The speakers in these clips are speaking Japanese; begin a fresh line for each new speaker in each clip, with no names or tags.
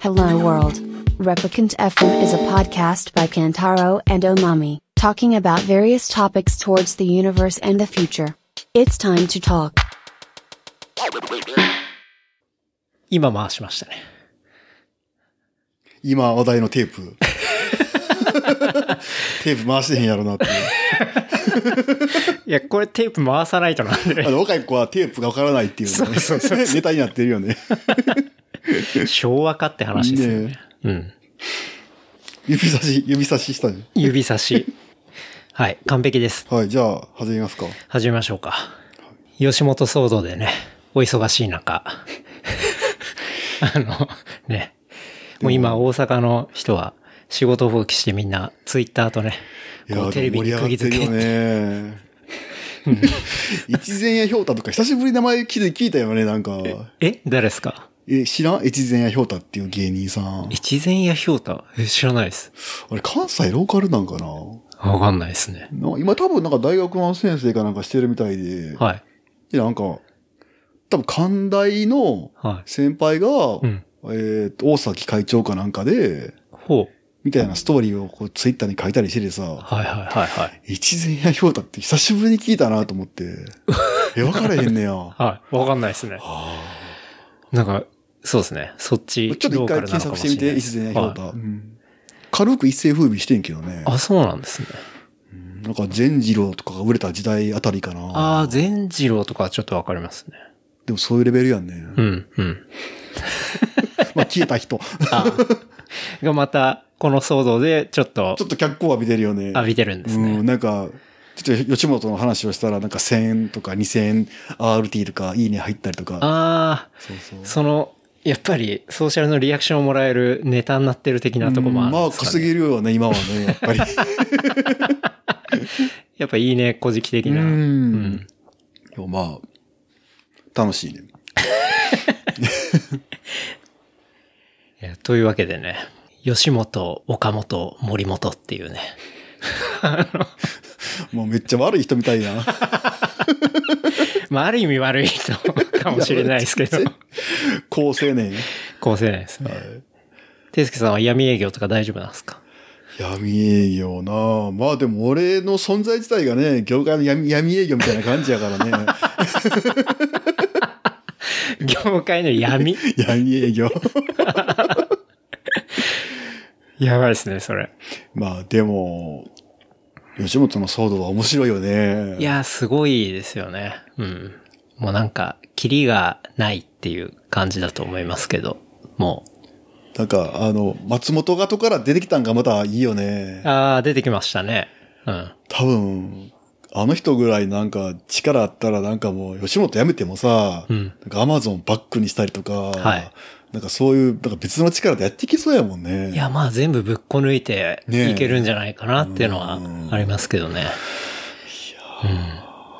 Hello World. Replicant FM is a podcast by Kantaro and Omami, talking about various topics towards the universe and the future. It's time to talk.
今回しましたね。
今話題のテープ。 テープ回してへんやろなっていう。
いや、これテープ回さないとなんで
あの若い子はテープがわからないっていう,、ね、
そうそう
ネタになってるよ
ね、
ね。
昭和かって話ですよね。
ね
うん。
指差し、指差ししたね。
指差し。 はい、完璧です。
はい、じゃあ始めますか。
始めましょうか。吉本騒動でね、お忙しい 中、あの、ね、もう今大阪の人は仕事放棄してみんなツイッターとね、
い
こう
や、
テレ
で
ビに
も盛り上がっ
釘
て
付
る
け
よね。一前屋ひょうたとか久しぶりに名前聞いて聞いたよね、なんか。
え誰ですか
え、知らん越前屋ひょうたっていう芸人さん。
越前屋ひょうたえ知らないです。
あれ、関西ローカルなんかな
わかんないですね。
な今多分なんか大学の先生かなんかしてるみたいで。
はい。
で、なんか、多分関大の
はい。
先輩が、
うん。
えっ、と、大崎会長かなんかで、
ほう。
みたいなストーリーをこうツイッターに書いたりしててさ、
はいはいはいはい。
一前屋ひょうたって久しぶりに聞いたなと思って、え、分からへんねや。は
はい。わかんないですね。
あ
なんか、そうですね。そっ
ちょ
ち
っ、と一回検索してみて、一前屋ひょうた。
はい
うん軽く一世風靡してんけどね。
あ、そうなんですね。
なんか善次郎とかが売れた時代あたりかな。
ああ、善次郎とかはちょっとわかりますね。
でもそういうレベルやんね。
うん、うん。
まあ消えた人。
あー がまた、この騒動でちょっと
ちょっと脚光浴びてるよね。
浴びてるんです
う
ね
ん、。なんか、ちょっと吉本の話をしたら、なんか1000円とか2000円 RT とかいいね入ったりとか。
あ
そうそう
あ、その、やっぱりソーシャルのリアクションをもらえるネタになってる的なとこもある
う
ん
んまあ
ですか
稼
ね。
げるよね、今はね、や っぱり。
やっぱいいね、古事記的
う
な。
ん。でもまあ、楽しいね。
いやというわけでね、吉本、岡本、森本っていうね。
もうめっちゃ悪い人みた いな。
まあ、ある意味悪い人かもしれないですけど
いや、高青年。
構成ないですね。てすけさんは闇営業とか大丈夫なんですか
闇営業なあまあでも俺の存在自体がね、業界の闇闇営業みたいな感じやから ね。
業界の闇
闇営業。
やばいですね、それ。
まあでも、吉本の騒動は面白いよね。
いや、すごいですよね。うん。もうなんか、キリがないっていう感じだと思いますけど、も
なんか、あの、松本がとから出てきたんがまたいいよね
う。。ああ、出てきましたね。うん。
多分、あの人ぐらいなんか力あったらなんかもう吉本辞めてもさ、
うん
なんかアマゾンバックにしたりとか、
はい
なんかそういう、なんか別の力でやっていきそうやもんね。
いや、まあ全部ぶっこ抜いて
ねえ
いけるんじゃないかなっていうのは
うん
ありますけどね。うん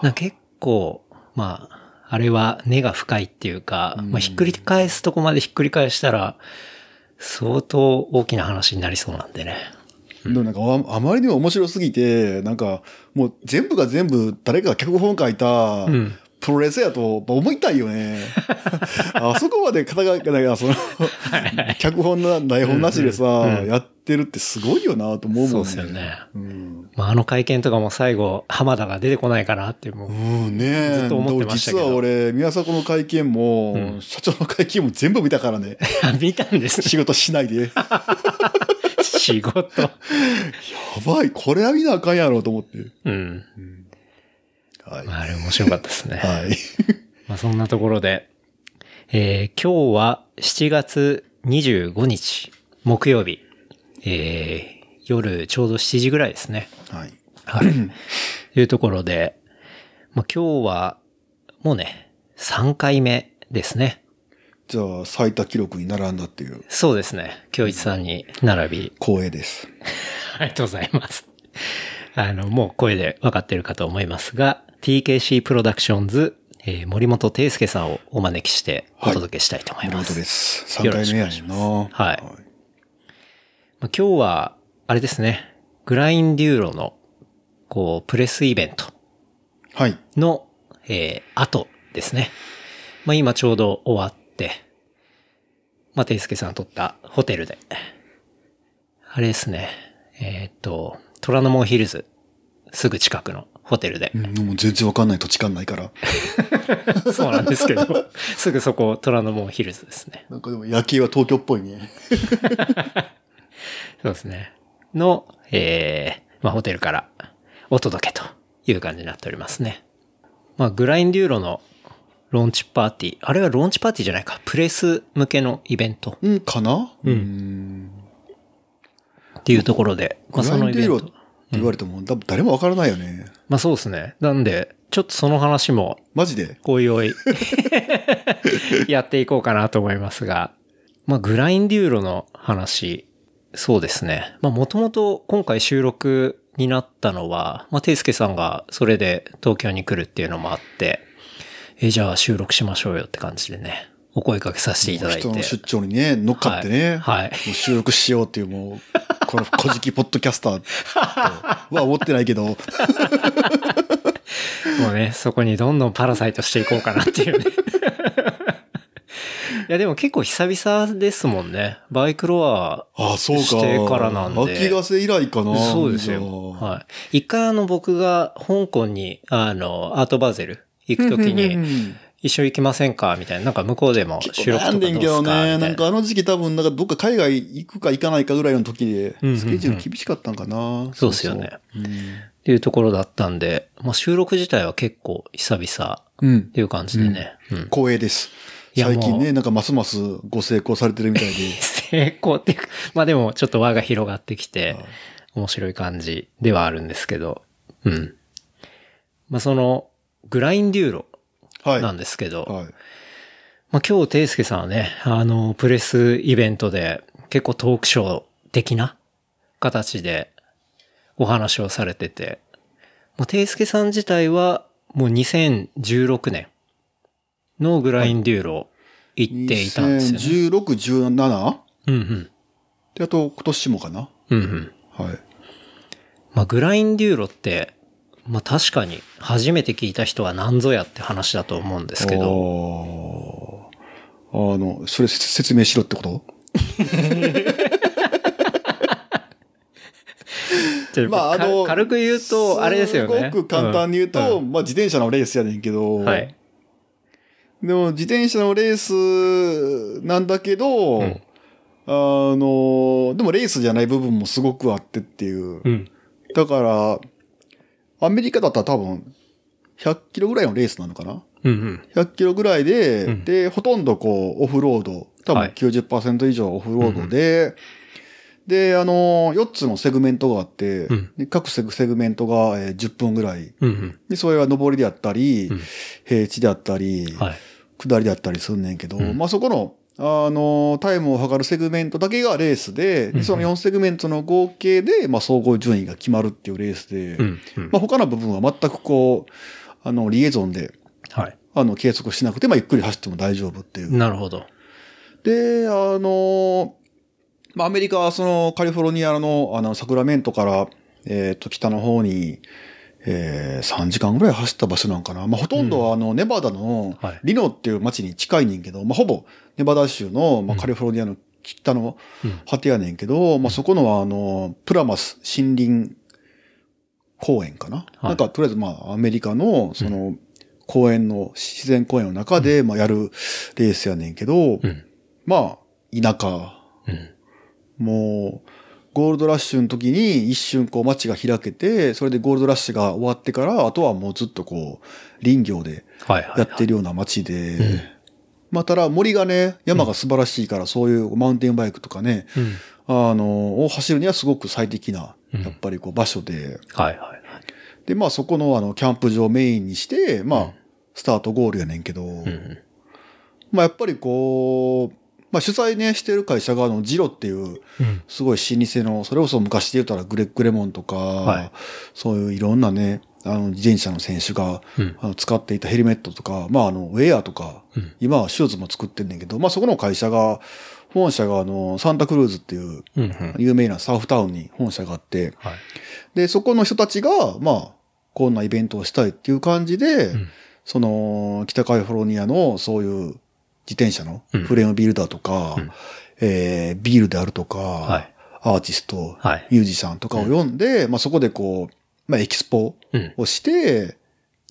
なんか結構、まあ、あれは根が深いっていうか、まあひっくり返すとこまでひっくり返したら、相当大きな話になりそうなんでね。
でもなんかああまりにも面白すぎて、なんかもう全部が全部誰かが脚本書いた、
うん
プロレスやとやっぱ思いたいよ ね。あそこまで肩が、なんかその、脚本な、台本なしでさ、やってるってすごいよなと思うもんね。
そうですよね。
うん。
まああの会見とかも最後、浜田が出てこないかなってもう
う、んね
ずっと思ってましたけど
でも実は俺、宮迫の会見も、
うん
社長の会見も全部見たか らね。
見たんですね。
仕事しないで。や
仕事。
ばい、これは見なあかんやろと思って。
うん。
はい。
まああれ面白かったですね。
はい。
まあそんなところで、えー今日は7月25日、木曜日、えー夜ちょうど7時ぐらいですね。
はい。
はい。というところで、まあ今日は、もうね、3回目ですね。
じゃあ、最多記録に並んだっていう
そうですね。京一さんに並び、
光栄です。
ありがとうございます。 あの、もう声で分かってるかと思いますが、TKC プロダクションズ、えー森本圭介さんをお招きしてお届けしたいと思いま
森本
す。
です。3回目やねんな。
はいまあ今日は、あれですね、グラインデューロの、こう、プレスイベント
はい。
の、えー後ですね。まあ今ちょうど終わって、まあ、ていすけさん撮ったホテルで。あれですね。えーっと、虎ノ門ヒルズ、すぐ近くのホテルで
う。ん、もう全然わかんない土地勘ないから。
そうなんですけど、すぐそこ、虎ノ門ヒルズですね。
なんかでも夜景は東京っぽいね。
そうですね。の、えー、まあ、ホテルからお届けという感じになっておりますね。まあ、グラインデューロのローンチパーティー。あれはローンチパーティーじゃないか。プレス向けのイベント
うん、かな
うん
ん。
っていうところで、まあ、
グラ
その
ン
イ
デ
ベ
ー
ン
ロっ
ト
て。言われても、多分誰もわからないよね。
まあ、そうですね。なんで、ちょっとその話も、
マジで。
おいお い、やっていこうかなと思いますが。まあ、グラインデューロの話、そうですね。まあ、もともと今回収録になったのは、まあ、ていすけさんがそれで東京に来るっていうのもあって、え、じゃあ収録しましょうよって感じでね、お声掛けさせていただいて。
人の出張にね、乗っかってね。
はいはい
もう収録しようっていう、もう、この、小じきポッドキャスター とは思ってないけど、
もうね、そこにどんどんパラサイトしていこうかなって いうね。いや、でも結構久々ですもんね。バイクロア、
ああ、そうか。
してからなんで
秋ヶ瀬以来かな。
そうです
じゃ
よ。
あ
はい。一回あの僕が香港に、あの、アートバーゼル行くとき
うんうん
に、
うん
一緒行きませんかみたいな。なんか向こうでも
結
収
構
録とかど
悩ん
うで
ですん
か
けど
みた
ね。
いな
なんかあの時期多分、なんかどっか海外行くか行かないかぐらいの時で
うんうんう、ん
スケジュール厳しかったんかな。
そうですよね
そうそう。
っていうところだったんで、まあ、収録自体は結構久々っ
うん。うん
ていう感じでね。うん
光栄です。
いやもう
最近ね、なんかますますご成功されてるみ たいで。
成功っていうか、まあでもちょっと輪が広がってきて、面白い感じではあるんですけど、うん。まあその、グラインデューロ
はい。
なんですけど、
はい。
まあ今日、ていすけさんはね、あの、プレスイベントで結構トークショー的な形でお話をされてて、まあ、ていすけさん自体はもう2016年のグラインデューロ行っていたんですよね。
2016、17?
うんうん。
で、あと今年もかな。
うんうん。
はい。
まあ、グラインデューロって、まあ確かに初めて聞いた人は何ぞやって話だと思うんですけど、
ど。あの、それ説説明しろってこと
ちょ
まあ
か
あの
軽く言うと、あれですよね。
すごく簡単に言うと、
ん
まあ自転車のレースやねんけど、
うんはい。
でも自転車のレースなんだけど、
うん
あの、でもレースじゃない部分もすごくあってっていう。
うん。
だから、アメリカだったら多分、100キロぐらいのレースなのかな
うんうん。
100キロぐらいで、
うん
で、ほとんどこう、オフロード、多分
はい
90%以上オフロードで、で、あの、4つのセグメントがあって、
うん
で各セグセグメントが、えー10分ぐらい。
うんうん。
で、それは上りであったり、
うん
平地であったり、
はい。
下りであったりすんねんけど、
うん
まあそこの、あの、タイムを測るセグメントだけがレースで、でその4セグメントの合計で、まあ総合順位が決まるっていうレースで、
うんうん
まあ他の部分は全くこう、あの、リエゾンで、
はい。
あの、計測しなくて、まあ、ゆっくり走っても大丈夫っていう。
なるほど。
で、あのーまあ、アメリカはその、カリフォルニアの、あの、サクラメントから、えっ、と、北の方に、えー、3時間ぐらい走った場所なんかな。まあ、ほとんどはあの、ネバダの
はい、
リノっていう街に近いねんけど、まあ、ほぼ、ネバダ州の、ま
う
あ、
ん
カリフォルニアの北の
うん
果てやねんけど、まあ、そこのはあの、プラマス森林公園かな。
はい
なんか、とりあえず、まあ、アメリカの、その、公園の、自然公園の中で、まあ、やるレースやねんけど、
うん。
まあ、田舎。
うん。
もう、ゴールドラッシュの時に一瞬こう街が開けて、それでゴールドラッシュが終わってから、あとはもうずっとこう、林業で
はいはい。
やってるような街で、
うん
まあ、ただ森がね、山が素晴らしいから、そういうマウンテンバイクとかね、
うん。
あの、を走るにはすごく最適な、
うん
やっぱりこう場所で、
はいはい。
で、まあそこのあの、キャンプ場をメインにして、ま
うん
あ、スタートゴールやねんけど、
うん。
まあやっぱりこう、まあ主催ね、してる会社があの、ジロっていう、
うん。
すごい老舗の、それこそ昔で言ったらグレッグレモンとか、
い
そういういろんなね、あの、自転車の選手が、
うん
あの使っていたヘルメットとか、まあ、あの、ウェアとか、
うん
今はシューズも作ってんねんけど、まあ、そこの会社が、本社があの、サンタクルーズっていう、
うんうん。
有名なサーフタウンに本社があって、
はい。
で、そこの人たちが、まあ、こんなイベントをしたいっていう感じで、
うん
その、北カリフォルニアのそういう自転車の
うん
フレームビルダーとか、
うん
えービールであるとか、
はい
アーティスト、
はい
ミュージシャンとかを読んで、まあそこでこう、まあエキスポ
うん。
をして、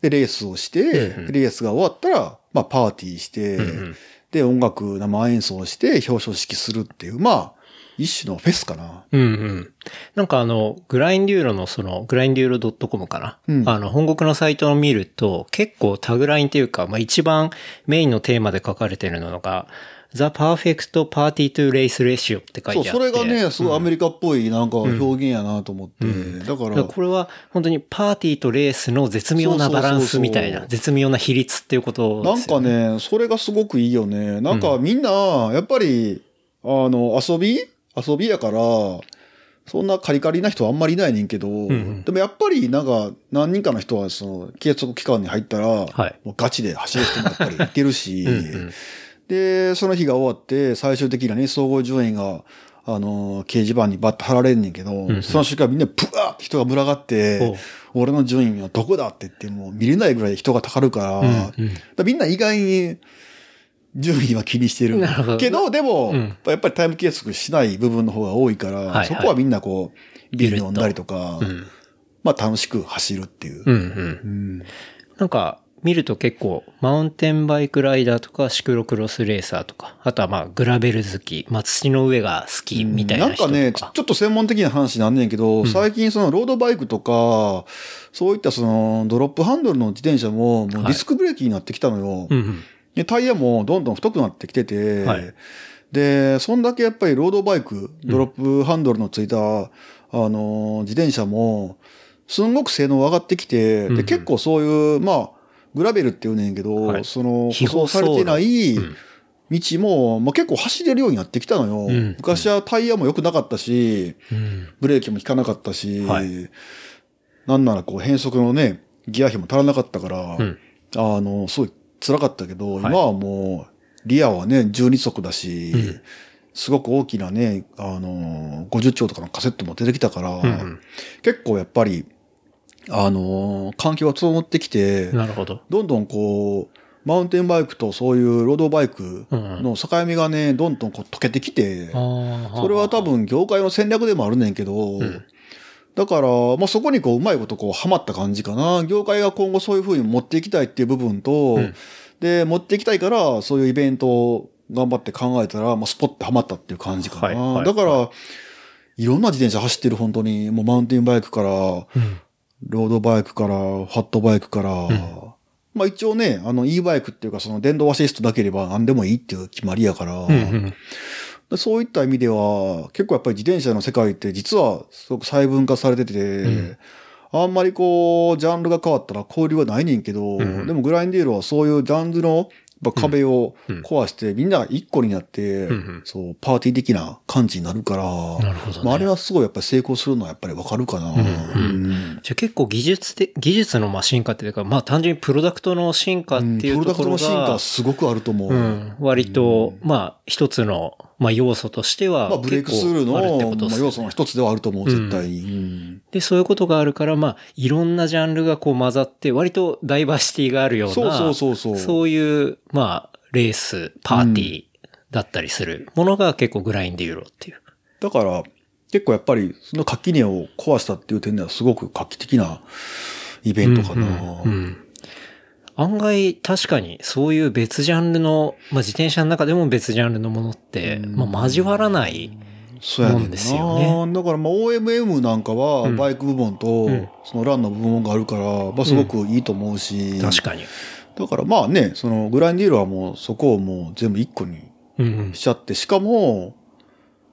で、レースをして、
うんうん
レースが終わったら、まあパーティーして、
うんうん
で、音楽生演奏して表彰式するっていう、まあ、一種のフェスかな。
うんうん。なんかあの、グラインデューロのその、グラインデューロ .com かな、
うん
あの、本国のサイトを見ると、結構タグラインっていうか、まあ一番メインのテーマで書かれてるのが、The Perfect Party to Race Ratio って書いてあ
そ
っ
う、
て。
それがね、すごいアメリカっぽいなんか
ん
表現やなと思って、
うん
だか
だ
ら、
からこれは本当にパーティーとレースの絶妙なバランスみたい
そうそうそうそ
な、
う
絶妙な比率っていうこと
な
で
ん
す
か
よね。
ね、それがすごくいいよね。なんかみんな、やっぱり、あの、遊び遊びやから、そんなカリカリな人はあんまりいないねんけど、
ん
でもやっぱりなんか何人かの人はその計測期間に入ったら、
はい
もうガチで走る人もやっぱりいてるし、
うんうん
で、その日が終わって、最終的なね、総合順位が、あの、掲示板にバッと貼られんねんけど、
うん
その瞬間みんなブワーって人が群がって、
おう
俺の順位はどこだって言ってもう見れないぐらい人がたかるから、
うんうん
だからみんな意外に順位は気にしてる
なるほど
けど、でも、
うん
やっぱりタイム計測しない部分の方が多いから、
はい
そこはみんなこう、ビール飲んだりとか、
うん
まあ楽しく走るっていう。
うんうん。
うん
なんか、見ると結構、マウンテンバイクライダーとか、シクロクロスレーサーとか、あとはまあ、グラベル好き、まあ、土の上が好きみたいな人とか。
んかね、ちちょっと専門的な話なんねんけど、最近そのロードバイクとか、そういったそのドロップハンドルの自転車も、も
は
う
い
ディスクブレーキになってきたのよ。
うんうん。
で、タイヤもどんどん太くなってきてて、
はい
で、そんだけやっぱりロードバイク、ドロップハンドルのついた、あのー、自転車も、すんごく性能上がってきて、
うんう
で、
ん
結構そういう、まあ、グラベルって言うねんけど、
はい
その、
非
舗
舗
装されてない
うん
道も、まあ結構走れるようになってきたのよ。
うん
昔はタイヤも良くなかったし、
うん。
ブレーキも効かなかったし、
はい
なんならこう変速のね、ギア比も足らなかったから、
うん
あの、すごい辛かったけど、
い
今はもう、リアはね、12足だし、
うん
すごく大きなね、あの、50兆とかのカセットも出てきたか
う
ら、
ん
結構やっぱり、あの、環境が整ってきて
うん。、なるほど。
どんどんこう、マウンテンバイクとそういうロードバイクの境目がね、どんどんこう溶けてきて、そ
そ
れは多、分業界の戦略でもあるねんけど、
うん
だから、まあ、そこにこう、うまいことこう、はまった感じかな。業界が今後そういうふうに持っていきたいっていう部分と、
うん
で、持っていきたいから、そういうイベントを頑張って考えたら、まあ、スポッとはまったっていう感じかな。
はいはい
だから、いろんな自転車走ってる、本当に。もうマウンテンバイクから、ロ
うん
ードバイクから、ファットバイクから、まあ一応ね、あの E バイクっていうかその電動アシストなければ何でもいいっていう決まりやから、
うんうん
でそういった意味では、結構やっぱり自転車の世界って実はすごく細分化されてて、
ん
あんまりこう、ジャンルが変わったら交流はないねんけど、
うん
でもグラインデールはそういうジャンルのやっぱ壁を
うん
壊して、みんなが一個になっ
う
て、
んうん
そう、パーティー的な感じになるから、
なるほどね
まあ、あれはすごいやっぱり成功するのはやっぱりわかるか
ん
な。うん
じゃあ結構技術で、技術のまあ進化っていうか、まあ単純にプロダクトの進化っ
うん
て
プ
いう
ロ
と
ダク
こ
ト
ろが、
の進化はすごくあると思う。
うん、割と、まあ一つの、まあ要素としては、
まあ、ブレイクスルー
結
の、
構あるってことで
まあ
すよね
要素の一つではあると思う、絶対に。うん
で、そういうことがあるから、まあ、いろんなジャンルがこう混ざって、割とダイバーシティがあるような、
そうそうそうそう。
そういう、まあ、レース、パーティーだったりするものが結構グラインデューロっていう。
だから、結構やっぱり、その垣根を壊したっていう点ではすごく画期的なイベントかな。
うんうん案外、確かに、そういう別ジャンルの、まあ、自転車の中でも別ジャンルのものって、
うん
まあ、交わらない。
そうやねん
もん
な。
ですよ
だからまあ OMM なんかは
うん
バイク部門と
ん
そのランの部門があるから、まあすごくいいと思うし。
確かに。
だからまあね、そのグランディールはもうそこをもう全部一個に
うん
しちゃって、しかも、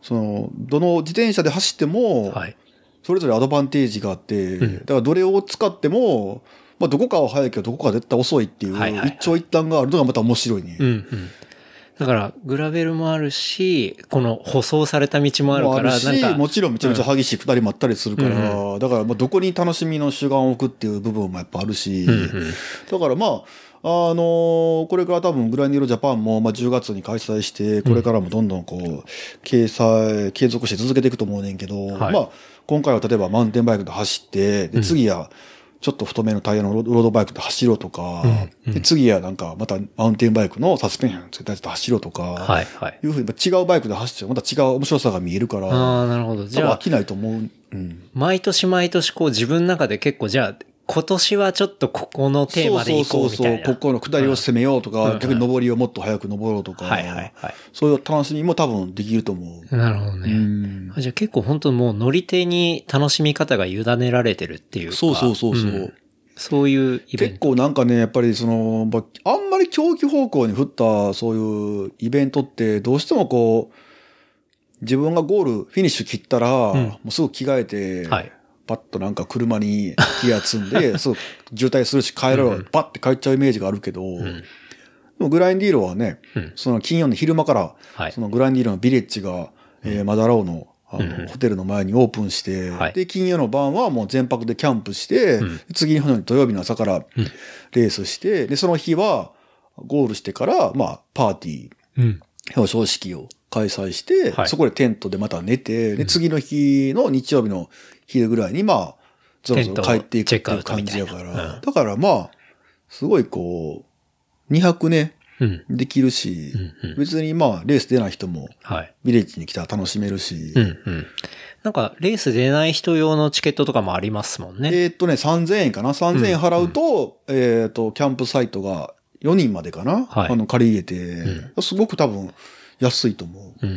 その、どの自転車で走って
うん。
も、
はい。
それぞれアドバンテージがあって、
うん
だからどれを使っても、まあ、どこかは早いけど、どこかは絶対遅いっていう、
はいはいはい
一長一短があるのがまた面白いね。
うんうん。だから、グラベルもあるし、この舗装された道もある
もあ
か
る
ら、
し、
なんか、
もちろんめちゃめちゃ激しい下りもあったりするから、
う
だからまあどこに楽しみの主眼を置くっていう部分もやっぱあるし、
うんうん
だからまあ、あのーこれから多分グランディーロジャパンも、まあ、10月に開催して、これからもどんどんこう、掲載、継続して続けていくと思うねんけど、
はい
まあ、今回は例えばマウンテンバイクで走って、で次は、ちょっと太めのタイヤのロロードバイクで走ろうとか、
うん
で次はなんかまたマウンテンバイクのサスペンションつけたやつで走ろうとか、
はい、はい。
いうふうにまあ違うバイクで走ってもまた違う面白さが見えるから、
ああ、なるほど。じ
多分
ゃ
飽
あ、
きないと思う。うん。
毎年毎年こう自分の中で結構じゃあ、今年はちょっとここのテーマでいこうみたいな。
ここの下りを攻めようとか、
うん
逆に上りをもっと早く登ろうとか、
はいはいはい。
そういう楽しみも多分できると思う。
なるほど
う
ね。
ん
あじゃあ結構本当もう乗り手に楽しみ方が委ねられてるっていうか。
そうそうそうそう。
んそういうイベン
結
ト。
構なんかね、やっぱりその、まああんまり競技方向に振ったそういうイベントって、どうしてもこう、自分がゴール、フィニッシュ切ったら、
ん
もうすぐ着替えて、
はい。
パッとなんか車に ギア積ん で、すぐ渋滞するし帰ろう、パッて帰っちゃうイメージがあるけど、
ん
でもグラインディーロはね、
うん
その金曜の昼間から、
はい
そのグラインディーロのビレッジが、えーマダラオのあの、ホテルの前にオープンして、
はい
で、金曜の晩はもう全泊でキャンプして、
うん
次の日の土曜日の朝からレースして、で、その日はゴールしてから、まあ、パーティー、
うん。
表彰式を開催して、
はい
そこでテントでまた寝て、で、次の日の日曜日の昼ぐらいに、まあ、ゾロゾロ帰っていくっていう感じやか
テントをチェックアウトみたいな
ら
う、ん
だからまあ、すごいこう、2泊ね、
うん。
できるし
うんうん、
別にまあ、レース出ない人も、
はい。
ビレッジに来たら楽しめるし
う、んうん。なんか、レース出ない人用のチケットとかもありますもんね。
えーっとね、3000円かな ?3000 円払うと、えーっと、キャンプサイトが4人までかな
はい
あの、借り入れて、すごく多分、安いと思う。
う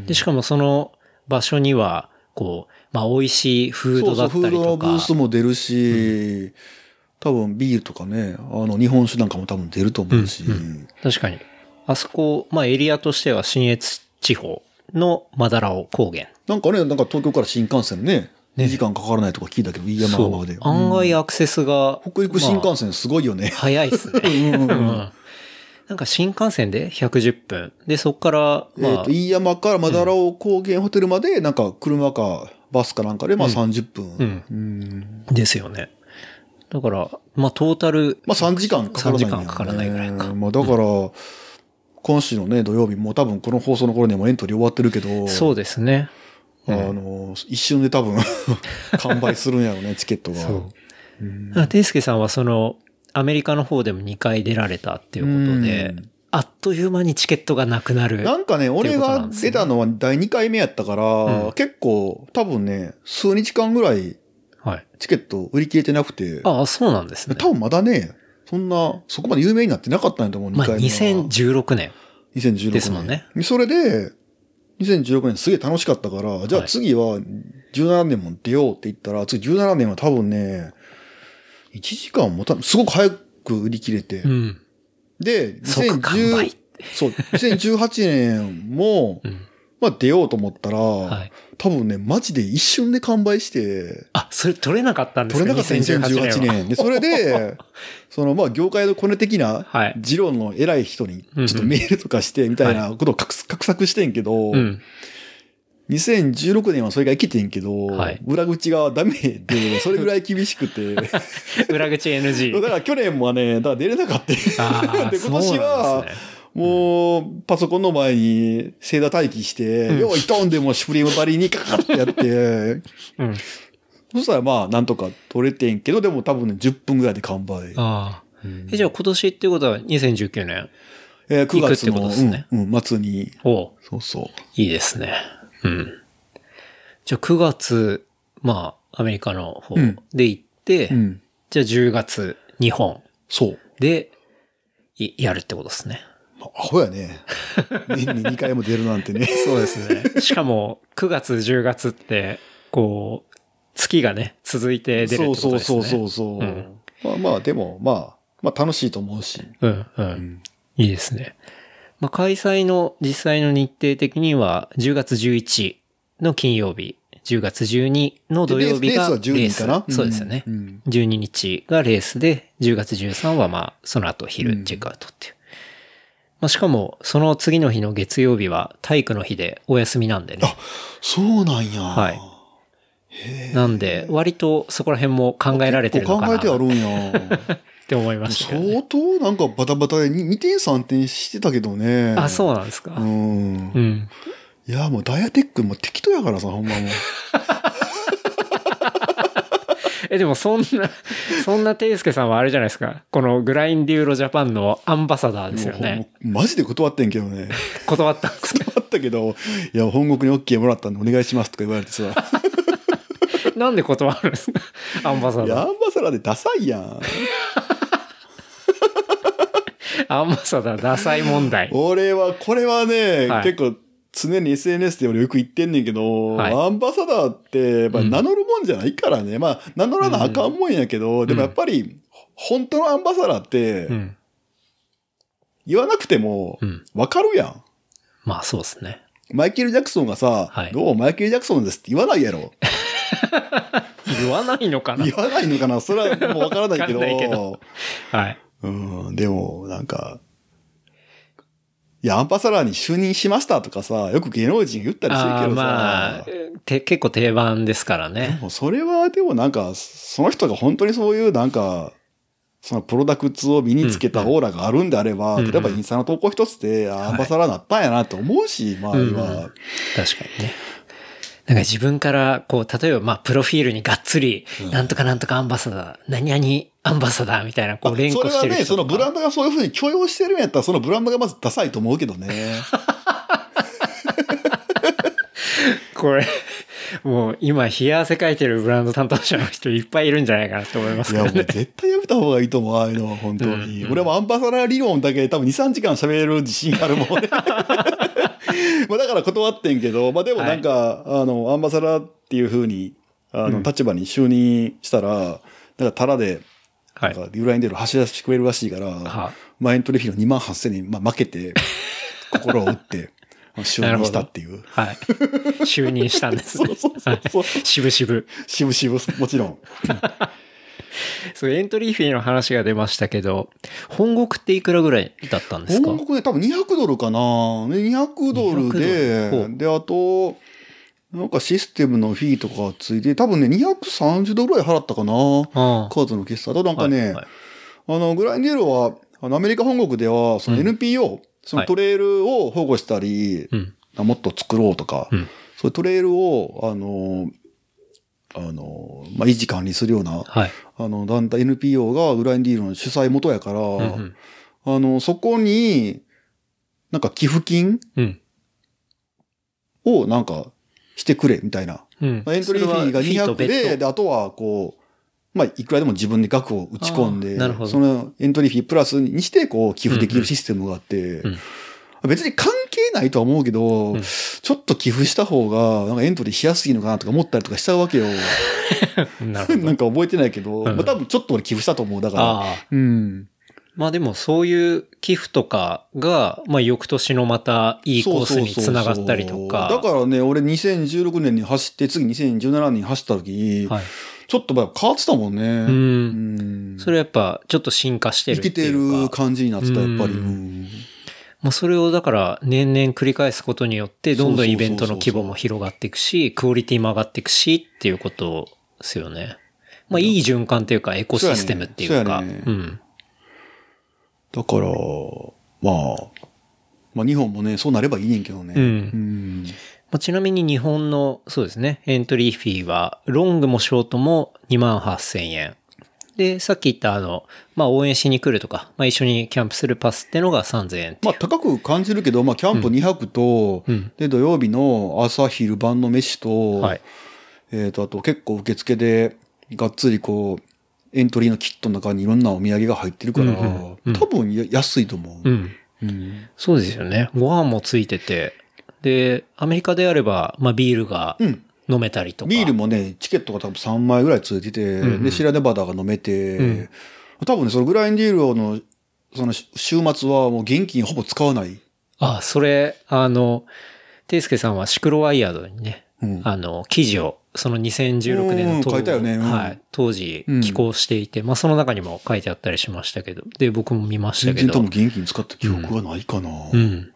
ん。で、しかもその場所には、こう、まあ、美味しいフードだったり
そうそうフードの
と
ブー
か。
スも出るし、多分ビールとかね、あの、日本酒なんかも多分出ると思うし、
確かに。あそこ、まあ、エリアとしては新越地方のマダラオ高原。
なんかね、なんか東京から新幹線ね、2時間かからないとか聞いたけど、飯山
そう
まで。
案外アクセスが。
北陸新
ま
幹線すごいよね
あ。早いっ すね。うんなんか新幹線で110分。で、そこから、
えっ、
まあ
と、、飯山からマダラオ高原ホテルまで、なんか車かバスかなんかで、まあ30分。
うん
うん
ですよね。だから、まあ、トータル、
まあ3時間かからない、ね。
3時間かからないぐらいか
まあだから、今週のね、土曜日、もう多分この放送の頃にはもうエントリー終わってるけど、
そうですね。
あの、一瞬で 多分、完売するんやろね、チケットが。
あていすけさんはその、アメリカの方でも2回出られたっていうことで
うん、
あっという間にチケットがなくなる。
なんかね、
こと
俺
な
が
んですね
出たのは第2回目やったから、
うん
結構、多分ね、数日間ぐらい
はい。
チケット売り切れてなくて、
ああ、そうなんですね。
多分まだね、そんな、そこまで有名になってなかったんやと思う、2
まあ、
回目は。
2016年。
2016年。
ですもんね。
それで、2016年すげえ楽しかったから、じゃあ
はい
次は17年も出ようって言ったら、次17年は多分ね、1時間もた、すごく早く売り切れて、
うん。
で、
即完売
2010そう、2018年も、
うん。
まあ出ようと思ったら、
はい。
多分ね、マジで一瞬で完売して、
あ、それ取れなかったんです
取
か
れなかった2018
2018は
年。で、そ れで、その、まあ、業界のコネ的な
はい、
ジローの偉い人に、
うんうん
ちょっとメールとかして、みたいなことを画す画策してんけど、
うん。
2016年はそれが生きてんけど、
はい
裏口がダメ で、それぐらい厳しくて、だか
裏口 NG。
ら去年もね、だから出れなかった。
ああ、
で
そうなんです
今年は
ね
もう、パソコンの前に、正座待機して、
ん
よいとんでもうシュプリームバリーにかかってやって、
うん。
そしたらまあ、なんとか取れてんけど、でも多分ね、10分ぐらいで完売。
ああ。え、じゃあ今年ってことは2019年。
えー、9月
行くってこと
の、
ですね
うん、うん、末に。
おう
そうそう。
いいですね。うん。じゃあ9月、まあ、アメリカの方
うん
で行って、
うん。
じゃあ10月、日本
そう。
で、いやるってことですね。
まあアホ やね。年に2回も出るなんてね。
そうですね。しかも、9月、10月って、こう、月がね、続いて出るって
そ
こ
う
と
そう
です
そ
ね。
うそうそう。
うん
まあまあ、でも、まあ、まあ楽しいと思うし。
うん、うん、いいですね。まあ、開催の実際の日程的には、10月11の金曜日、10月12の土曜日
でレー
が
スは10人かな
そうですよね。
うんうん
12日がレースで、10月13はまあ、その後昼チェックアウトっていう。まあ、しかも、その次の日の月曜日は体育の日でお休みなんでね。
そうなんや。
はいなんで、割とそこら辺も考えられてるの
こう
か
考
な
え
って
ある んや。
て思いましたけどね、
相当なんかバタバタで2点3点してたけどね。。
あ、そううなんですか。
うん
う。ん。
いや、もうダイヤテックも適当やからさ、ほんまもう。
え、でもそ んな、そんなテイスケさんはあれじゃないですか。このグラインデューロジャパンのアンバサダ ーですよね。
もうマジで断ってんけどね。
断ったんですか。
断ったけど、いや、本国に OK もらったんでお願いしますとか言われ てさ。
なんで断るんですかアンバサ
いや、
ダ
ア
ー。
ンバサダーでダサいやん。
アンバサダー、ダサい問題。
俺は、これはね、
はい
結構常に SNS で俺よく言ってんねんけど、
はい
アンバサダーって、まあ、
うん
名乗るもんじゃないからね。まあ、名乗らなあかんもんやけど、でもやっぱり、本当のアンバサダーって
う、ん。
言わなくても
う、ん。
わかるやん。
まあそうですね。
マイケル・ジャクソンがさ、
はい
どうマイケル・ジャクソンですって言わないやろ。
言わないのかな
言わないのかなそれはもうわからないけ ど。
わかんないけどはい。
うん、でも、なんか、いや、アンバサダーに就任しましたとかさ、よく芸能人言ったりする
あ
け
ー
どさ。
まあ、て結構定番ですからね。
もうそれはでもなんか、その人が本当にそういうなんか、そのプロダクツを身につけたオーラがあるんであれば、
うんうん
例えばインスタの投稿一つで、あアンバサダーなったんやなと思うし、まあ
うんうん
今、
確かにね。なんか自分から、こう、例えば、まあ、プロフィールにがっつり、なんとかなんとかアンバサダー、何々アンバサダーみたいな、こう、連
そ
呼
れ
し
は
てる
ね、
人
その
とか
ブランドがそういうふうに許容してるんやったら、そのブランドがまずダサいと思うけどね。
これ、もう、今、冷や汗かいてるブランド担当者の人いっぱいいるんじゃないかなと思います
い
け
や、
ど
もう
ね。
絶対やめた方がいいと思う、ああいうのは本当に。俺もアンバサダー理論だけ多分2、3時間喋れる自信あるもん ね。まあだから断ってんけど、まあでもなんか、あの、アンバサダーっていう風に、あの、立場に就任したら、なんかタラで、
は
なん
い。
か由来に出る走らせてくれるらしいから、
は
前の取引の2万8000に、まあ、負 けて、心を打って、あの就任したっていう。
はい。就任したんです、ね。
そうそうそう
はい渋々。
しぶしぶ、もちろん。
そう、エントリーフィーの話が出ましたけど、本国っていくらぐらいだったんですか
本国で多分200ドルかな。で200ドル
200ド
で、
ル
で、あと、なんかシステムのフィーとかついて、多分ね、230ドルぐらい払ったかな。
あ
カードの決済。あとなんかね、
はいはい
あの、グラインデールは、あの、アメリカ本国では、その NPO、そのトレイルを保護したり、
うん。
もっと作ろうとか、
うん
そういうトレイルを、あの、あの、まあ、維持管理するような、
はい。
あの、団体 NPO がグラインディールの主催元やから、
うんうん
あの、そこに、なんか寄付金
うん。
をなんかしてくれみたいな。
うん。
エントリーフィーが
それはフィーと
200
別
で、
途
で、あとはこう、まあ、いくらでも自分で額を打ち込ん
あ
で
ーなるほ、ど
そのエントリーフィープラスにして、こう、寄付できるシステムがあって
うん、
別に関係ないとは思うけど、
うん
ちょっと寄付した方が、なんかエントリーしやすいのかなとか思ったりとかしちゃうわけよ。
なる ほど。
なんか覚えてないけど、
んうん
まあ、多分ちょっと俺寄付したと思う。だから、
ああ。
うん。
まあでもそういう寄付とかが、まあ翌年のまたいいコースにつながったりとか。
そうそうそうだからね、俺2016年に走って、次2017年に走った時、
はい。
ちょっとやっぱ変わってたもんね。
う。
うんん
それやっぱちょっと進化してる
生
って
きて
いう
る
か。
感じになってた、やっぱり。
うん
うん
まあそれをだから年々繰り返すことによって、どんどんイベントの規模も広がっていくし、クオリティも上がっていくしっていうことですよね。まあいい循環というか、エコシステムっていうか。
そうやね
う
そ
ん。
だから、まあ、まあ日本もね、そうなればいいねんけどね。
うん
ん
まあ、ちなみに日本の、そうですね、エントリーフィーは、ロングもショートも2万8000円。で、さっき言ったあの、まあ、応援しに来るとか、まあ、一緒にキャンプするパスってのが3000円ってい
まあ
う。
高く感じるけど、まあキャンプ2泊と、
うん
で土曜日の朝昼晩の飯と、
はい。
えっと、あと結構受付で、がっつりこう、エントリーのキットの中にいろんなお土産が入ってるから、
うんうんうん
多分や安いと思う。
うん。
うん
そうですよね。ご飯もついてて。で、アメリカであれば、まあ、ビールが
うん
飲めたりとか。
ビールもね、チケットが多分3枚ぐらいついてて、
うんうん
で、シラネバダが飲めて、
うん
多分ね、そのグラインディールの、その週週末はもう現金ほぼ使わない。
あ、それ、あの、ていすけさんはシクロワイヤードにね、
うん
あの、記事を、その2016年の当,、
うん書いたよねうん
はい、当時寄稿していて、まあその中にも書いてあったりしましたけど、で、僕も見ました
全
け
然多
ど
分、現金使った記憶がないかな。
うん。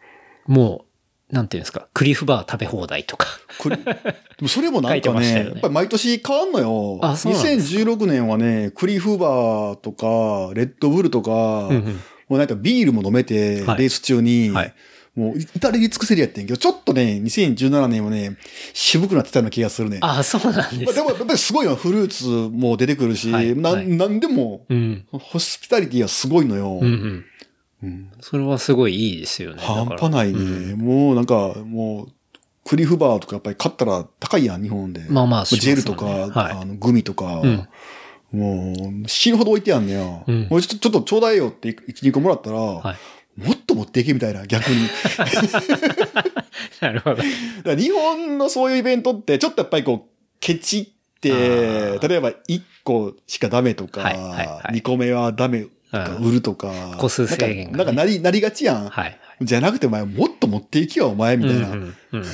もう、なんていうんですか、クリフバー食べ放題とか。
これでもそれもな
書
ん
いて
か
ま
ね、
したよね
やっぱり毎年変わんのよ。
あそうなんです
2016年はね、クリフバーとか、レッドブルとか、
うんうん
もうなんかビールも飲めて、レ
はい
ース中に、
はい
もう、至れり尽くせりやってんけど、ちょっとね、2017年もね、渋くなってたような気がするね。
ああ、そうなんで
まあ
す。
でもやっぱりすごいよ。フルーツも出てくるし、
はい
な
はい
なんでも、
うん。
ホスピタリティはすごいのよ。
うんうん。
うん
それはすごいいいですよね。
半
だから
端ないね。
うん
もうなんか、もう、クリフバーとかやっぱり買ったら高いやん、日本で。
まあまあ、
ジェルとか、
しますもんねはい。
あのグミとか、
うん
もう死ぬほど置いてやんねや。
うん
もうちょっとちょっとちょうだいよって1、2個もらったら、
い
もっと持っていけみたいな、逆に。
なるほど。
だから日本のそういうイベントって、ちょっとやっぱりこう、ケチって、
あー
例えば1個しかダメとか、
はいはいはい
2個目はダメとか、
うん
売るとか、
個数制限がね
なんかなんかなり、なりがちやん。
はい。
じゃなくてお前もっと持っていきよ、お前み
う
た
ん
いうな。
んうん。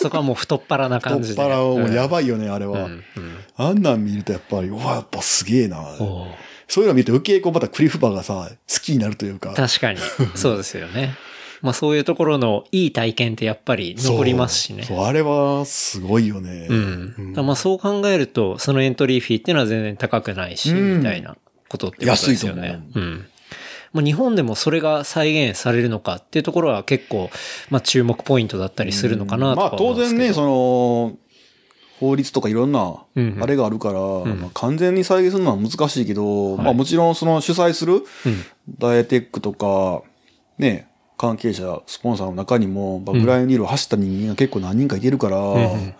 そこはもう太っ腹な
太
感
っ
じで。
腹はもうや
ば
ばいよね、あれは。
うんうん
あんなん見るとやっぱり、うわ、やっぱすげえな。
おう
そういうの見ると余計こうまたクリフバーがさ、好きになるというか。
確 かに。そうですよね。まあそういうところのいい体験ってやっぱり残りますしね。
そう、そうあれはすごいよね。
うん。だからまあそう考えると、そのエントリーフィーっていうのは全然高くないし、
うん
みたいなことってことですよね。
安いと
うん。まあ日本でもそれが再現されるのかっていうところは結構、まあ注目ポイントだったりするのかなと
ま
か
あ
思う
当
んです
然
けど。
ね、その、法律とかいろんな
うんう、ん
あれがあるから、
ん
まあ完全に再現するのは難しいけど、まあもちろんその主催する
うん
ダイエテックとか、ね、関係者、スポンサーの中にも、バグラインニールを走った人間が結構何人かいてるから、
うん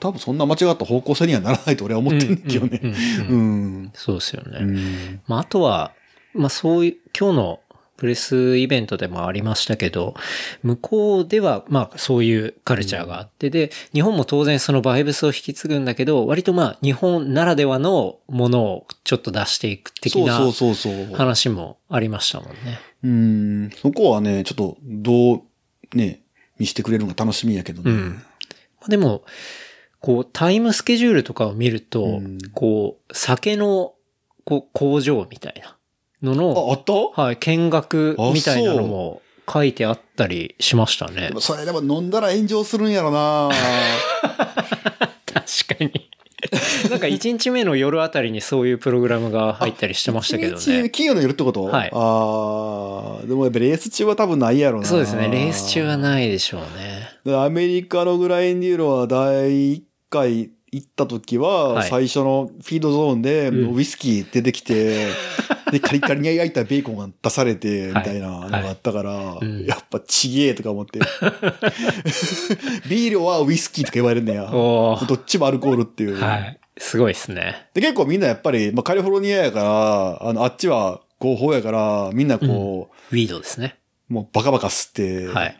多分そんな間違った方向性にはならないと俺は思ってんだけどね。うん。
そうですよね。
うん
まあ、あとは、まあ、そういう、今日のプレスイベントでもありましたけど、向こうでは、まあ、そういうカルチャーがあって、で、日本も当然そのバイブスを引き継ぐんだけど、割とまあ、日本ならではのものをちょっと出していく的な
そうそうそうそう。
話もありましたもんね。
うん、そこはね、ちょっと、どう、ね、見してくれるのが楽しみやけどね。
うん。まあ、でも、こう、タイムスケジュールとかを見ると、
うん
こう、酒の、こう、工場みたいなのの、
あ、あった、
はい、見学みたいなのも書いてあったりしましたね
でも。それでも飲んだら炎上するんやろな
確かに。 なんか1日目の夜あたりにそういうプログラムが入ったり してましたけど
一日
ね。
金曜の夜ってこと
はい
ああ、でもやっぱレース中は多分ないやろな
そうですね、レース中はないでしょうね。
でアメリカのグラインデューロは第1回行った時は、
はい
最初のフィードゾーンで、
うん
ウイスキー出てきて、 で、カリカリに焼いたベーコンが出されて、み
はい
たいなのがあったから、
うん
やっぱちげえとか 思って。ビールはウイスキーとか言われるんだよ。
おー
どっちもアルコールっていう。
はい。すごいですね。
で、結構みんなやっぱり、まあ、カリフォルニアやから、あの、あっちは合法やから、みんなこ
ウィードですね。
う、もうバカバカ吸って、
はい。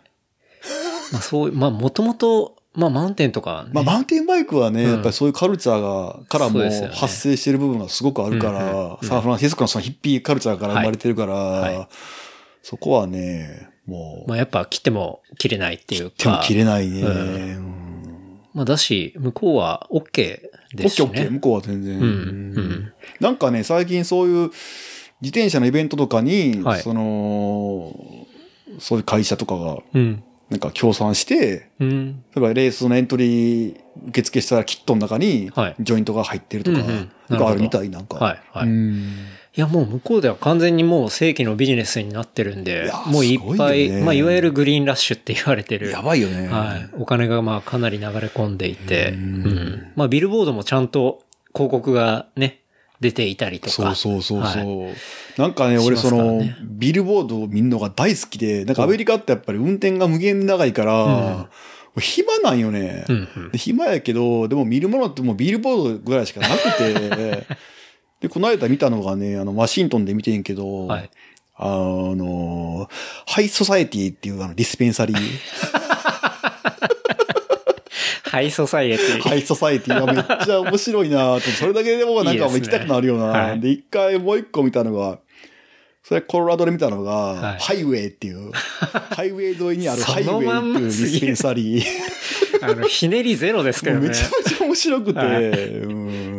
まあそう、まあもともと、まあマウンテンとかね、
まあ、マウンテンバイクはね、
うん
やっぱりそういうカルチャーが、からも
そうですよね
発生してる部分がすごくあるか
うんうん
ら
う、ん
サンフランシスコのそのヒッピーカルチャーから生まれてるか
はいは
ら、そこはね、も
まあやっぱ切っても切れないっていうか。
う、手も切れないね。
う
うん
まあだし、向こうは OK
オ
で
ッ
す
ケー
ね。
オッケー、向こうは全然。
うん
う
うんん
なんかね、最近そういう自転車のイベントとかに
は、い
その、そういう会社とかが、
うん。
なんか協賛して、
うん。
例えばレースのエントリー受付したらキットの中に
はい、
ジョイントが入ってるとか
うんうん、
なんかあるみたい、なんか。
はい、はい。
うん
いや、もう向こうでは完全にもう正規のビジネスになってるん
い
で
や、
もういっぱい、
すごいよね
まあ、いわゆるグリーンラッシュって言われてる。
やばいよね。
はい。お金がまあ、かなり流れ込んでいて、
う
うんん,、まあ、ビルボードもちゃんと広告がね、出ていたりとか。
そうそうそうそう。
は
なんかね、
し
俺
ます
そ
からね
の、ビルボードを見るのが大好きで、なんかアメリカってやっぱり運転が無限に長いから、もう暇なんよね。
うんうん
で。暇やけど、でも見るものってもうビルボードぐらいしかなく て、で、この間見たのがね、あの、ワシントンで見てんけど、
はい。
あの、ハイソサエティっていうあの、ディスペンサリー。
ハイソサイエティ。
ハイソサイティがめっちゃ面白いなと、それだけでもなんかもう行きたくなるよ
いいですね
な
はい
で、一回もう一個見たのが、それコロラドで見たのが、
い
ハイウェイっていう、ハイウェイ沿いにあるハイ ウ
そのま
ェイ
ん
っ
ま
ていうディスペンサリー。
あの、ひねりゼロですけど
もう
ね。
めちゃめちゃ面白くて、
は
うん
う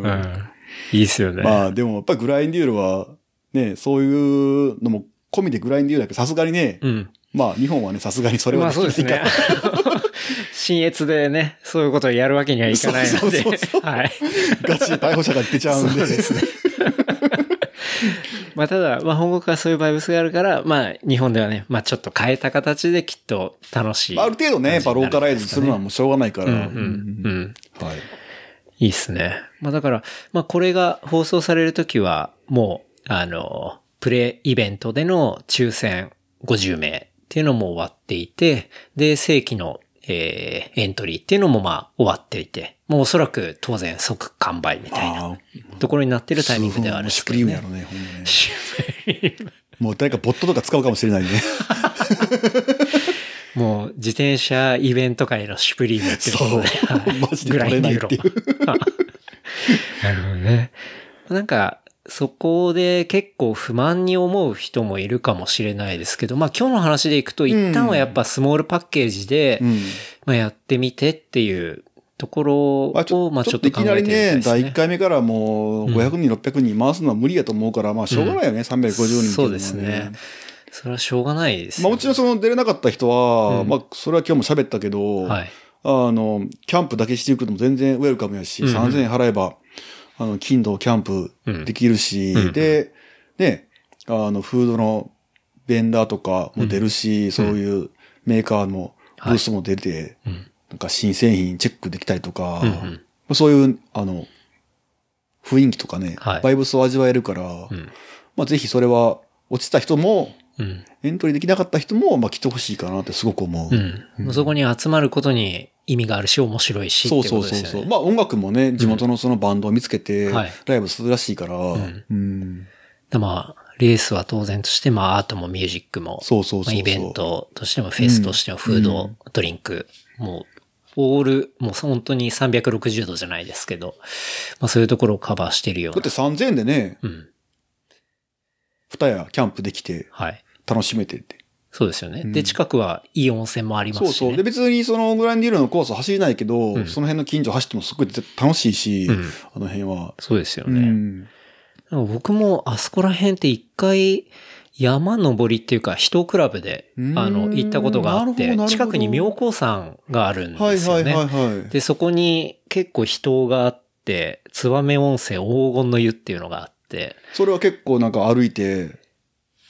ん。いいですよね。
まあでもやっぱグラインデュールは、ね、そういうのも込みでグラインデュールだけど、さすがにね、
うん。
まあ日本はね、さすがにそれ
ま
は
あそうです
きな
ね
いか。
新越でね、そういうことをやるわけにはいかないので
そうそうそうそ。
はい。
らガチで逮捕者が出ちゃうんで。
そうですね。まあただ、まあ本国はそういうバイブスがあるから、まあ日本ではね、まあちょっと変えた形できっと楽しい。
ある程度ね、やっぱローカライズするのはもうしょうがないか
う
ら。
んうんう
うん
ん。
はい。
いいっすね。まあだから、まあこれが放送されるときは、もう、あの、プレイイベントでの抽選50名っていうのも終わっていて、で、正規の、えーエントリーっていうのもまあ終わっていて、もうおそらく当然即完売みたいな
あ
ところになって
あ
るタイミングではあるんです
ス
け
プ
ど
リーム
ね
やろね、ほんまね。もう誰かボットとか使うかもしれないね。
もう自転車イベント界のシュプリームってことで
そう
はい
マジで取れないっていう
グラインデューロ なるほどね。なんか、そこで結構不満に思う人もいるかもしれないですけど、まあ今日の話でいくと一旦はやっぱスモールパッケージで、
うん。
まあやってみてっていうところ
まあちょ
を、まあ
ち
ちょ
ょっ
っと
とい
考
きな
えて
り
みたい
ね、
です
第
ね
1。回目からもう500人、600人回すのは無理やと思うから、まあしょうがないよね、350人っていうのはね
そうですね。それはしょうがないです、ね。
まあもちろんその出れなかった人は、
うん
まあそれは今日も喋ったけど、
はい。
あの、キャンプだけしていくのも全然ウェルカムやし、
うんうん
3000円払えば、あの、金土キャンプできるし、
うんうん
で、ね、あの、フードのベンダーとかも出るし、そういうメーカーのブースも出て、
うん。
なんか新製品チェックできたりとか、
うんう
ま
ん。
あそういう、あの、雰囲気とかね、
はい
バイブスを味わえるから、
うん。
まあぜひそれは落ちた人も、
うん。
エントリーできなかった人も、まあ来てほしいかなってすごく思う。
うん。そこに集まることに意味があるし、面白いし、って
そう
こと
そう
です
そ
よ
う
ね。
そう。まあ音楽もね、地元のそのバンドを見つけて、
はい
ライブするらしいから、うん。
でまあ、レースは当然として、まあ、アートもミュージックも、
そうそうそうそう
まあイベントとしても、フェスとしても、フード、ドリンク、もう、オール、もう本当に360度じゃないですけど、まあそういうところをカバーしているよう
だっ
な。
て3000円でね、
うん。
二夜キャンプできて、
はい。
楽しめてって。
そうですよね。
ん
で、近くはいい温泉もありま
そう
すし、
そう。
ね。
で、別にそのグランディールのコース走れないけど、
うん
その辺の近所走ってもすごい楽しいし、
うん
あの辺は。
そうですよ
う
ね。
ん。
なんか僕もあそこら辺って一回山登りっていうか人クラブで
うーん
あの行ったことがあっ
なるほどな
て
るほど
近くに妙高山があるん
はい
です
は
よ
いはい
ね。
はい。
でそこに結構人があって燕温泉黄金の湯っていうのがあって
それは結構なんか歩いて、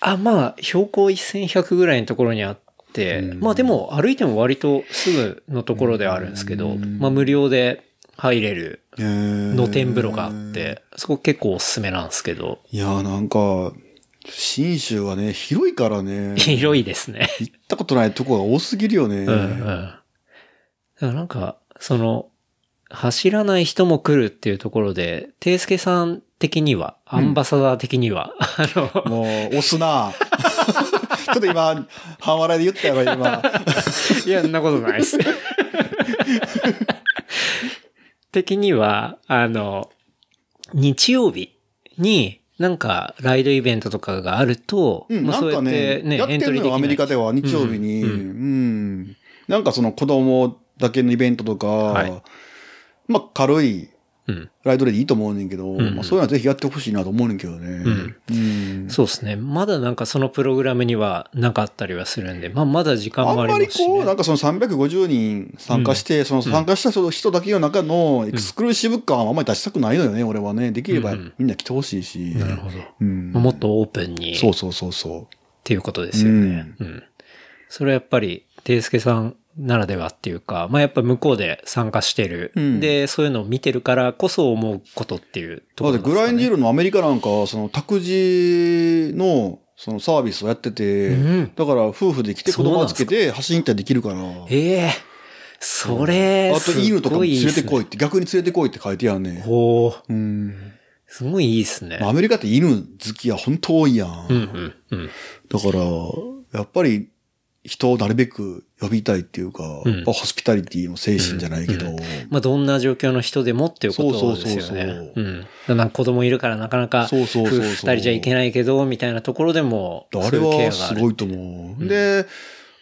あまあ標高1100ぐらいのところにあって
うん
まあでも歩いても割とすぐのところではあるんですけど
うん
まあ無料で入れる
露
露天風呂があっ。てそこ結構おすすめなんですけど、
いやーなんか、信州はね、広いからね
広いですね。
行ったことないとこが多すぎるよね。
うんうん。だからなんか、その、走らない人も来るっていうところで、ていすけさん的には、アンバサダー的には、あの、
もう、押すな ちょっと今、半笑いで言ったやろ、今。
いや、そんなことないです。的には、あの、日曜日に、なんか、ライドイベントとかがあると、
うん、
まあ
な
そ
ん
うや
か
って
ね、
ね、
やって
エント
る
リーで
の
き
よ、
ない
アメリカでは、日曜日に。
う
うんん。
うん
なんかその子供だけのイベントとか、
はい
まあ、軽い
うん。
ライドでいいと思うねんけど、
んうん
まあ、そういうのはぜひやってほしいなと思うねんけどね。
ん
うん
そうですね。まだなんかそのプログラムにはなかったりはするんで、まあまだ時間
あん
もあり
ま
ま
り
すし、ね。
こう、なんかその350人参加して、その参加した人人だけの中のエクスクルーシブ感はあんまり出したくないのよね、俺はね。できればみんな来てほしいし。
なるほど。
うん。
まあもっとオープンに
そう
っ
そうそうそう。
ていうことですよね。うん。それはやっぱり、ていすけさんならではっていうか、まあやっぱ向こうで参加してる。
うん
で、そういうのを見てるからこそ思うことっていうとこ
だ
ろ
って
なんです
グ
か、ね。
ラインディールのアメリカなんかは、その託児の、そのサービスをやってて、
うん
だから夫婦で来て子供預けて走りに行ったりできるから。
ええそれ、
あ
す
と
ごい
犬とかも連れてこい
い
って、逆に連れてこいって書いてやん
ですね。
ね。
ほう。
うん。
すごいいいですね。
アメリカって犬好きは本当多いやん。
うんうんうん。
だから、やっぱり人をなるべく呼びたいっていうか、
うん
やっぱホスピタリティの精神じゃないけど、
まあどんな状況の人でもっていうこ
そ
と
うそう
です
そう
よ
そう
ね。うん。だからなんか子供いるからなかなか
そう
夫
そう
婦
そうそう
二人じゃいけないけど、みたいなところでも、
あれはす
い
ごいと思う。で、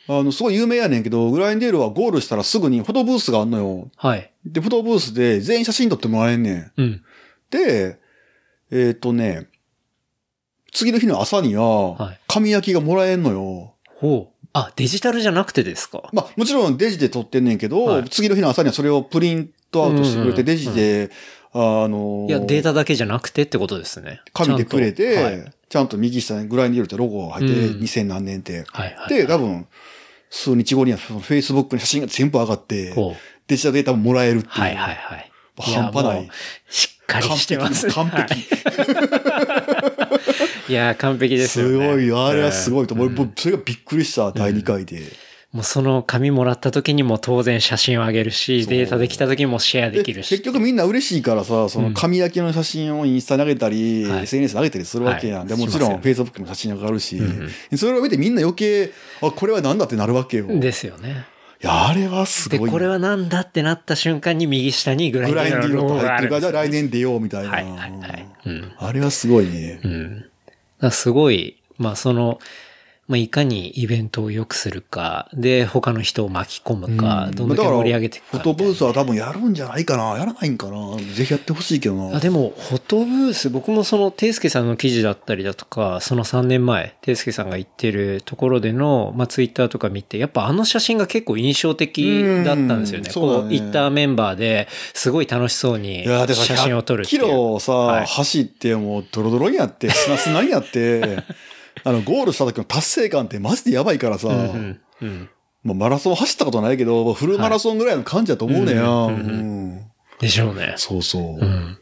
あの、すごい有名やねんけど、グラインデールはゴールしたらすぐにフォトブースがあんのよ。
う。はい。
で、フォトブースで全員写真撮ってもらえんねん。
うん。
で、えっ、とね、次の日の朝には
はい、
紙焼きがもらえんのよ。
ほう。あ、デジタルじゃなくてですか
まあ、もちろんデジで撮ってんねんけど、
はい
次の日の朝にはそれをプリントアウトしてく
う
れ
んうんう
て、
ん
デジで、あの
いや、データだけじゃなくてってことですね。
紙でくれ
ちゃんとはい
て、ちゃんと右下ぐらいに入れてロゴが入って、
うん
2000何年って。
はいはい。
で、多分、数日後には、その Facebook の写真が全部上がって、
こう。
デジタルデータももらえるっていう。
はいはいはい。
半端ない
やもうしっかりしてます。
完璧
はい。 いや、完璧ですよ、ね。
すごいよ、あれはすごいと思う。
うん
俺僕それがびっくりした、第2回で。
もうその紙もらった時にも当然写真をあげるし、
そう
データできた時もシェアで
で
きる
結
し。
局みんな嬉しいからさ、その紙だけの写真をインスタに上げたり、
はい
SNS に上げたりするわけやん。で、
はい
もちろん
し
Facebook の写真に上がるし、
ん
それを見てみんな余計、あ、これはなんだってなるわけよ。い
ですよね。
や、あれはす
で、
ごい。
これはなんだってなった瞬間に右下にグライン
グ
デ
ラインデ
ィ
ィ
のロ
ロ
ゴ
と
が
入っ
あ
て
る
る
んで
から、
す
じゃ
よ。
あ来年出ようみたいな。
はいはいはい。うん。
あれはすごいね。
うん。だからすごい、まあその、まあいかにイベントを良くするか、で、他の人を巻き込むか、どんだけ盛り上げていくか
フォ
みたい
ト
な。
ブースは多分やるんじゃないかな。やらないんかな。ぜひやってほしいけどな。
あでも、フォトブース、僕もその、ていすけさんの記事だったりだとか、その3年前、ていすけさんが言ってるところでの、まあ、ツイッターとか見て、やっぱあの写真が結構印象的だったんですよね。
うんそうだ
こ
ね
う、行ったメンバーで、すごい楽しそうに
いや、だから
写真を撮るってい
100
う。
キロをさ、
はい
走ってもうドロドロになって、砂砂に なって、あの、ゴールした時の達成感ってマジでやばいからさ、
うんうんうん
まあ、マラソン走ったことないけど、フルマラソンぐらいの感じだと思うねや、
はい
うん
うんうでしょうね。
そうそう。
うん。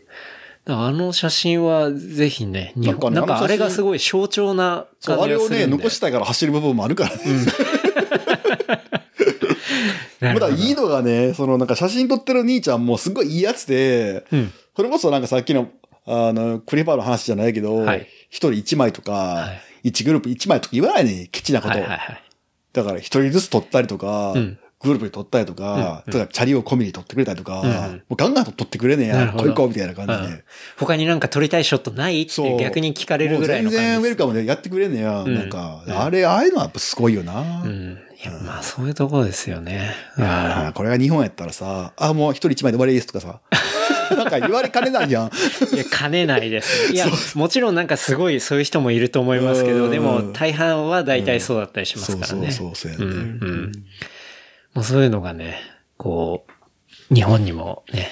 だからあの写真はぜひね、日本な
な
んん
かね
かあれがすごい象徴な
そう
感
あ
じ
れ
が
を
す
ね、
るんで。
残したいから走る部分もあるからね。
な
ま
るほ
だ
ど
いいのがね、そのなんか写真撮ってる兄ちゃんもすごいいいやつで、
うん。
それこそなんかさっきの、あの、クリパーの話じゃないけど、一、
はい
人一枚と
は
か、
い
一グループ一枚とか言わないね、ケチなこと。
はいはいはい。
だから一人ずつ撮ったりとか、
うん
グループで撮ったりとか、
うんうん
例えばチャリを込みに撮ってくれたりとか、
うんうん
もうガンガンと撮ってくれねえ
な
や
る
ん、
ほ
こ
ど
う行こうみたいな感じ
う
で
ん。他になんか撮りたいショットないって逆に聞かれるぐらいの感じ
もう全然ウェ
で
ルカムでやってくれねえやん、
うん
なんか。
うん
あれ、ああいうのはやっぱすごいよな。
す。うん。いや、まあそういうところですよね。
ああこれが日本やったらさ、あ、もう一人一枚で終わりですとかさ。 なんか言われかねない やん。
いや、兼ねない です。いや、もちろんなんかすごいそういう人もいると思いますけ
う
ど、
ん
でも大半は大体そうだったりしま
そ
す
う
から
そう
ね。
そう、そうや
う
ね。
んうん。もうそういうのがね、こう、日本にもね、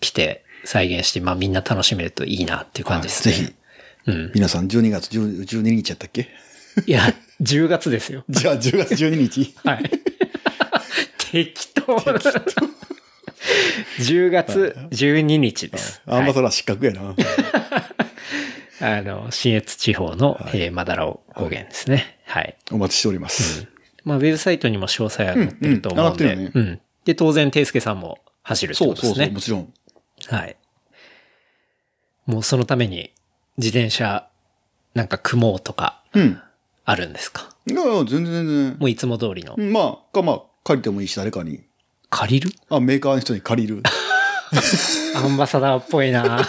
来て再現して、まあみんな楽しめるといいなっていう感じですね。
はいぜ
ひ。うん。
皆さん12月10 12日やったっけ
いや、10月ですよ。
じゃあ10月12日。
はい。適当な。10月12日です。
あんま
はい
そら失格やな。
あの、新越地方の、えーマダラオ高原ですね。はい。
お待ちしております。
まあ、ウェブサイトにも詳細は載ってると思うんで。
うんうん上がってる
うんで、当然、ていすけさんも走るって
そ
こ
う
とで
そう
す
そ
ね。
う、もちろん。
はい。もうそのために、自転車、なんか組もうとか、
うん。
あるんですか
いやいや、全然全然。
もういつも通りの
う。んまあ、か、まあ、借りてもいいし、誰かに。
借りる
あ、メーカーの人に借り る。
アンバサダーっぽいななる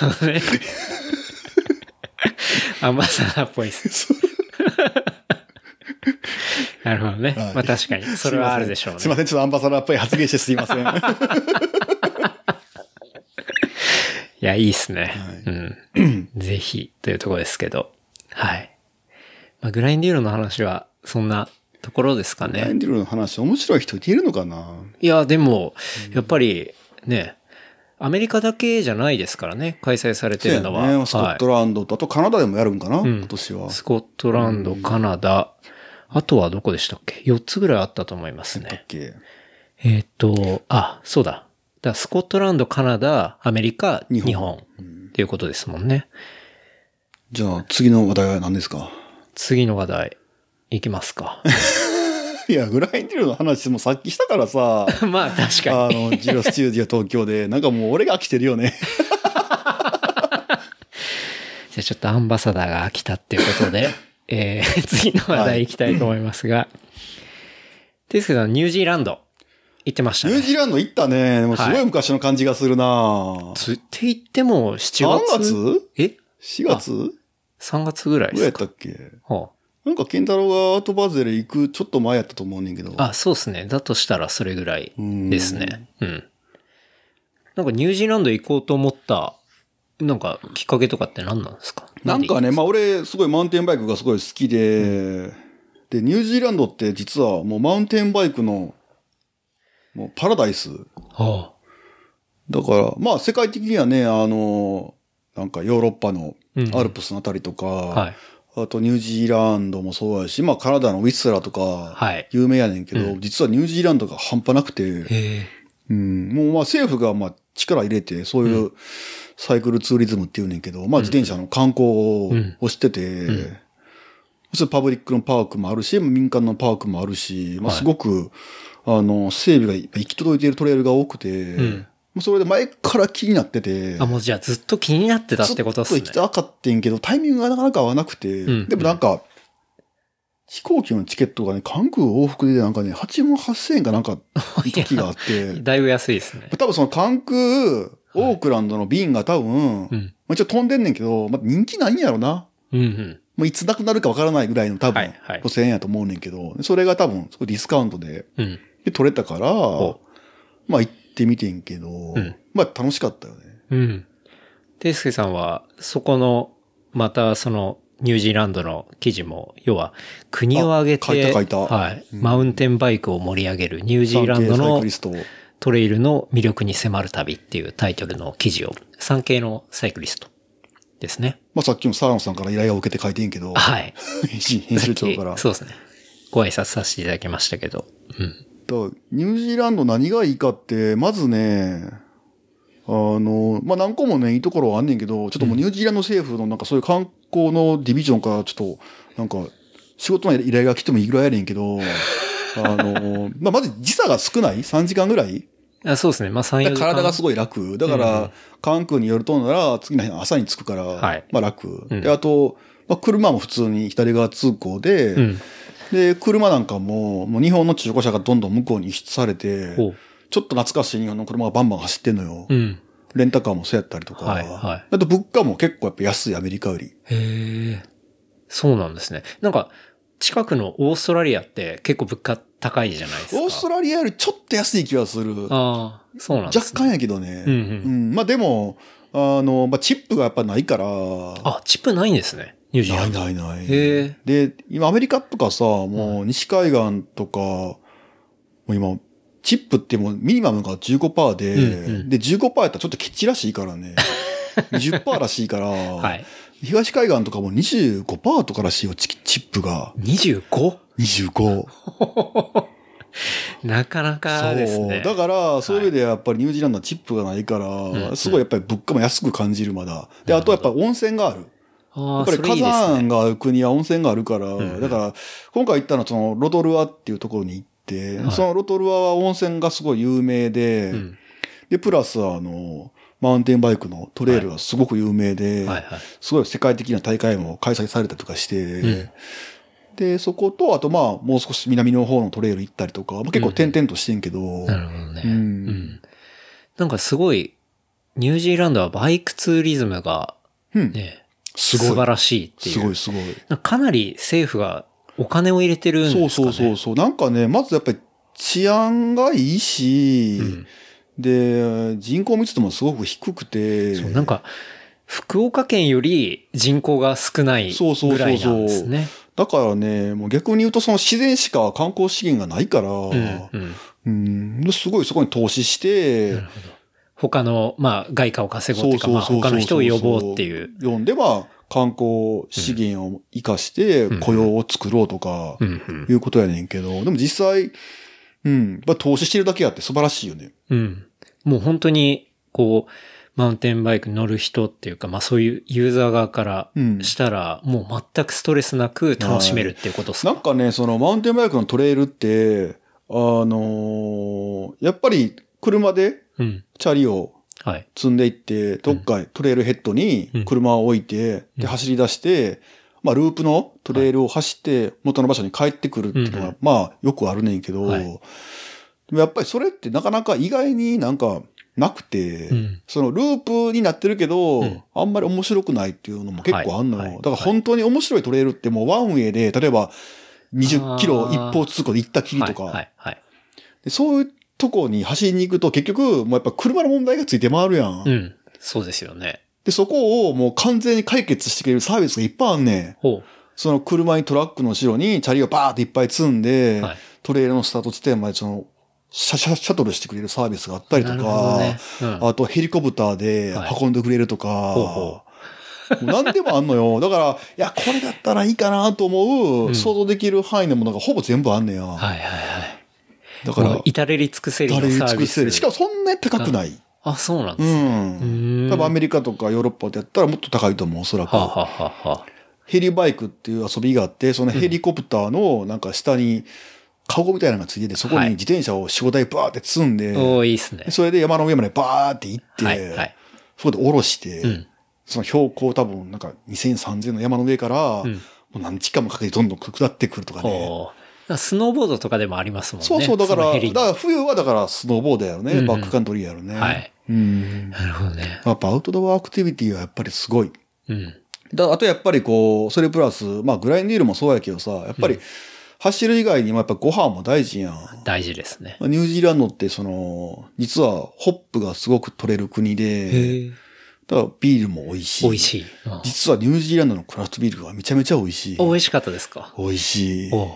ほどね。アンバサダーっぽいです。 なるほどね。
はい
まあ確かに。それはあるでしょうね。
すいません、すいませんちょっとアンバサダーっぽい発言してすいま せん。
いや、いいっすね。うん。 ぜひ、というところですけど。はい。まあ、グラインデューロの話は、そんなところですか
エ
ね
ン。ディルの話、面白い人いるのかない
や、でも、やっぱり、ね、アメリカだけじゃないですからね、開催されてるの
そうやね
は。
スコット
は
ランドと、あとカナダでもやるんかな、
ん。
今年はい
スコットランド、カナダ、あとはどこでしたっけ ?4 つぐらいあったと思います
だっ
ね。
け
えっ、と、あ、そうだ。だからスコットランド、カナダ、アメリカ、
日
日
本
本。っていうことですもんね。
じゃあ、次の話題は何ですか
次の話題、いきますか。
いや、グラインディルの話もさっきしたからさ、
まあ確か
あ
に。
の、ジロスチューディオ東京で、 なんかもう俺が飽きてるよね。
じゃあちょっとアンバサダーが飽きたっていうこと で、えー、次の話題いきたいと思いますが、テイスケさん、ニュージーランド行ってました
ニュー
ね。
ジーランド行ったね。もうすご
はいい
昔の感じがするな、
つって言っても7
3
月
月
え
?4 月
?3 月ぐらい
ぐ
で
らいや
すか
ったっけ
ほう
なんか、ケンタロウがアートバーゼル行くちょっと前やったと思うねんけど。
あ、そうですね。だとしたらそれぐらいですね。うん。なんかニュージーランド行こうと思った、なんかきっかけとかって何なんですか
なんかね、まあ俺、すごいマウンテンバイクがすごい好きで、で、ニュージーランドって実はもうマウンテンバイクの、もうパラダイス。
は
だから、まあ世界的にはね、あの、なんかヨーロッパの
うん
アルプスのあたりとか、
あ、はい。
あとニュージーランドもそうやし、まあカナダのウィスラーとか、
はい。
有名やねんけ
う
ど、
ん
実はニュージーランドが半端なくて、
へえ。
うん、もうまあ政府がまあ力入れて、そういううサイクルツーリズムって言うねんけど、まあ自転車の観光をしてて、
ん
そしてパブリックのパークもあるし、民間のパークもあるし、まあ
はい
すごく、あの、整備が行き届いているトレイルが多くて、
ん
もうそれで前から気になってて、
あ、もうじゃあずっと気になってた
ず
っ
って
ことっす
と
ね。
行きたかってんけど、タイミングがなかなか合わなくて、
うん
でもなんか、飛行機のチケットがね、関空往復でなんかね、8万8000円かなん か、時があって、
だいぶ安いですね。
多分その関空、オークランドの便が多分、
うん。
まあ、一応飛んでんねんけど、まあ、人気ないんやろな。
うんうん。
もういつなくなるかわからないぐらいの多分、
はいはい
5000円やと思うねんけど、それが多分、すごいディスカウントで、
うん。
で取れたから、
お
まあ行ってみてんけど、
ん
まあ楽しかったよね。
うん。ていすけさんは、そこの、またその、ニュージーランドの記事も、要は、国を挙げて、
あ書いた書いた
はい、
うん
マウンテンバイクを盛り上げる、ニュージーランド
産経サイ
の
クリスト。
トレイルの魅力に迫る旅っていうタイトルの記事を、産経のサイクリストですね。
まあさっきもサランさんから依頼を受けて書いてんけど、
はい。
編集長から。
そうですね。ご挨拶させていただきましたけど。うん。
だからニュージーランド何がいいかって、まずね、あの、まあ、何個もね、いいところはあんねんけど、ちょっともうニュージーランド政府のなんかそういう観光のディビジョンからちょっと、なんか、仕事の依頼が来てもいいぐらいやねん けど、あの、まあ、まず時差が少ない ?3 時間ぐらい
あそうですね。まあ、3、4時間。
体がすごい楽。だか
う
ら
ん、
関空によるとなら、次の日の朝に着くから、
はい
まあ楽。
うん
で、あと、まあ、車も普通に左側通行で、
うん。
で、車なんかも、もう日本の中古車がどんどん向こうに輸出されて、
おう
ちょっと懐かしい日本の車がバンバン走ってんのよ。
うん。
レンタカーもそうやったりとか。
はいはい
あと物価も結構やっぱ安いアメリカより。
へえ。そうなんですね。なんか、近くのオーストラリアって結構物価高いじゃないですか。
オーストラリアよりちょっと安い気はする。
ああ、そうなんで
若
す、ね。
干やけどね。
うんう。
うんんまあでも、あの、まあチップがやっぱないから。
あ、チップないんですね。ニュージー
な
ラ
い
ンド。
ないな
へ
い。
え
で、今アメリカとかさ、もう西海岸とか、もう今、チップってもうミニマムが15%で、
うんうん
で、15%やったらちょっとケチらしいか らね。20%らしいから、
はい。
東海岸とかも25%とからしいよ、チチップが。
25?
25。
なかなかですね。
だから、そういう意味ではやっぱりニュージーランドはチップがないから、
うん
すごいやっぱり物価も安く感じるまだ。で、あとやっぱり温泉がある。
あ
や
あ、
っぱり
それ
火
いいです
山
ね。
がある国は温泉があるから、
ん
だから、今回行ったのはそのロトルアっていうところに行って、
はい
そのロトルアは温泉がすごい有名で、
うん。
で、プラスあの、マウンテンバイクのトレイルがすごく有名
は
で、
いはい。
すごい世界的な大会も開催されたりとかして、
うん
で、そこと、あとまあ、もう少し南の方のトレイル行ったりとか、まあ、結構点々としてんけど、
なるほどね。
うん
うん。なんかすごい、ニュージーランドはバイクツーリズムが
うん、
ね、
すごい
素晴らしいっていう。
すごいすごい。
なんかかなり政府がお金を入れてるんですか
そ
ね。
うそうそうそう。なんかね、まずやっぱり治安がいいし、
ん
で、人口密度もすごく低くて、
そうなんか、福岡県より人口が少ない
そうそうそうそ
ぐ
う
らいなんですね。
だからね、もう逆に言うとその自然しか観光資源がないから、う
うん
ん
うん
ですごいそこに投資して、
他の、まあ、外貨を稼ごうというか、
そう
ま
そ
あ、
うそうそう
他の人を呼ぼうっていう。
読んでは観光資源を活かして
ん
雇用を作ろうとか
う、んうん
いうことやねんけど、でも実際、うん、まあ投資してるだけあって素晴らしいよね。
うん。もう本当に、こう、マウンテンバイク乗る人っていうか、まあそういうユーザー側から
うん
したら、もう全くストレスなく楽しめるっていうことです
な
か、
んかね、そのマウンテンバイクのトレイルって、あのーやっぱり車で
うん。
チャリを
はい。
積んでいって、どっかトレイルヘッドに
うん
車を置いて、
うん
で、走り出して、まあ、ループのトレイルを走って、元の場所に帰ってくるっていうの
うんう
が、まあ、よくあるねんけど、
はい
でもやっぱりそれってなかなか意外になんかなくて、
うん
そのループになってるけど、
うん
あんまり面白くないっていうのも結構あんのよ。
はいはい
だから本当に面白いトレイルってもうワンウェイで、例えば20キロ
あ
一
ー
方通行で行ったきり
は
と
い。
か、
はい。はい。
でそういうとこに走りに行くと結局、もうやっぱ車の問題がついて回るやん
うん。そうですよね。
で、そこをもう完全に解決してくれるサービスがいっぱいあんねん。
ほ
その車にトラックの後ろにチャリをバーっていっぱい積んで、
う。はい。
トレーラーのスタート地点までそのシャシャシャトルしてくれるサービスがあったりと
なるほ
か、
どね。うん。
あとヘリコプターで
はい
運んでくれるとか、
ほうほ
もう何でもあんのよ。だから、いや、これだったらいいかなと思う、
うん
想像できる範囲のものがほぼ全部あんねや。
はいはいはい。
だから
もう、至れり尽くせりの
誰に
サ
尽
ービ
くせ
ス。
る。しかもそんなに高くない。
あ、そうなん
う
ですね。う
ん。
ん
多分アメリカとかヨーロッパでやったらもっと高いと思う、おそらく。
はあ、はあはあはあ
ヘリバイクっていう遊びがあって、そのヘリコプターのなんか下に、カゴみたいなのがついてて、そこ
は
に
い
自転車を4、5台バーって積んで、
おーいいっすね。
それで山の上までバーって行って、
はいはい。
そこで下ろして、
うん。
その標高多分なんか2000、3000の山の上から、
うん
もう何時間もかけてどんどん下ってくるとかね。
ほう。だからスノーボードとかでもありますもんね。
そうそう、だから、
そのヘ
だ
リ
から冬はだからスノーボードやろね、
うんうん
バックカントリーやろね。
はい。
うん。
なるほどね。
やっぱアウトドアアクティビティはやっぱりすごい。
うん。
だあとやっぱりこう、それプラス、まあグラインディールもそうやけどさ、やっぱり走る以外にもやっぱご飯も大事やん。
大事ですね。
ニュージーランドってその、実はホップがすごく取れる国で、
へえ。
だからビールも美味しい。
美味しい。うん
実はニュージーランドのクラフトビールがめちゃめちゃ美味しい。
お美味しかったですか
美味しい。
おう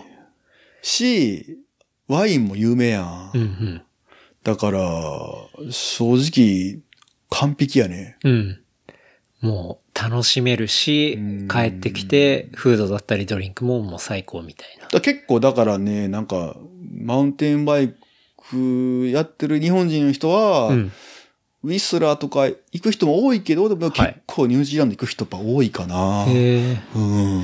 し、ワインも有名やん。
うんうん。
だから、正直、完璧やね。
うん。もう楽しめるし
うん、
帰ってきて、フードだったりドリンクももう最高みたいな。
だ結構だからね、なんか、マウンテンバイクやってる日本人の人は、
うん。
ウィスラーとか行く人も多いけど、でも
はい
結構ニュージーランド行く人やっぱ多いかな。
へえ。
うん。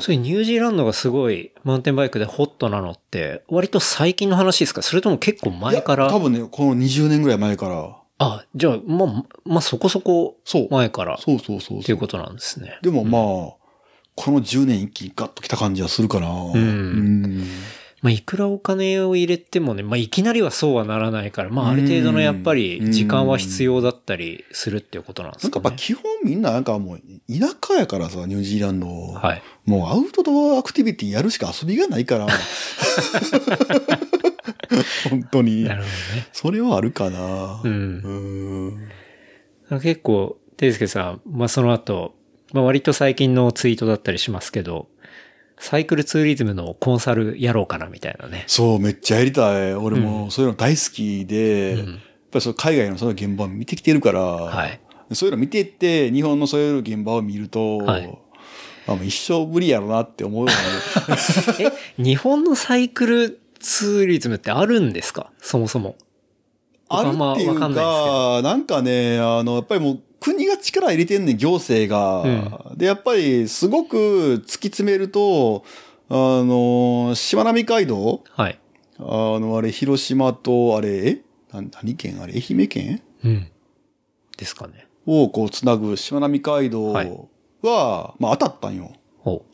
それニュージーランドがすごいマウンテンバイクでホットなのって、割と最近の話ですかそれとも結構前か
いや
ら
多分ね、この20年ぐらい前から。
あ、じゃあ、まあ、まあそこそこ
そう。
前からっ
そうそうそう
てい
そ。
ううことなんですね。
でもまあ、この10年一気にガッと来た感じはするかな。うん
まあ、いくらお金を入れてもね、まあ、いきなりはそうはならないから、まあ、ある程度のやっぱ
うん
り時間は必要だったりするっていうことなんで
な
す
んか
か
やっ
ね。
ぱ基本みんななんかもう田舎やからさ、ニュージーランド。
はい。
もうアウトドアアクティビティやるしか遊びがな いから。本当に
な。るほどね。
それはあるかな。
う。
うんーん。
結構、ていすけさん、まあ、その後、まあ、割と最近のツイートだったりしますけど、サイクルツーリズムのコンサルやろうかなみたいなね。
そう、めっちゃやりたい。俺
う
もそういうの大好きで、
うん
やっぱりその海外のその現場を見てきてるから、
はい。
そういうの見てって、日本のそういう現場を見ると、
はい
あもう一生無理やろなって思うよね。
え、日本のサイクルツーリズムってあるんですかそもそも。
あるっていう
僕はまあわかん
か、
な
なんかね、あの、やっぱりもう、国が力入れてんねん、行政が。で、やっぱり、すごく突き詰めると、あの、しまなみ海道
はい。
あの、あれ、広島と、あれ、えなん何県あれ、愛媛県
うん。ですかね。
をこう、つなぐしまなみ海道
は
は、
い
まあ、当たったんよ。
ほ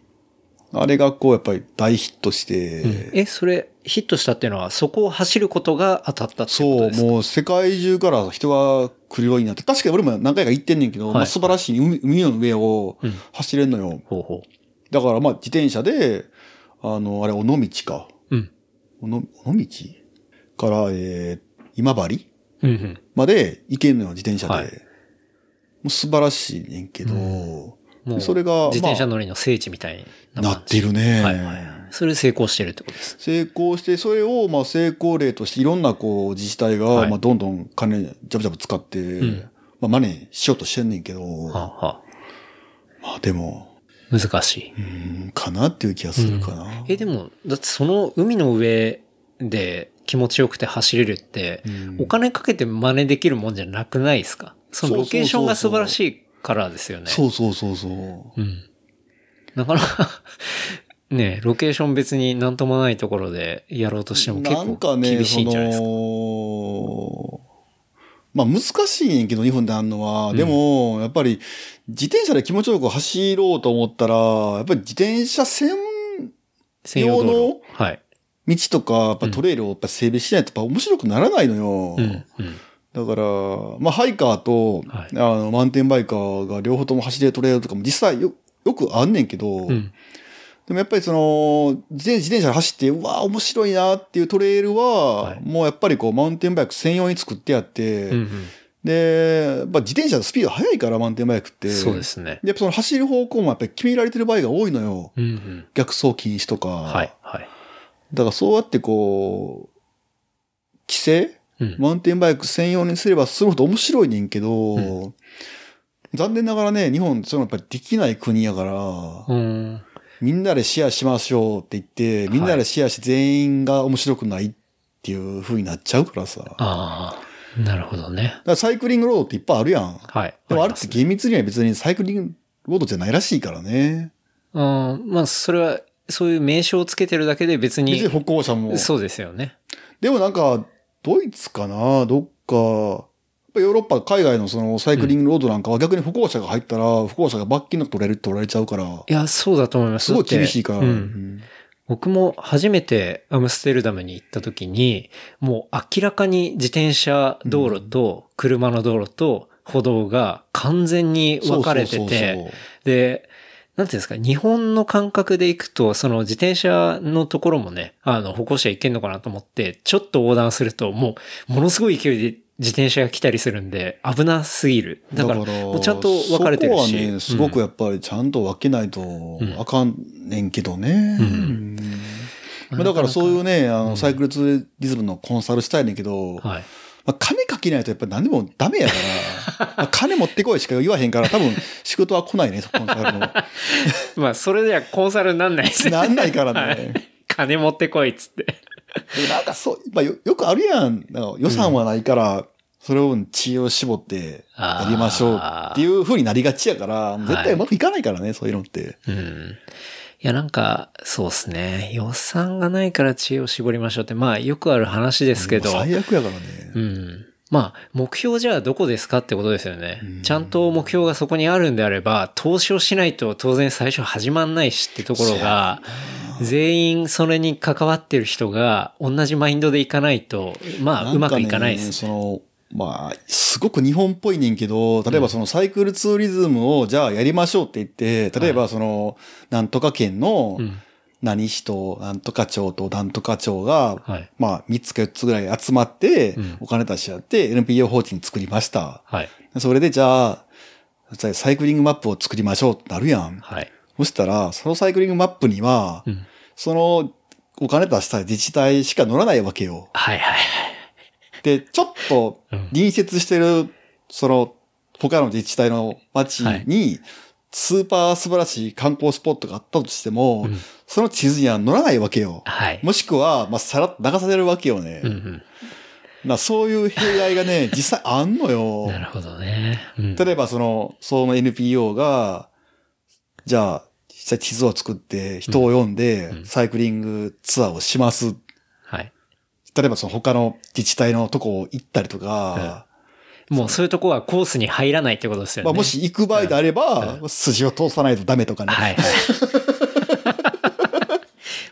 う。
あれがこう、やっぱり大ヒットして、
うんえ、それ、ヒットしたっていうのは、そこを走ることが当たったってこ
そ
と
う、
ですか
もう世界中から人が来るようになって、確かに俺も何回か行ってんねんけど、
はい
まあ素晴らしい海海の上を
うん
走れんのよ。
ほうほ
だからまあ自転車で、あの、あれ、尾道か。
う。うん。
尾の尾道から、えー、今治
うんうん。
まで行けんのよ、自転車で。
はい
もう素晴らしいねんけど、
もう、
それが
自転車
ま
乗りの聖地みたい
あ
な。
なってるね。
はいはいはい。それで成功してるってことです。
成功して、それを、まあ、成功例として、いろんな、こう、自治体が、
はい
まあ、どんどん金、ジャブジャブ使って、
ん
まあ、マネーしようとしてんねんけど、
はあ、は
まあ、でも、
あ、難しい。
うーん、かなっていう気がするかな。
え、でも、だってその海の上で気持ちよくて走れるって、
うん
お金かけて真似できるもんじゃなくないですかそのロケーションが素晴らしいからですよね。
そうそうそうそう。
うん。なかな か、ねえロケーション別になんともないところでやろうとしても結
な
構
んかね、
厳し
そ
いんじゃないですか。
の、まあ、難しいねんけど、日本であんのは。でも、やっぱり、自転車で気持ちよく走ろうと思ったら、やっぱり自転車専
専用道
用の
路。はい。
道とか、やっぱトレイルをやっぱ整備しないと、やっぱ面白くならないのよ。
うん。うん。
だから、まあ、ハイカーと、
はい
あの、マウンテンバイカーが両方とも走れるトレイルとかも実際よ、よくあんねんけど、
うん。
でもやっぱりその、自転自転車で走って、うわー面白いなっていうトレイルは、
はい
もうやっぱりこう、マウンテンバイク専用に作ってあって、
うんうん
で、やっぱ自転車のスピード速いから、マウンテンバイクって。
そうで。すね。
で、やっぱその走る方向もやっぱり決められてる場合が多いのよ。
うんうん。
逆走禁止とか。
はい。はい。
だからそうやってこう、規制、
うん
マウンテンバイク専用にすればするほど面白いねんけど、残念ながらね、日本、そういうのやっぱりできない国やから、
うん。
みんなでシェアしましょうって言って、みんなでシェアして全員が面白くないっていう風になっちゃうからさ。だか
ああ、なるほどね。
らサイクリングロードっていっぱいあるやん。
はい。
でもあれ
りま
っ
す
て厳密には別にサイクリングロードじゃないらしいからね。
うん。まあ、それは、そういう名称をつけてるだけで別
別に
に、
歩行者も。
そうですよね。
でもなんか、ドイツかなどっか、やっぱヨーロッパ、海外のそのサイクリングロードなんかは逆に歩行者が入ったら、歩行者が罰金なんか取れるって取られちゃうから、
いや、そうだと思います。
すごい
だって
厳しいから。
う。
うんん
僕も初めてアムステルダムに行った時に、もう明らかに自転車道路と車の道路と歩道が完全に分かれて
そうそうそう
て、で、なんていうんですか、日本の感覚で行くと、その自転車のところもね、あの、歩行者行けんのかなと思って、ちょっと横断すると、もう、ものすごい勢いで自転車が来たりするんで、危なすぎる。だから、もうちゃんと分かれてるし。
そこはね、すごくやっぱりちゃんと分けないと
ん
あかんねんけどね。
うん
うんまあだからそういうね、あの、サイクルツーリズムのコンサルしたいねんけど、
うんはい。
まあ、金かけないとやっぱり何でもダメやから、まあ金持ってこいしか言わへんから、多分仕事は来ないね、そこのサイクルの。
まあ、それではコンサルになんないですね。
なんないからね。
金持ってこいっつって。
でなんかそう、まあよよくあるやん。なんか予算はないから、それを知恵を絞ってやりましょうっていう風になりがちやから、もう絶対うまくいかないからね、そういうのって。
うん。いや、なんか、そうですね。予算がないから知恵を絞りましょうって、まあ、よくある話ですけど。
もう最悪やからね。
うん。まあ、目標じゃあどこですかってことですよね。ちゃんと目標がそこにあるんであれば、投資をしないと当然最初始まんないしってところが、全員それに関わってる人が同じマインドでいかないと、まあ、うまくいかないで
ん
す。
かねその、まあ、すごく日本っぽいねんけど、例えばそのサイクルツーリズムをじゃあやりましょうって言って、例えばその、なんとか県の
ん、
何市と、なんとか町と、なんとか町が、
はい
まあ、3つか4つぐらい集まって
ん、
お金出し合って、NPO 法人作りました。
はい。
それでじゃあ、サイクリングマップを作りましょうってなるやん。
はい。
そしたら、そのサイクリングマップには、
ん
その、お金出した自治体しか乗らないわけよ。
はいはいはい。
で、ちょっと隣接してる、その、他の自治体の町に、スーパー素晴らしい観光スポットがあったとしても、その地図には乗らないわけよ。
はい。
もしくは、まあ、さらっと流されるわけよね。
うん
なそういう弊害 がね、実際あんの
うん。
よ。
なるほどね。うん。
例えば、その、その NPO が、じゃあ、実際地図を作って、人を呼んで、サイクリングツアーをします。
はい。
例えば、その他の自治体のとこ行ったりとか、
もうそういうとこはコースに入らないってことですよね。
まあ、も。し行く場合であれば、筋を通さないとダメとかね。
はい はい。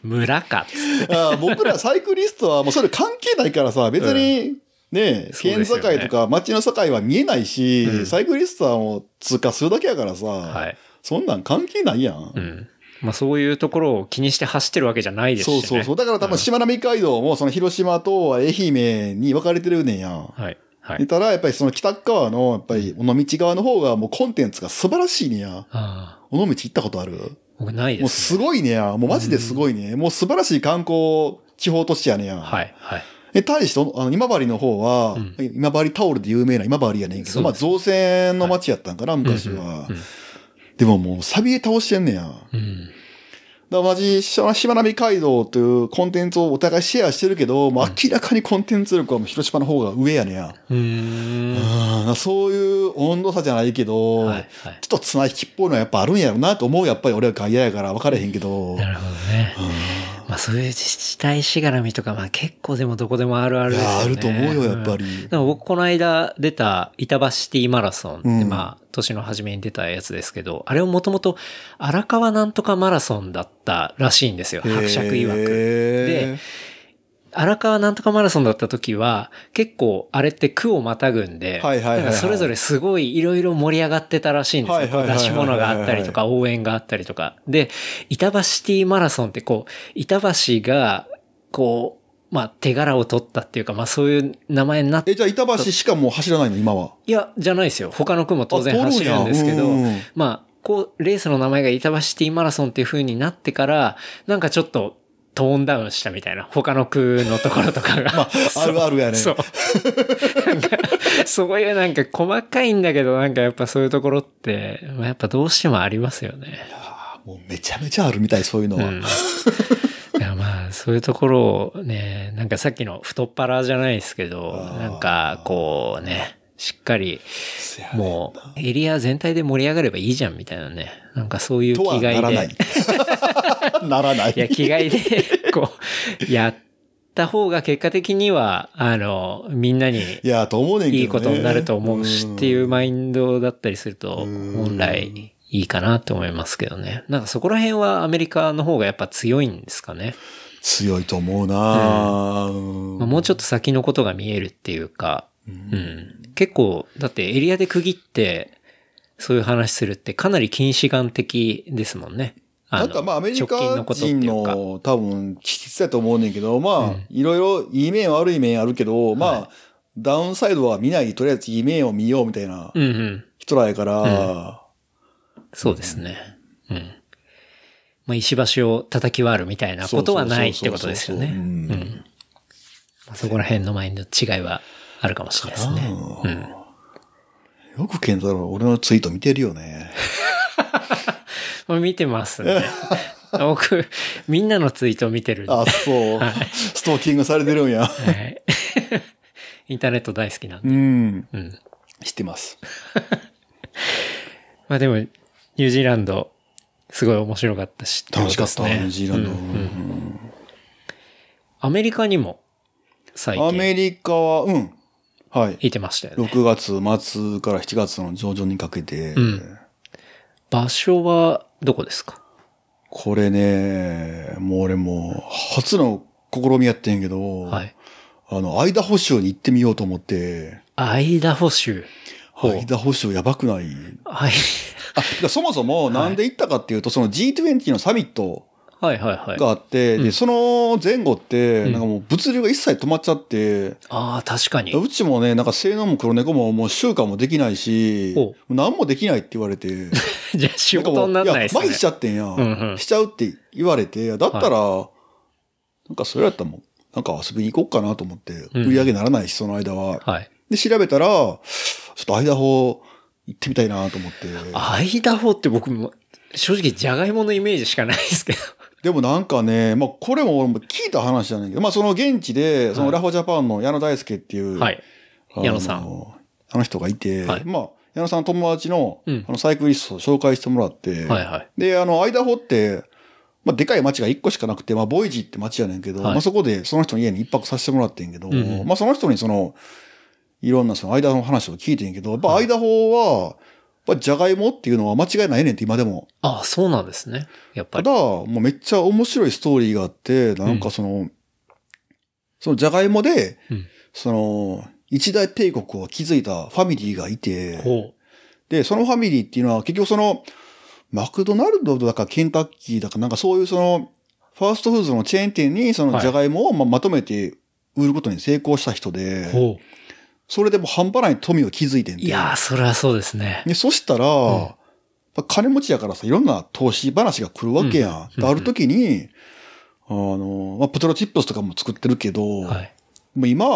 村かっつって。
あー僕らサイクリストはもうそれ関係ないからさ、別にね、
そうで
県
すよ
境
ね
とか町の境は見えないし、サイクリストはもう通過するだけやからさ、
はい。
そんなん関係ないやん。
うん。まあそういうところを気にして走ってるわけじゃないですし
そ
ね。
うそうそう。だから多分、しまなみ海道も、その広島と愛媛に分かれてるねんやん。
はい。は
で
い。
たら、やっぱりその北側の、やっぱり、尾道側の方がもうコンテンツが素晴らしいねや。
ああ、
尾道行ったことある
僕ない
も
で
う
す。
すごいねや。もうマジですごいね。もう素晴らしい観光地方都市やねや。
はい。はい。
え、対して、あの、今治の方は、
ん
今治タオルで有名な今治やねんけ
そ
ど、
う
ま
で
あ造船の町やったんかな、昔は。でももう、錆び倒してんねや。だか
うん。
らマジ、しましまなみ海道というコンテンツをお互いシェアしてるけど、もう明らかにコンテンツ力はもう広島の方が上やねや。
うーん。
うん、そういう温度差じゃないけど、
はい。はい。
ちょっと綱引きっぽいのはやっぱあるんやろなと思う。やっぱり俺は外野やから分かれへんけど。
なるほどね。まあそういう自治体しがらみとか、まあ結構でもどこでもあるある
い
ですよね。
や、あると思うよ、やっぱ
り
り。
でも僕この間出た板橋シティマラソンって、
うん
まあ年の初めに出たやつですけど、あれをもともと荒川なんとかマラソンだったらしいんですよ。伯爵曰く。
へー
で、荒川なんとかマラソンだった時は、結構あれって区をまたぐんで、
はいはいはいはい
なんかそれぞれすごいいろいろ盛り上がってたらしいんですよ。
はいはいはいはい
出し物があったりとか、応援があったりとか。で、板橋シティマラソンってこう、板橋が、こう、まあ手柄を取ったっていうか、まあそういう名前になっ
え、じゃあ板橋しかもう走らないの、今は。
いや、じゃないですよ。他の区も当然
あ
走
取るんや
るんですけど、
うん
まあ、こう、レースの名前が板橋シティマラソンっていう風になってから、なんかちょっと、トーンダウンしたみたいな、他の区のところとかが。
まあ、あるあるや ね。
そう。 なんか、そういうなんか細かいんだけど、なんかやっぱそういうところって、まあ、やっぱどうしてもありますよ ね。
もうめちゃめちゃあるみたい、そういうのは。うん、
いやまあ、そういうところをね、なんかさっきの太っ腹じゃないですけど、なんかこうね、しっかり、もう、エリア全体で盛り上がればいいじゃんみたいなね。なんかそういう気概で。
ならない。 ならない。
いや、気概で、こう、やった方が結果的には、あの、みんなに、
いや、と思うねん
いいことになると思うしっていうマインドだったりすると、本来、いいかなと思いますけどね。なんかそこら辺はアメリカの方がやっぱ強いんですかね。
強いと思うな、うん
まあ、もうちょっと先のことが見えるっていうか、うん、結構、だってエリアで区切って、そういう話するってかなり近視眼的ですもんね。
なんかまあアメリカ人の多分気質だと思うねんけど、まあ、いろいろいい面悪い面あるけど、まあ、はい、ダウンサイドは見ない、とりあえずいい面を見ようみたいな人らやから、うんうんうん
そうですね。うん。まあ、石橋を叩き割るみたいなことはないってことですよね。うん。そこら辺のマインド違いはあるかもしれないですね。
うん、よく健太郎、俺のツイート見てるよね。
見てます ね。僕、みんなのツイート見てる、
あ、そう、はい、ストーキングされてるんや。はい
インターネット大好きなんで。
うん。
うん、
知ってます。
まあでも、ニュージーランド、すごい面白かったし、
楽しかった、ニュージーランド。
アメリカにも、最近。
アメリカは、うん。はい。
いてましたよ
ね。6月末から7月の上旬にかけて。
うん、場所は、どこですか
これね、もう俺も、初の試みやってんけど、はい。あの、アイダホ州に行ってみようと思って。
アイダホ州
アイダホ州やばくない
はい。
あそもそもなんで行ったかっていうと、その G20 のサミットがあって、で、その前後って、なんかもう物流が一切止まっちゃって、
ああ、確かに。
うちもね、なんか性能も黒猫ももう週間もできないし、何もできないって言われ て。
じゃあ仕事になんない
っすね。麻痺しちゃってんや、んしちゃうって言われて、だったら、なんかそれやったらもう、なんか遊びに行こうかなと思って、売り上げならないし、その間は。
はい。
で、調べたら、ちょっとアイダホ行ってみたいなと思って。
アイダホって僕も、正直ジャガイモのイメージしかないですけど。
でもなんかね、まあこれも俺も聞いた話じゃないけど、まあその現地で、そのラファジャパンの矢野大輔っていう、
はい。矢野さん。
あの人がいて、はい、まあ、矢野さんの友達の、あの、サイクリストを紹介してもらって、
はいはい。
で、あの、アイダホって、まあ、でかい町が一個しかなくて、まあ、ボイジって町やねんけど、はい、まあ、そこでその人の家に一泊させてもらってんけど、うん、まあ、その人にその、いろんなその間の話を聞いてんけど、やっぱ間法は、やっぱじゃがいもっていうのは間違いないねんって今でも。
ああ、そうなんですね。やっぱり。
ただ、もうめっちゃ面白いストーリーがあって、なんかその、うん、そのじゃがいもで、うん、その、一大帝国を築いたファミリーがいて、うん、で、そのファミリーっていうのは結局その、マクドナルドだかケンタッキーだかなんかそういうその、ファーストフードのチェーン店にそのじゃがいもをままとめて売ることに成功した人で、はいそれでも半端ない富を築いてん
いやー、そりゃそうですね。
で、そしたら、うん、金持ちやからさ、いろんな投資話が来るわけやん。うん、ある時に、あの、まあ、ポテロチップスとかも作ってるけど、はい、もう今、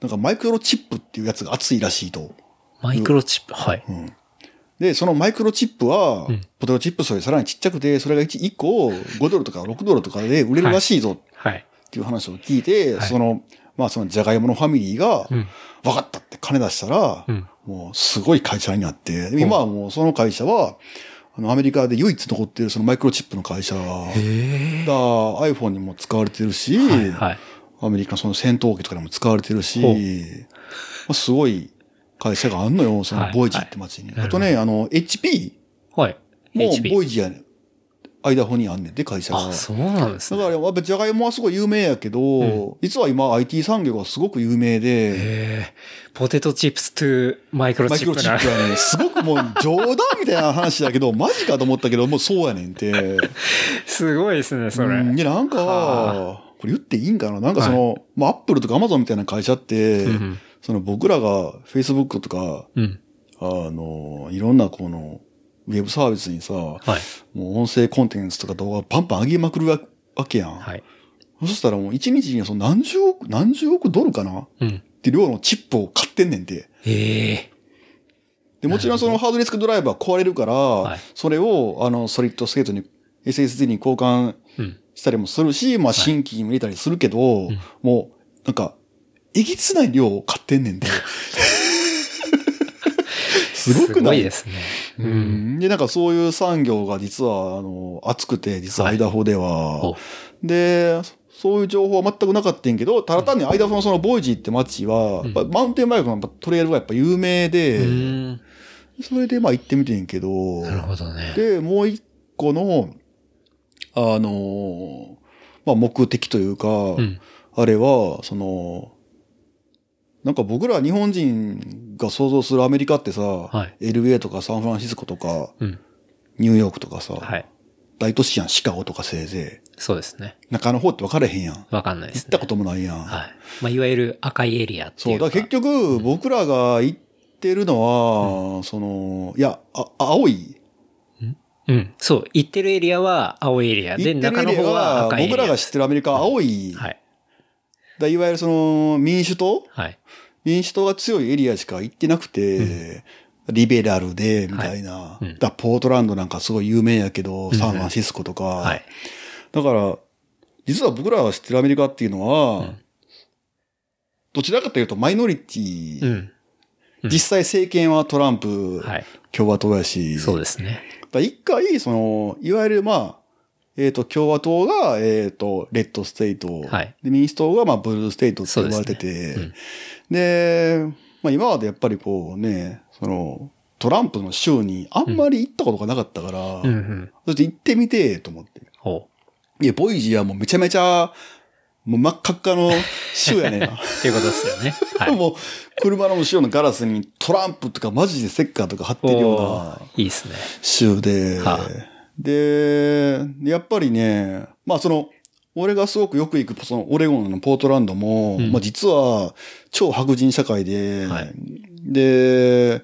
なんかマイクロチップっていうやつが熱いらしいと。
マイクロチップ、はい、
うん。で、そのマイクロチップは、ポテロチップスよりさらにちっちゃくて、それが 1, 1個5ドルとか6ドルとかで売れるらしいぞ。はい。っていう話を聞いて、はいはい、その、まあそのじゃがいものファミリーが、うん、分かったって金出したら、うん、もうすごい会社になって、今はもうその会社は、あのアメリカで唯一残ってるそのマイクロチップの会社だ、iPhone にも使われてるし、はいはい、アメリカのその戦闘機とかにも使われてるし、まあ、すごい会社があんのよ、そのボイジって街に。はいはい、あとね、あの HP もボイジやね、アイダホにあんねんで、会社が。
あ、そうなんです
ね。だから、やっぱじゃがいもはすごい有名やけど、うん、実は今 IT 産業がすごく有名で。
ポテトチップスとマイクロチップ。マイクロチッ
プはね、すごくもう冗談みたいな話だけど、マジかと思ったけど、もうそうやねんって。
すごいですね、それ。
いや、なんか、これ言っていいんかななんかその、はい、まあ、アップルとかアマゾンみたいな会社って、うん、その僕らが Facebook とか、うん、あの、いろんなこの、ウェブサービスにさ、はい、もう音声コンテンツとか動画バンバン上げまくるわけやん。
はい、
そしたらもう1日にはその何十億、何十億ドルかな
うん。
って量のチップを買ってんねんて。
ええ
で、もちろんそのハードディスクドライブは壊れるから、
い
それを、あの、ソリッドスケートに、SSD に交換
うん
したりもするし、まあ、新規にも入れたりするけど、
ん
もう、なんか、えぎつない量を買ってんね んで。すごく
す
な
ご
い
いですね。
うんで、なんかそういう産業が実は、あの、熱くて、実はアイダホでは、
お
で、そそういう情報は全くなかったんやけど、ただ単にアイダホのそのボイジーって街は、やっぱマウンテンバイクのやっぱトレイルがやっぱ有名で、
うん。
それでまあ行ってみてんけど、
なるほどね。
で、もう一個の、あの、まあ目的というか、
うん。
あれは、その、なんか僕ら日本人が想像するアメリカってさ、
い
LA とかサンフランシスコとか、
うん
ニューヨークとかさ、
はい。
大都市やん、シカゴとかせいぜ
そうですね。
い。中の方って分かれへんやん。行
わかんないです
った
ね。
こともないやん。
はい。まあ、いわゆる赤いエリアって
そ、
いううか。
だから結局僕らが行ってるのは、その、いや、あ青い。
うん。そう。行ってるエリアは青いエリアで、
行ってる
中
エ
の
リア
方は
は
赤いエリア。
僕らが知ってるアメリカは青い。
はい。
だいわゆるその民主党
はい。
民主党が強いエリアしか行ってなくて、リベラルで、みたいな。
うん
だポートランドなんかすごい有名やけど、サンフランシスコとか。
はい。
だから、実は僕らが知ってるアメリカっていうのは、どちらかというとマイノリティ、
うん。うん
実際政権はトランプ、
はい。
共和党やし、
そうですね。
だから一回、その、いわゆるまあ、えっ、と、共和党が、えっ、と、レッドステイト、
はい
で、民主党がまあ、ブルーステイトって呼ばれてて、でまあ今までやっぱりこうね、その、トランプの州にあんまり行ったことがなかったから、
うんうん。
そして行ってみて、と思って。
ほう。
いや、ボイジーはもうめちゃめちゃ、もう真っ赤っか の州やねんな。
っていうことですよね。 はい。
もう、車の後ろのガラスにトランプとかマジでセッカーとか貼ってるような
おーいいですね。
州で、
はあ
で、やっぱりね、まあその、俺がすごくよく行く、そのオレゴンのポートランドも、
ん
まあ実は超白人社会で、
はい
で、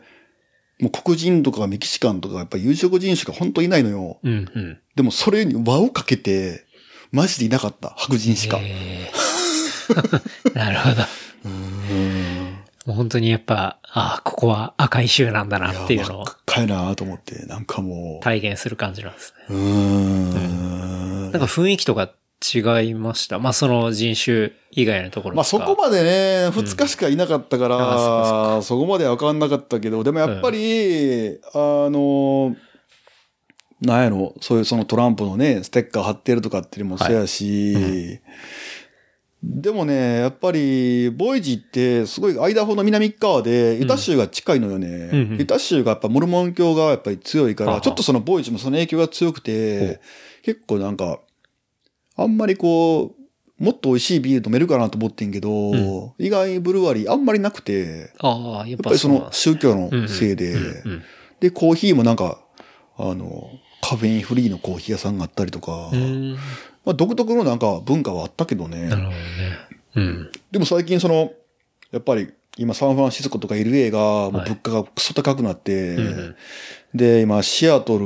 もう黒人とかメキシカンとかやっぱ有色人種が本当いないのよ。
うんうん。
でもそれに輪をかけて、マジでいなかった、白人しか。
えー なるほど。もう本当にやっぱ、ああ、ここは赤い州なんだなっていうのを
かいなと思って、なんかも
体現する感じなんですね。
う、うー
な
ん
んか雰囲気とか違いました。まあその人種以外のところ
まあ
と
そ
か
こまでね、2日しかいなかったから、
あそ
そこまではわかんなかったけど、でもやっぱり、あの、なんやろ、そういうそのトランプのね、ステッカー貼ってるとかっていうのもそうやし、でもね、やっぱり、ボイジって、すごい、アイダホの南側で、ユタ州が近いのよね。
うんうん
ユタ州がやっぱモルモン教がやっぱり強いか
は
ら、
は
ちょっとそのボイジもその影響が強くて、結構なんか、あんまりこう、もっと美味しいビール飲めるかなと思ってんけど、
ん
意外にブルワリーあんまりなくて、
ああ、やっ
やっ
ぱ
ぱり
そ
そ
うなん
の
です
宗教のせいで、
うんうん
で、コーヒーもなんか、あの、カフェインフリーのコーヒー屋さんがあったりとか、
うん。
まあ独特のなんか文化はあったけどね。
なるほどね。うん。
でも最近その、やっぱり今サンフランシスコとか LA がもう
はい
物価がクソ高くなって、
うん
で、今シアトル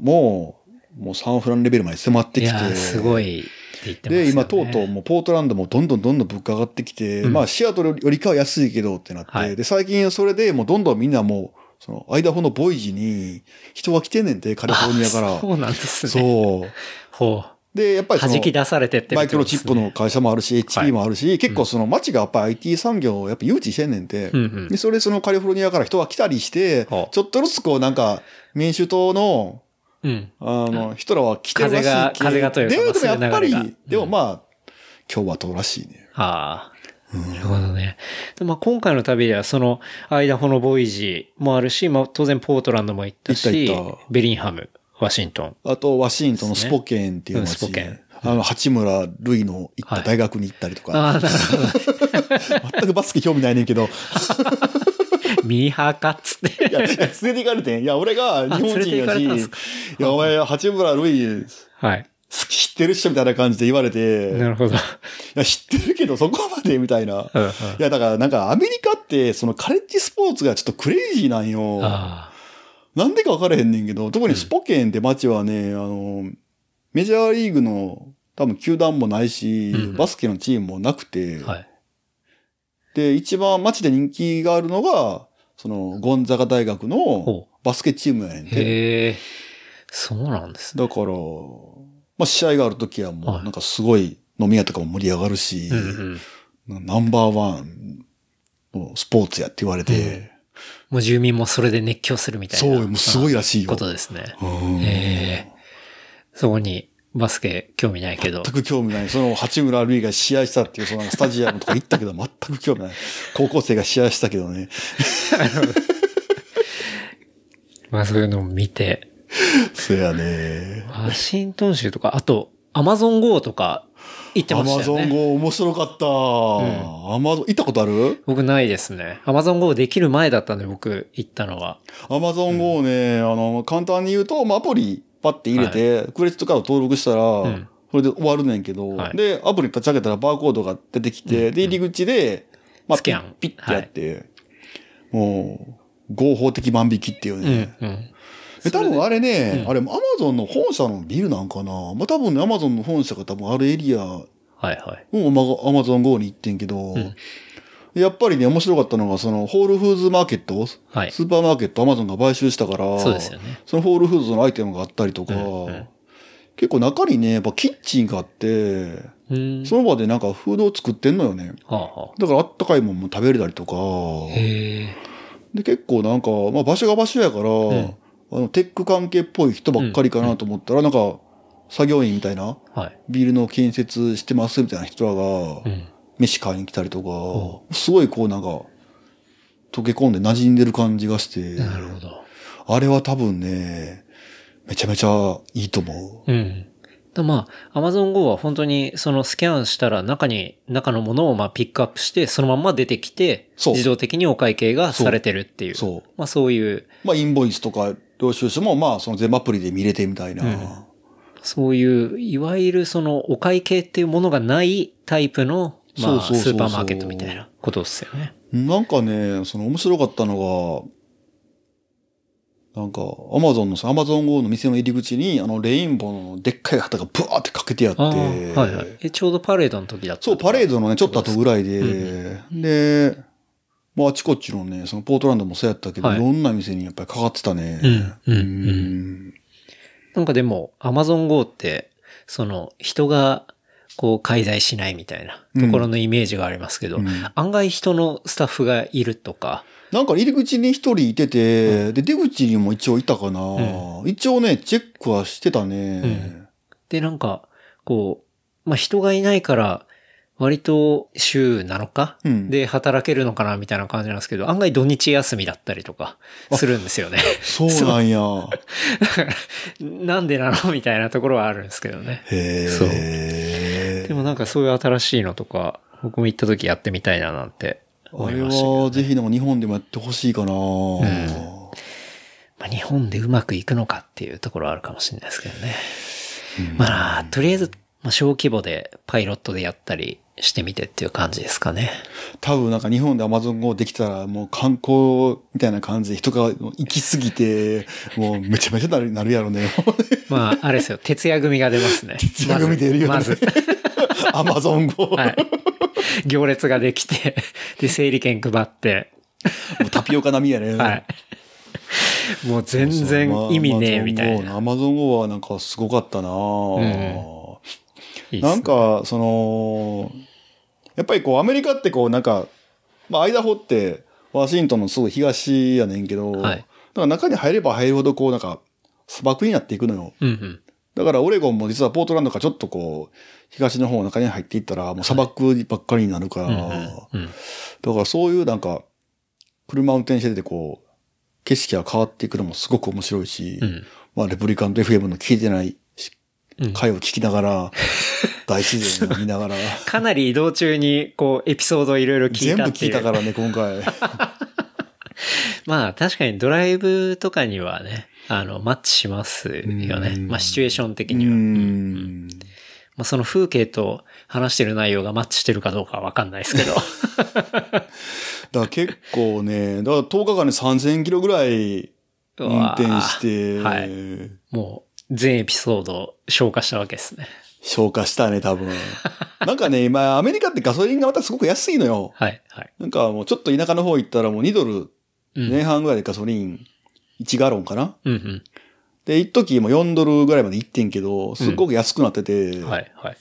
も、もうサンフランレベルまで迫って
い
き
や
て。
ー、すごいって言ってますよね。
で、今、とうとう、もう、ポートランドもどんどんどんどん物価上がってきて、まあ、シアトルよりかは安いけどってなって、
はい
で、最近、それでもう、どんどんみんなもう、その、アイダホのボイジに、人が来てんねんて、カリフォルニアか
あ
ら。
そうなんですね。
そう。
ほう。
で、やっぱりその、
弾き出されてってる
マ
っ
イ
て
ク
こ
ロ
とで
チッ
す
プ
ね
の会社もあるし、
はい
HP もあるし、結構その街がやっぱ IT 産業をやっぱ誘致してんねんて、
うんうん
でそれでそのカリフォルニアから人が来たりして、ちょ
ほ
っ
う
とずつこうなんか民主党の、
うん。
あの、人らは来てるらしいけ
風
ど。
が風がというか
でもやっぱ
そういう流れ
り
が、
でもまあ、共和党らしいね。
ああ。なるほどね。でまあ、今回の旅では、その、アイダホのボイジーもあるし、まあ、当然ポートランドも行ったし、
行った行った
ベリンハム、ワシントン。
あと、ワシントンのスポケンっていう街。
うんスポケン
あの、八村塁の行った大学に行ったりとか、
ああ、なるほ
全くバスケ興味ないねんけど、
ど。ミーハーかっつって。
いや、いや連れて行かれてん。いや、俺が日本
あ連れて
人
行か
や
れ
し、
たん
い
ですか
や、お前、八村塁、
はい。
好き知ってるっしょみたいな感じで言われて、
なるほど。
いや、知ってるけどそこまでみたいな。
うんうん
いや、だからなんかアメリカって、そのカレッジスポーツがちょっとクレイジーなんよ。
あ
なんでか分からへんねんけど、特にスポケンって街はね、あの、メジャーリーグの多分球団もないし、
うんうん
バスケのチームもなくて、
はい。
で、一番街で人気があるのが、その、ゴンザガ大学の
ほ
バスケチームやねんて。
へえ、そうなんですね。
だから、まあ、試合がある時はも
は
う、
い
なんかすごい飲み屋とかも盛り上がるし、
うんうん。
ナンバーワンのスポーツやって言われて、
もう住民もそれで熱狂するみたいな。
そうよもうすごいらしいよ
あことですね。
うん
ええそこにバスケ興味ないけど
全。く興味ない。その八村塁が試合したっていう、そのスタジアムとか行ったけど、全く興味ない。高校生が試合したけどね。
まあそういうのを見て。
そやね。
ワシントン州とか、あと、アマゾン GO とか行って
ア
まし
マ
た
ゾ
よ
ン
ね。
号面白かった。アマゾン、行ったことある
僕ないですね。アマゾン GO できる前だったんで僕行ったのは。
アマゾン GO ね、あの、簡単に言うと、まあ、アプリパッて入れて、クレジットカード登録したら、
ん
それで終わるねんけど、
はい
で、アプリ立ち上げたらバーコードが出てきて、で、入り口で、まあ、
スキャン
ピッピッてやって、もう、合法的万引きっていう
う
ね。
ん。うん。
え多分あれね、
うん
あれ、アマゾンの本社のビルなんかな。まあ、多分ね、アマゾンの本社が多分あるエリアの
はいはい。
アマゾン GO に行ってんけど、
ん
やっぱりね、面白かったのが、その、ホールフーズマーケット、
はい
スーパーマーケットアマゾンが買収したから、
そうですよね。
そのホールフーズのアイテムがあったりとか、
うんうん
結構中にね、やっぱキッチンがあって、
うん。
その場でなんかフードを作ってんのよね。
はあは
だからあったかいもんも食べれたりと
あ。
か、
へえ。
で、結構なんか、まあ場所が場所やから、
ん
あの、テック関係っぽい人ばっかりかなと思ったら、なんか、作業員みたいな、
はい。
ビルの建設してますみたいな人らが
う、ん。
飯買いに来たりとか、すごいこうなんか、溶け込んで馴染んでる感じがして、
なるほど。
あれは多分ね、めちゃめちゃいいと思う。
うん。だまあ、Amazon Go は本当にそのスキャンしたら中に、中のものをまあピックアップして、そのまんま出てきて、
そう
自動的にお会計がされてるっていう。
そうそう
まあそういう、
まあ、インボイスとか、領収書も、まあ、その全部アプリで見れてみたいな。
そういう、いわゆるそのお会計っていうものがないタイプの、まあ
そうそうそう
ス
そう
ーパーマーケットみたいなことですよね。
なんかね、その面白かったのが、なんか、アマゾンのさ、アマゾン GO の店の入り口に、あの、レインボーのでっかい旗がブワーってかけてあって、
ああ、はいはい。え、ちょうどパレードの時だった。
そう、パレードのね、ちょっと後ぐらいで、で、まあ、あちこちのね、そのポートランドもそうやったけど、
はい
い、ろんな店にやっぱりかかってたね。
うんうんうん
ん
なんかでも、Amazon Go って、その、人が、こう、介在しないみたいなところのイメージがありますけど、
うん
案外人のスタッフがいるとか、
なんか入り口に一人いてて、で、出口にも一応いたかな、一応ね、チェックはしてたね。
うんで、なんか、こう、まあ、人がいないから、割と週7日
うん
で働けるのかなみたいな感じなんですけど、案外土日休みだったりとかするんですよね。
そうなんや。
なんでなのみたいなところはあるんですけどね。
へ
そう
え
で。もなんかそういう新しいのとか、僕も行った時やってみたいななんて
あ
思い
れ
ましたけど
は、ぜひなんか日本でもやってほしいかな、
まあ、日本でうまくいくのかっていうところはあるかもしれないですけどね。まあ、とりあえず、まあ、小規模でパイロットでやったりしてみてっていう感じですかね。
多分なんか日本で Amazon Go できたらもう観光みたいな感じで人が行き過 ぎて、もうめちゃめちゃなるなるやろね。
まあ、あれですよ、徹夜組が出ますね。徹
夜組出るよね
まず、
Amazon Go。
まずはい。行列ができて、で、整理券配って、
もうタピオカ並みやね。
はい。もう全然意味ねえみたいな。
アマゾン GO はなんかすごかったな、
いいっすね
なん、か、その、やっぱりこうアメリカってこうなんか、まあ間掘ってワシントンのすぐ東やねんけど、
はい
なんか中に入れば入るほどこうなんか砂漠になっていくのよ。
うんうん。
だからオレゴンも実はポートランドからちょっとこう、東の方の中に入っていったらもう砂漠ばっかりになるから、
うんうん。
だからそういうなんか、車運転しててこう、景色が変わっていくのもすごく面白いし、
うん
まあ、レプリカント FM の聞いてないし
うん
回を聞きな がら、大自然を見ながら、
かなり移動中に、こう、エピソードをいろいろ聞
全
い
部
たって
聞
いう。
いたからね、今回。
まあ確かにドライブとかにはね、あの、マッチしますよね。
うん
まあシチュエーション的
う
には。
ん。
まあその風景と話してる内容がマッチしてるかどうかはわかんないですけど。
だから結構ね、だから10日間で3000キロぐら いう運
わー
転して、
はいもう全エピソード消化したわけですね。
消化したね、多 分。なんかね、今、アメリカってガソリンがまたすごく安いのよ。
はい、はい。
なんかもうちょっと田舎の方行ったらもう2ドル
うん
前半ぐらいでガソリン1ガロンかな。
うん、うん。
で、一時も4ドルぐらいまで行ってんけど、すっごく安くなってて、
はい、はい。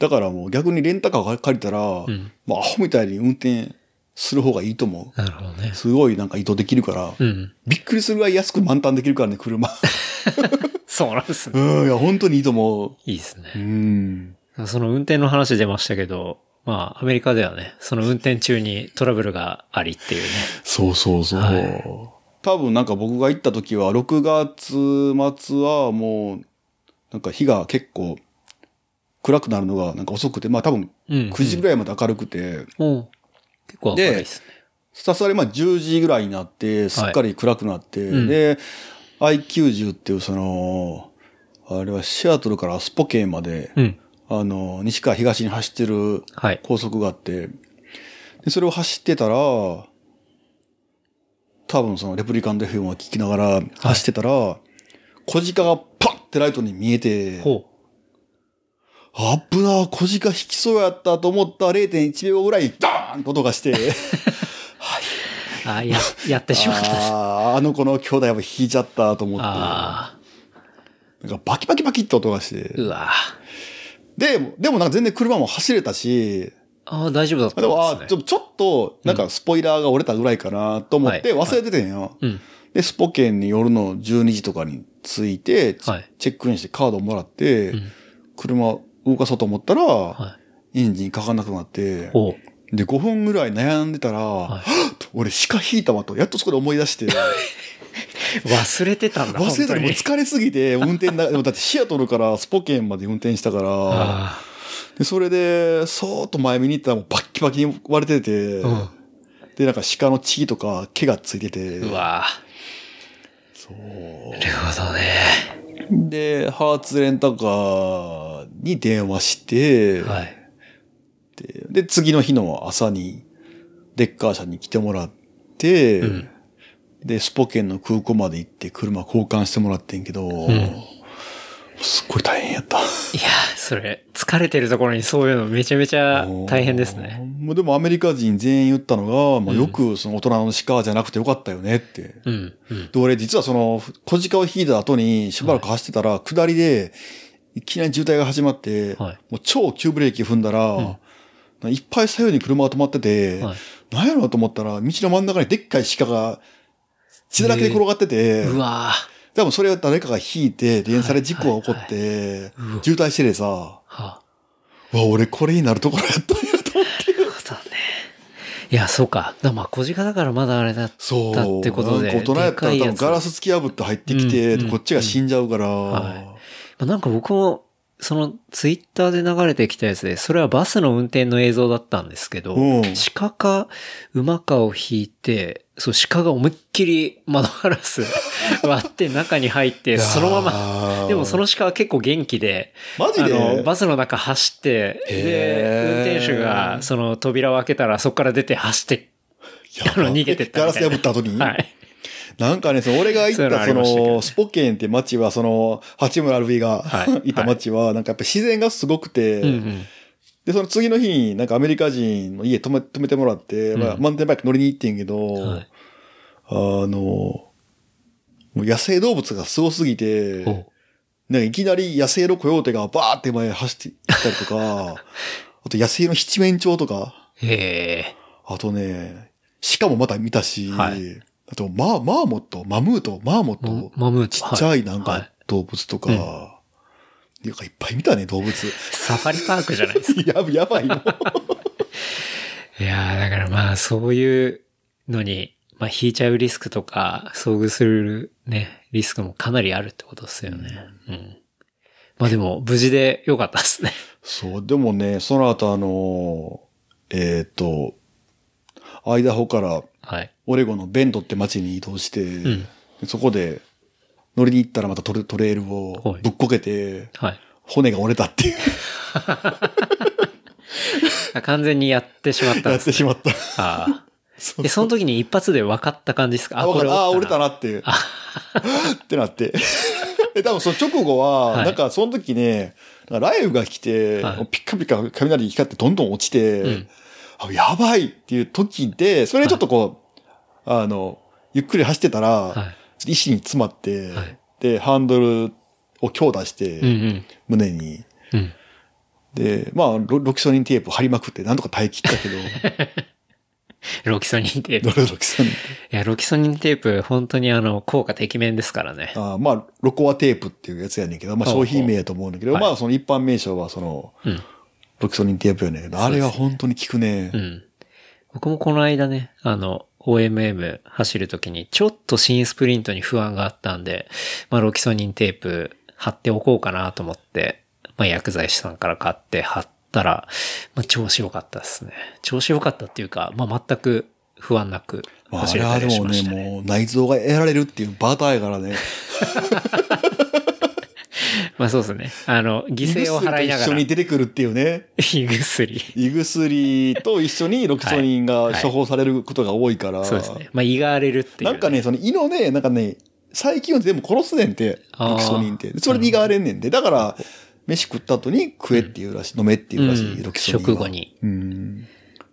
だからもう逆にレンタカー借りたら、
ん
まあアホみたいに運転する方がいいと思
なるほどね
う。。すごいなんか移動できるから、
うん。
びっくりするぐらい安く満タンできるからね、車。
そうなんですね。
うん、いや、本当にいいと思
いいです
う。う
ね。
ん。
その運転の話出ましたけど、まあ、アメリカではね、その運転中にトラブルがありっていうね。
そうそうそう。
はい
多分なんか僕が行った時は、6月末はもう、なんか日が結構暗くなるのがなんか遅くて、まあ多分
うん、
9時ぐらいまで明るくて、
おう結構明るいですね。
さすがにまあ10時ぐらいになって、すっかり暗くなって、
うん
で、I90 っていうその、あれはシアトルからアスポケンまで、
うん。
あの、西から東に走ってる
はい。
高速があって、で、それを走ってたら、多分そのレプリカント FM を聞きながら走ってたら、小鹿がパッてライトに見えて、
ほ
あっぶな、小鹿引きそうやったと思った0.1秒ぐらい、ダーンと音がして、
う。あ、や、やってしまった。あ
あーあの子の兄弟は引いちゃったと思って、な
あ
んかバキバキバキって音がして
ー。、うわ
で、でもなんか全然車も走れたし、
ああ、大丈夫だったん
でも、あ
です
ーち
ね。
ょちょっと、なんかスポイラーが折れたぐらいかなと思って
はい
忘れててんよ。
うん。
で、スポケンに夜の12時とかに着いて、チ
はい
チェックインしてカードもらって、
ん
車動かそうと思ったら、
は
エンジンかかんなくなって
い。、おう。
で、5分ぐらい悩んでたら、はっと 俺鹿引いたわと、やっとそこで思い出して、
忘れてた んだ。
忘れたら
本当
もう
に
疲れすぎて、運転な、でもだって シアトルからスポケンまで運転したから、
あ
でそれで、そーっと前見に行ったらもうバッキバキに割れてて、
あ。うん。
で、なんか鹿の血とか毛がついてて、
うわぁ。そう。なるほどね。
で、ハーツレンタカーに電話して、
はい。
でで、次の日の朝に、レッカー車に来てもらって、
うん
で、スポケンの空港まで行って車交換してもらってんけど、すっごい大変やった。
いや、それ、疲れてるところにそういうのめちゃめちゃ大変ですね。
もうでもアメリカ人全員言ったのが、まあ、よくその大人の鹿じゃなくてよかったよねって。
うん。うん。
で、俺実はその、小鹿を引いた後にしばらく走ってたら、下りで、いきなり渋滞が始まって、
はい
もう超急ブレーキ踏んだら、いっぱい左右に車が止まってて、
はい
なんやろうと思ったら、道の真ん中にでっかい鹿が、血だらけで転がってて、
うわぁ。
多分それを誰かが引いて、連鎖で事故が起こって、
いうわ
渋滞しててさ、
は
うわ、俺これになるところやったんやと思って。
あ、なるほどね。いや、そうか。だまあ、小鹿だからまだあれだ。
そう。
だってことで
なんか大人やったら
でか
多
いや
分
つ
ガラス突き破って入ってきて、
うんうん
こっちが死んじゃうから、
はまあなんか僕も、その、ツイッターで流れてきたやつで、それはバスの運転の映像だったんですけど
うん、
鹿か馬かを引いて、そう、鹿が思いっきり窓ガラス 割って中に入って、そのまま、
ま
でもその鹿は結構元気で、
マジ
あ
で
の、バスの中走って、
へー
で、運転手が、その扉を開けたら、そこから出て走って、
やば
あの逃げてった
ガラ
み
ス
たいな
破った後に、
はい。
なんかね、その俺が行った、
そうい
そう
のありましたけど
の、
ね
スポケンって町は、その、八村ルビーが、、
はい い
た町は、なんかやっぱ自然がすごくて、
うんうん。
で、その次の日に、なんかアメリカ人の家泊め泊めてもらって、まあ、
うん
マウンテンバイク乗りに行ってんけど、
はい
あの、もう野生動物がすごすぎて、
お
なんかいきなり野生のコヨーテがバーって前走ってきたりと か、あと野生の七面鳥とか、
へえ。
あとね、鹿もまた見たし、
はい
あと、マー、マーモット、マムート、マーモッ
マ
ト、
マムー
ち
チ
っちゃいなん
は
か動物とか、
うん
なんかいっぱい見たね、動物。
サファリパークじゃないですか。
やばやばいの。
いやーだからまあ、そういうのに、まあ、引いちゃうリスクとか、遭遇するね、リスクもかなりあるってことですよね。うん。まあでも、無事でよかったですね。
そう、でもね、その後あのー、えっ、と、アイダホから
はい。
オレゴンのベンドって町に移動して、
ん
そこで乗りに行ったらまたトレトレールを
はい
ぶっこけて、
はい。
骨が折れたっていう、
あ完全にやってしまったんで
やっ
す、ね
て。しまった。
あ
そ
あ。
う
で、その時に一発で分かった感じですか
あ、わかる。あ、折れた
な。
なって。 ってなって。え、多分その直後は、
はい
なんかその時ね、だからライブが来て、
はい
ピッカピカ雷光ってどんどん落ちて、
うん
あやばいっていう時で、それでちょっとこう、あの、ゆっくり走ってたら、
はい。
ちょっと石に詰まって、
はい
で、ハンドルを強打して、
うんうん。
胸に。
うん。
で、まあ、ロロキソニンテープ貼りまくって、なんとか耐え切ったけど、
ロキソニンテープ。
どれロキソニン
いや、ロキソニンテープ、本当にあの、効果てきめんですからね。
あーまあ、ロコアテープっていうやつやねんけど、まあ
ほうほ
商
う
品名やと思うんだけど、
はい
まあその一般名称はその、
うん。
ロキソニンテープやねんけど、あれは本当に効くね。
うん。僕もこの間ね、あの、OMM 走るときに、ちょっと新スプリントに不安があったんで、まあ、ロキソニンテープ貼っておこうかなと思って、まあ、薬剤師さんから買って貼ったら、まあ、調子良かったですね。調子良かったっていうか、まあ、全く不安なく
まあ、あ
走
れ
れ
は
た
で
りし
も
ま
ね、
したね。
もう内臓が得られるっていうバターやからね。
まあ、そうですね。あの、犠
胃
牲を
薬と
払い
一
なが
緒
ら
に、出てくるっていうね。
胃薬。
胃薬と一緒にロキソニンが処方されることが多いから。
そうですね。まあ、胃が荒れるっていう、
なんかね、その胃のね、なんかね、細菌を全部殺すねんて、
あー
ロキソニンって。でそれで胃が荒れんねんで。だから、飯食った後に食えっていうらしい、飲めっていうらしい、
うん
ロキソニンは。
食後に。
うん。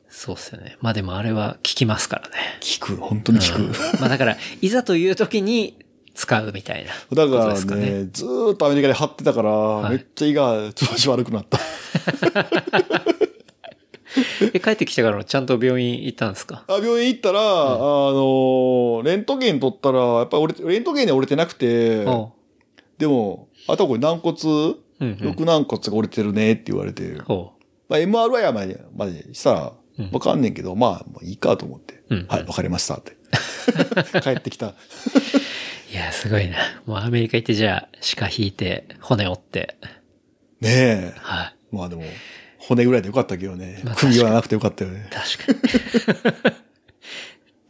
そうっすよね。まあ、でもあれは効きますからね。
効く、本当に効く。
まあだから、いざという時に使うみたいな。
だか
そう
ら
ですか
ね
ね
ずーっとアメリカで張ってたから、
い
めっちゃ胃が調子悪くなった。
え、帰ってきてからちゃんと病院行ったんですか
あ病院行ったら、あの、レントゲン取ったら、やっぱり折れてレントゲンで折れてなくて、
おう
でも、あとこれ軟骨、
うんうん
肋軟骨が折れてるねって言われて、
おう
まあ、MRI まで、までしたら
うん、
わかんねんけど、まあ、もういいかと思って、
うんうん
はい、わかりましたって。 帰ってきた。
いや、すごいな。もうアメリカ行ってじゃあ、鹿引いて、骨折って。
ねえ。
はい。
まあでも、骨ぐらいでよかったけどね
まあ。
首はなくてよかったよね。
確かに。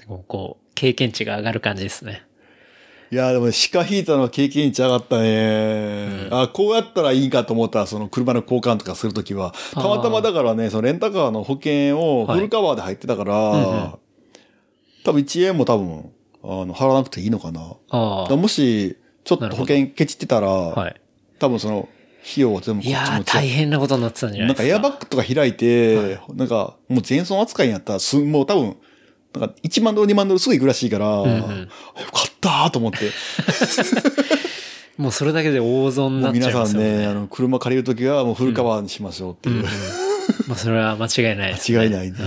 もう こう、経験値が上がる感じですね。
いや、でもね、鹿引いたのは経験値上がったね。あ、こうやったらいいかと思ったら、その車の交換とかするときは、
あー
たまたまだからね、そのレンタカーの保険をフルカバーで入ってたから、
んうん
多分1円も多分、あの、払わなくていいのかな。
あ
だから
あ。
もし、ちょっと
なるほ
保
ど
険ケチってたら、
はい。
多分その、費用は全部
い
こっち
や
持
ー、
ち
大変なことになってたんじゃな
な
で
いんか
す
エ
か。
アバッグとか開いて、なんか、もう全損扱いになったら、す、もう多分、なんか1万ドル2万ドルすぐ行くらしいから、
んうん
よかったーと 思って、
もうそれだけで大損にな
もう
っちゃ
皆
いま
さ
す
ん
よね。
ね、あの、車借りるときはもうフルカバーにしましょうっていう。
まあそれは間違いないですね、
間違いないね。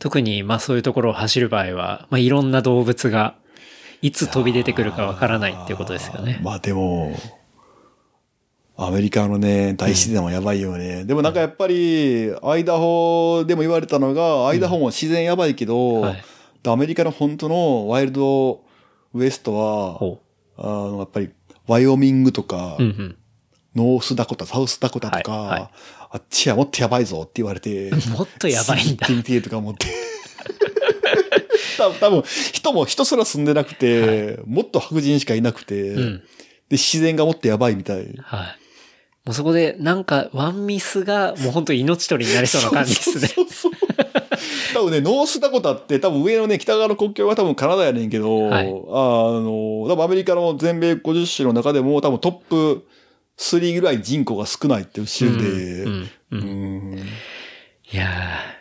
特に、まあそういうところを走る場合は、まあいろんな動物が、いつ飛び出てくるかわからないっていうことですよね。
まあでも、アメリカのね、大自然はやばいよね。でもなんかやっぱり、アイダホでも言われたのが、アイダホも自然やばいけど、
はい
アメリカの本当のワイルドウエストは、
ほ
あの、やっぱり、ワイオミングとか、
う。うんうん。
ノースダコタ、サウスダコタとか、
はいはい
あっちはもっとやばいぞって言われて、
もっとやばいんだ。
MTA とか持って。多分多分人も人すら住んでなくて、もっと白人しかいなくて、
うん。
で、自然がもっとやばいみたい。
はい。もうそこで、なんか、ワンミスが、もう本当命取りになりそうな感じですね。
そうそうそう多分ね、ノースダコタって多分上のね、北側の国境は多分カナダやねんけど、
はい
あの、多分アメリカの全米50州の中でも多分トップ3ぐらい人口が少ないっていう州で、
うん。うん。い
うん
や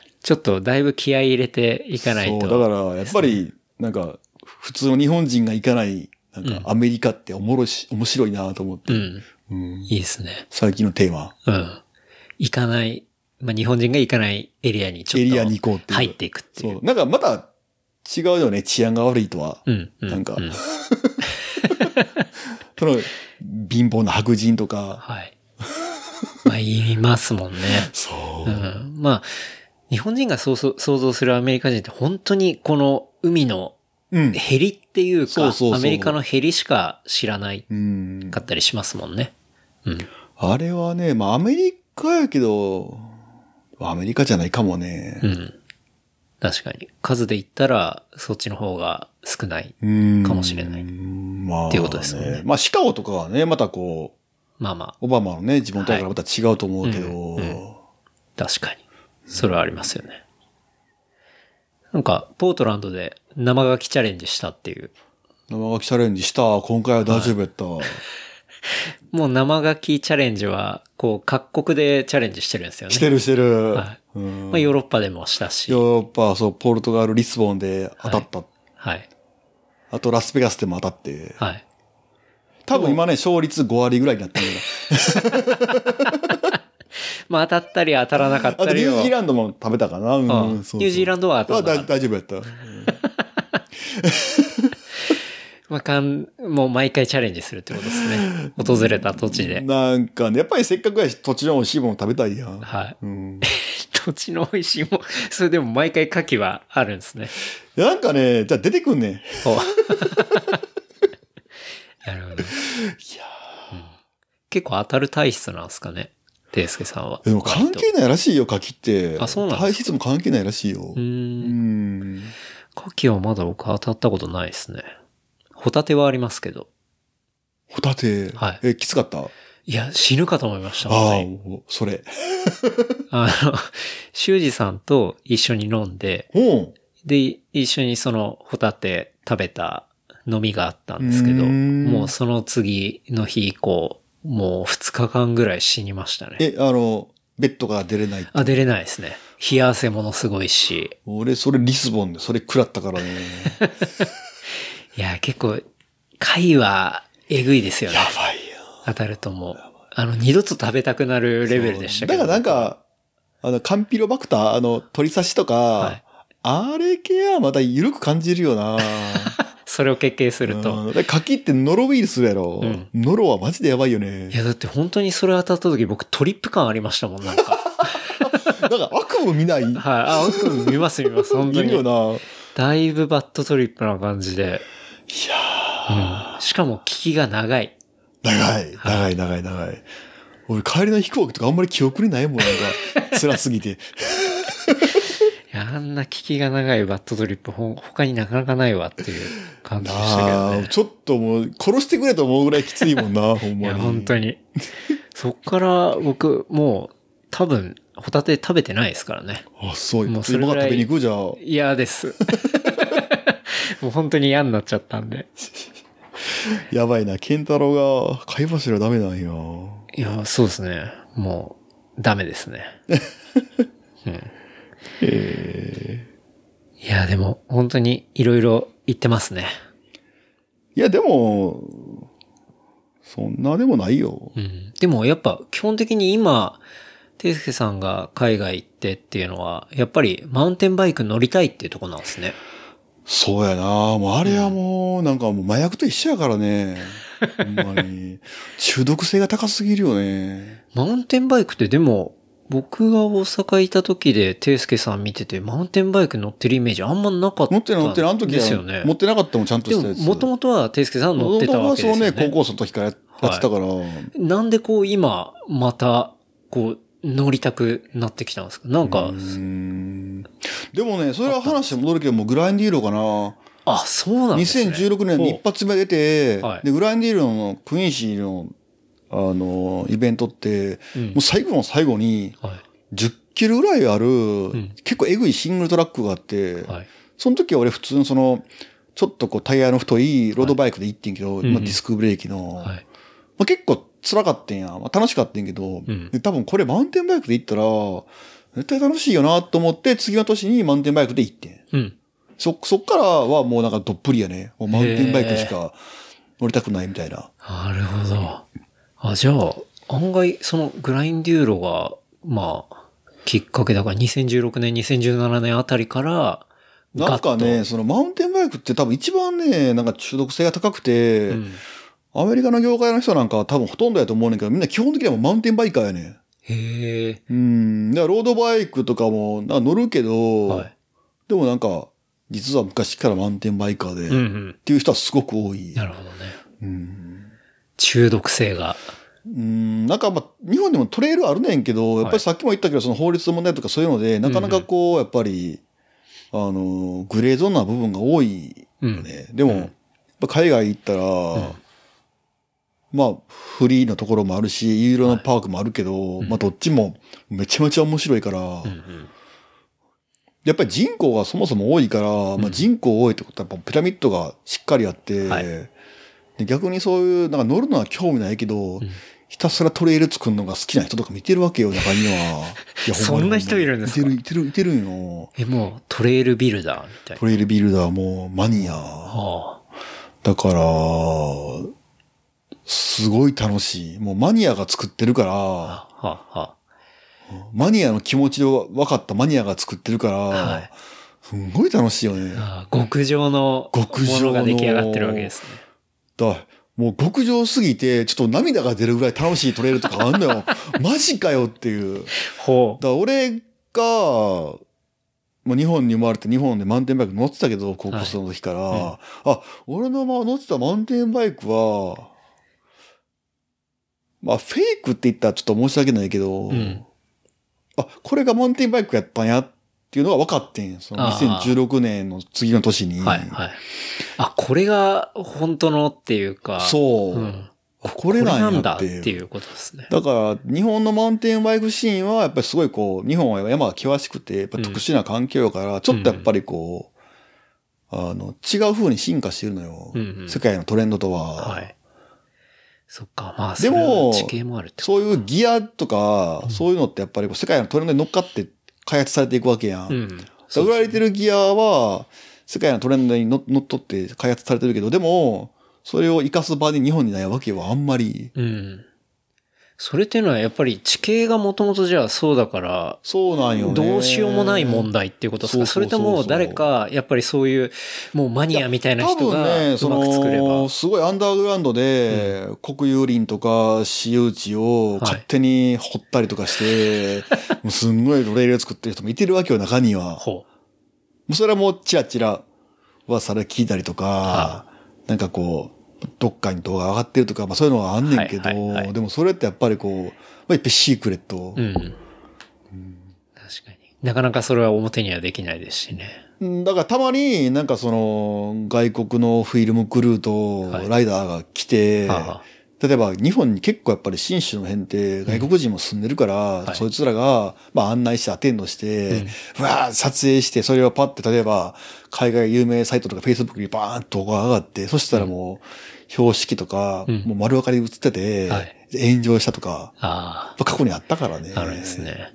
ー、ちょっとだいぶ気合い入れていかない
そう、だ
と。
から、やっぱり、なんか、普通の日本人が行かない、なんか、アメリカっておもろし、面白いなと思っ
う
て、
ん。
うん
いいですね。
最近のテーマ、
うん。行かない、まあ日本人が行かないエリアにちょっと。
エリアに行こうっていう
入っていくってい。
そうう、なんかまた違うよね、治安が悪いとは。
うん。う
なんか
う
その、貧乏な白人とか、
はい。まあ、言いますもんね。
そう
う。ん。まあ、日本人が想像想像するアメリカ人って本当にこの海の
うん。
ヘリっていう
そう
か
そう、そう
アメリカのヘリしか知らない
うん
か。ったりしますもんね。うん。
あれはね、まあ、アメリカやけど、アメリカじゃないかもね
う。ん。確かに。数で言ったら、そっちの方が少ない。
うん。
かもしれない
まあ、
っていうことですよね
まあ、シカゴとかはね、またこう、
まあまあ、
オバマのね、地元だからまた違うと思うけど、
はいうんうん確かに。それはありますよね。なんか、ポートランドで生ガキチャレンジしたっていう。
生書きチャレンジした。今回は大丈夫やった。
もう生書きチャレンジは、こう、各国でチャレンジしてるんですよね。
してるしてる。
はい
うん
まあ、ヨーロッパでもしたし。
ヨーロッパ、そう、ポルトガル、リスボンで当たった。
はい。
あと、ラスベガスでも当たって。
はい。
多分今ね、勝率5割ぐらいになってるんだ。
まあ、当たったり当たらなかっ
あ
た
と、ニ
り
ュ
を。
ージーランドも食べたかな。うん
ああ
そうそう
ニュージーランドは当た
あ
んな
だ
かった
大丈夫やった。
まあ、かん、もう毎回チャレンジするってことです ね。訪れた土地で。
なんかね、やっぱりせっかくやし、土地の美味しいもの食べたいやん。
はい。
うん、
土地の美味しいもん、それでも毎回牡蠣はあるんですね。
なんかね、じゃあ出てくんねん。
お なるほど。うん結構当たる体質なんですかね。ていすけさんは。
でも関係ないらしいよ、柿って。
あそうなんですか
体質も関係ないらしいよ
う。。
うんん。
牡蠣はまだ僕当たったことないですね。ホタテはありますけど。
ホタテ。
はい
え、きつかったあ
いや、死ぬかと思いました。本当
あ
に、
それ。
あの、 修二さんと一緒に飲んで、
うん。
で、一緒にそのホタテ食べた飲みがあったんですけど、
うーん
もうその次の日以降、もう2日間ぐらい死にましたね。
え、あの、ベッドから出れない。
あ、出れないですね。冷や汗ものすごいし。
俺、それリスボンで、それ食らっ たからね。
いや、結構、貝はえぐいですよね
や。ばいよ。
当たるともう。あの、二度と食べたくなるレベルでしたけど。
だからなんか、あの、カンピロバクター、あの、鳥刺しとか、
い
あれ系はまた緩く感じるよな。
それを決定すると。
うん、だから柿ってノロウイルスやろ。
うん
ノロはマジでやばいよね
い。や、だって本当にそれ当たった時僕トリップ感ありましたもん、なん か。はい。
なんか悪夢見ない。
あ、奥見ます見ます、本
い
当
るよ
に。
な。
だいぶバッドトリップな感じで。
いや
うんしかも、利きが長い。
ー、長い、長い、長い、長い。俺、帰りの飛行機とかあんまり記憶にないもん、なん か、辛すぎて。
いや、あんな利きが長いバッドトリップ、ほん他になかなかないわっていう感じ
な
でしたけど
あ、
ね。
ちょっともう、殺してくれと思うぐらいきついもんな、ほん
い
ま
や、
に。
本当に。そっから僕、もう、多分、ホタテ食べてないですからね。
あ、そう。
も
今
うそれぐ
から
い
ら食べに行くじゃあ。
嫌です。 もう本当に嫌になっちゃったんで。
やばいな、ケンタロウが貝柱ダメなんよ。
いや、そうですね。もう、ダメです ね。うん、
え
いや、でも、本当にいろいろ言ってますね。
ーいや、でも、そんなでもないよ。
うん、でも、やっぱ、基本的に今、ていすけさんが海外行ってっていうのは、やっぱりマウンテンバイク乗りたいっていうとこなんですね。
そうやなもうあれはもう、なんかもう麻薬と一緒やからね。ほんまに。中毒性が高すぎるよね。
マウンテンバイクってでも、僕が大阪いた時で、ていすけさん見てて、マウンテンバイク乗ってるイメージあんまなかった
持ってない持ってない。あの
ん
時
ですよ
は、
ね。
持ってなかったもん、ちゃんと
で
した
も、
やつ。
もともとは、ていすけさん乗ってたわけですよね。
元々はそうね、高校生の時からややってたから。
なんでこう今、また、こう、乗りたくなってきたんですかなんか、
うーんでもね、それは話戻るけど、もうグラインディーロかな。
あ、そうなんですね。
2016年に一発目出て、
はい
で、グラインディールのクイーンシーの、あの、イベントって、
うん
もう最後の最後に、
は
10キロぐらいある、
ん
結構エグいシングルトラックがあって、
い。はい。
その時は俺普通のその、ちょっとこうタイヤの太いロードバイクで行ってんけ
い
ど、
うんうん
まあディスクブレーキの、
は
ま
い。
あ、結構辛かったんや。まあ、楽しかったんやけど、
うん
で多分これマウンテンバイクで行ったら、絶対楽しいよなと思って、次の年にマウンテンバイクで行ってん。
うん。
そ、そっからはもうなんかどっぷりやね。もうマウンテンバイクしか乗りたくないみたいな。
なるほど。あ、じゃあ、案外、その、グラインデューロが、まあ、きっかけだから、2016年、2017年あたりから、
なんか
ガッ
ね、そのマウンテンバイクって多分一番ね、なんか中毒性が高くて、
と、うん
アメリカの業界の人なんかは多分ほとんどやと思うねんけど、みんな基本的にはもうマウンテンバイカーやねん。
へえ、
うん。だからロードバイクとかもなんか乗るけど、
はい。
でもなんか、実は昔からマウンテンバイカーで、
うんう
っ
ん。
ていう人はすごく多い。
なるほどね。
うん。
中毒性が。
うん、なんかまあ、日本でもトレイルあるねんけど、やっぱりさっきも言ったけど、その法律の問題とかそういうので、なかなかこう、やっぱり、あの、グレーゾーンな部分が多いよね。でも、
うん
やっぱ海外行ったら、まあ、フリーのところもあるし、ユーロのパークもあるけど、まあ、どっちもめちゃめちゃ面白いから、
うんうん。
やっぱり人口がそもそも多いから、まあ、人口多いってことは、やっぱピラミッドがしっかりあって、
はい
で逆にそういう、なんか乗るのは興味ないけど、ひたすらトレイル作るのが好きな人とか見てるわけよ、中には。いや
そんな人いるんですか
いてる、いてる、いてるんよ。
え、もうトレイルビルダーみたい
トレイルビルダーもマニア。
な。ああ。
だから、すごい楽しい。もうマニアが作ってるから、
はあ、は
マニアの気持ちを分かったマニアが作ってるから、
はい
すんごい楽しいよね。
あ。ああ極上のも
極上の
のが出来上がってるわけですね。
だもう極上すぎて、ちょっと涙が出るぐらい楽しいトレイルとかあん のよ。マジかよっていう。
ほう。
だ俺が、まあ、日本に生まれて日本でマウンテンバイク乗ってたけど、高校生の時から、
は
あ、俺のま乗ってたマウンテンバイクは、まあ、フェイクって言ったらちょっと申し訳ないけど、
うん。
あ、これがマウンテンバイクやったんやっていうのが分かってん。その
あー
2016年の次の年に。
はい、はい。あ、これが本当のっていうか。
そう、
うん。
あ
こ
こ
れ
れ
な
なん
ん
や
だ
っ
ってて
いう。
いうことですね。
だから、日本のマウンテンバイクシーンは、やっぱりすごいこう、日本は山が険しくて、やっぱ特殊な環境やから、ちょっとやっぱりこう、あの、違う風に進化してるのよ。
うんうん
世界のトレンドとは。
はい。そっか、まあ、
で
そ
も
れは地形もあるってこと
そういうギアとか、そういうのってやっぱりこう世界のトレンドに乗っかって開発されていくわけやん。
うん。
だから売られてるギアは、世界のトレンドにの乗っ取って開発されてるけど、でも、それを活かす場で日本にないわけはあんまり。
うん。それっていうのはやっぱり地形がもともとじゃあそうだから、
そうなんよね。
どうしようもない問題っていうことですか
そ
そうれ
そうそう
と
そ
も
う
誰か、やっぱりそういう、もうマニアみたいな
多
人
分
が
ね、
う
そ
まく作れば
の、。すごいアンダーグラウンドで、国有林とか私有地を勝手に掘ったりとか して、もうすんごいレイル作ってる人もいてるわけよ、中には。
ほ
もうそれはもうチラチラ噂で聞いたりとか、なんかこう、どっかに動画上がってるとか、まあそういうのはあんねんけど、
はいはいはい
でもそれってやっぱりこう、まあ、やっぱりシークレット
う。う。ん。確かに。なかなかそれは表にはできないですしね。
うんだからたまになんかその、外国のフィルムクルー
はい
とライダーが来て、
は
例えば日本に結構やっぱり新州の辺って外国人も住んでるから、
はい
そいつらが、まあ、案内してアテンドして、うわー撮影してそれをパッて例えば海外有名サイトとか Facebook にバーンと動画上がってそしたらもう標識とか、
うん
もう丸分かり映ってて、
はい
炎上したとか
あ。あ
過去にあったからね。
あ。あるんですね。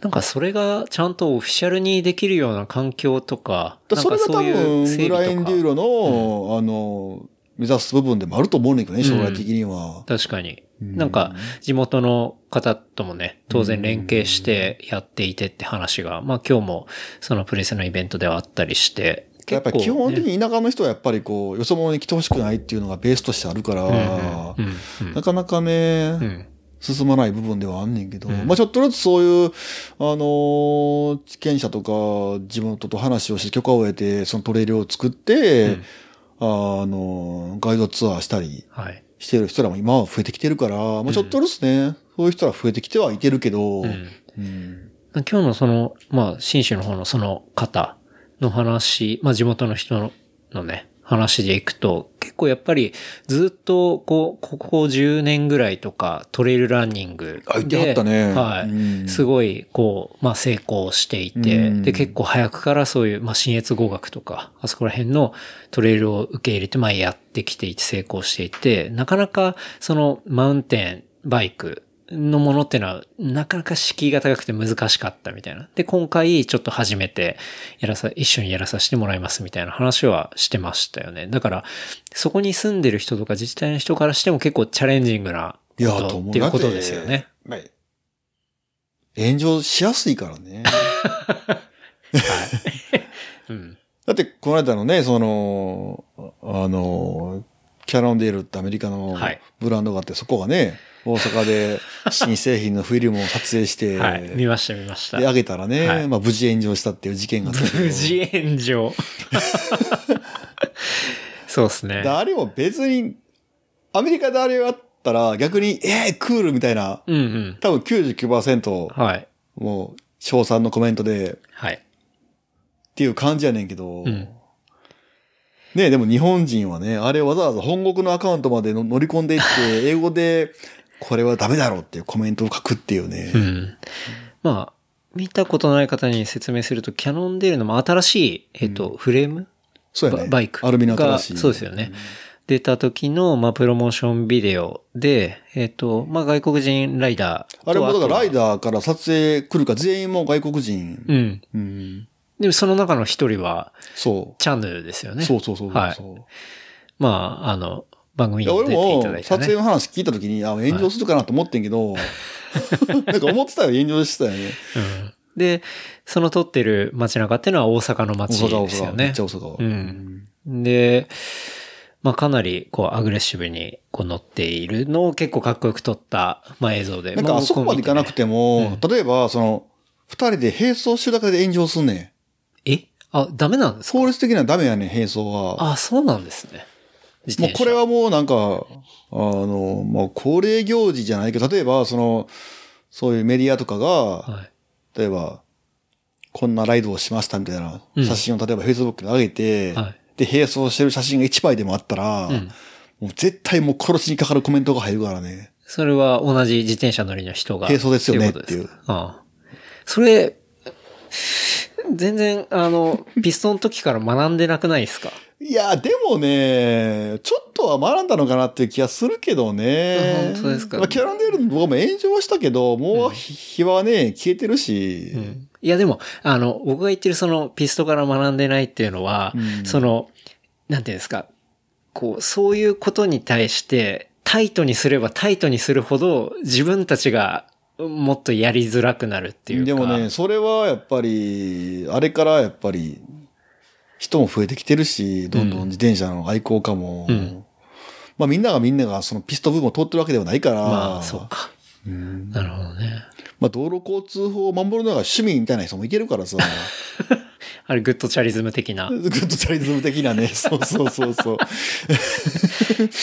なんかそれがちゃんとオフィシャルにできるような環境とか、
だからそれが
なんかそ
多
ういう
分
整
グラエ
備
ン
と
デュー
か。
ロの、あの目指す部分でもあると思うねんだけどね将来的には。
確かに。
うん
なんか、地元の方ともね、当然連携してやっていてって話が、まあ今日もそのプレスのイベントではあったりして、
やっぱり基
結構
本
ね
的に田舎の人はやっぱりこう、よそ者に来てほしくないっていうのがベースとしてあるから、
うんうんうん
なかなかね、
うん
進まない部分ではあんねんけど、
うん
まあちょっとずつそういう、あのー、地権者とか、地元と話をして許可を得て、そのトレイルを作って、あのー、ガイドツアーしたり
はい。
してる人らも今は増えてきてるから、まあちょっとずつね、そういう人ら増えてきてはいてるけど、
うん
うん
今日のその、まあ、新州の方のその方の話、まあ、地元の人のね、話でいくと、結構やっぱりずっと、こう、ここ10年ぐらいとか、トレイルランニング
あ言って
で。
はったね
はい。
うん
すごい、こう、まあ、成功していて、
うん
で、結構早くからそういう、まあ、新越語学とか、あそこら辺のトレイルを受け入れて、まあ、やってきていて、成功していて、なかなか、その、マウンテン、バイク、のものってのは、なかなか敷居が高くて難しかったみたいな。で、今回ちょっと初めてやらさ、一緒にやらさせてもらいますみたいな話はしてましたよね。だから、そこに住んでる人とか自治体の人からしても結構チャレンジングなこ
いや、と
と
思う。
っていうことですよね。
だって。まあ炎上しやすいから ね。
うん。
だって、この間のね、その、あの、キャロンデールってアメリカの
はい
ブランドがあって、そこがね、大阪で 新製品のフィルムを撮影して、
はい。見ました見ました
で、。あげたらね、
はい
まあ無事炎上したっていう事件があったけど
無事炎 上。そうですね
で。あれも別に、アメリカであれがあったら逆に、えー、クールみたいな、
うんうん。
多分99%、
はい。
もう、賞賛のコメントで、
はい。
っていう感じやねんけど、
うん
ねでも日本人はね、あれをわざわざ本国のアカウントまでの乗り込んで いって、英語で、これはダメだろうっていうコメントを書くっていうね。
うん。まあ、見たことない方に説明すると、キャノンデールのまあ新しい、えっ、と、フレーム
そうや
バ
ね。
バイクが。
アルミの新しい。
そうですよね。出た時の、まあ、プロモーションビデオで、えっ、と、まあ、外国人ライダーと
あれもだからライ
ー
ダーから撮影来るから全員もう外国人。
うん。
うん。
でもその中の一人は、
そ
チャンヌルですよ
う。
ね。
そうそうそうそう。
はい
い
まあ、あの、番組に
や、
も出
俺
てい
も
ただいた
撮影
ね。
の話聞いた時に、あ、炎上するかなと思ってんけど、 なんか思ってたより炎上してたよ ね。
うんで、その撮ってる街中っていうのは大阪の
大
街
阪、大
ですよ
阪。
ね。
めっちゃ大阪。
うんで、まあ、かなり、こう、アグレッシブに、こう、乗っているのを結構かっこよく撮った、まあ、映像で。
なんかあそこまでいかなく
て。
ても、例えば、その、二人で並走してるだけで炎上すんねん。
えあ、ダメなんですか
法律的にはダメやねん、並走は。
あ、そうなんですね。自
もう
転車
これ。はもうなんか、あの、まあ、恒例行事じゃないけど、例えば、その、そういうメディアとかが、
はい。
例えば、こんなライドをしましたみたいな
うん
写真を例えば Facebook に上げて、
は
で、並走してる写真が1枚でもあったら、
うん
もう絶対もう殺しにかかるコメントが入るからね。
それは同じ自転車乗りの人が。
並走ですよねっていう
ことですかああそれ、全然、あの、ピストンの時から学んでなくないですか
いや、でもね、ちょっとは学んだのかなっていう気がするけどね。
あ本当ですか
まあ、キャラメルの僕も炎上はしたけど、もう日はね、消えてるし。
いやでも、あの、僕が言ってるそのピストから学んでないっていうのは、
うん
その、なんていうんですか、こう、そういうことに対して、タイトにすればタイトにするほど、自分たちがもっとやりづらくなるっていうか。
でもね、それはやっぱり、あれからやっぱり、人も増えてきてるし、どんどん自転車の愛好家も、
うん
まあみんながみんながそのピスト部分を通ってるわけではないから、
まあ、そうか。
うん
なるほどね。
まあ道路交通法を守るのが趣味みたいな人もいけるか らさ、
あれ、グッドチャリズム的な
グ、ッドチャリズム的なね、そうそうそうそう。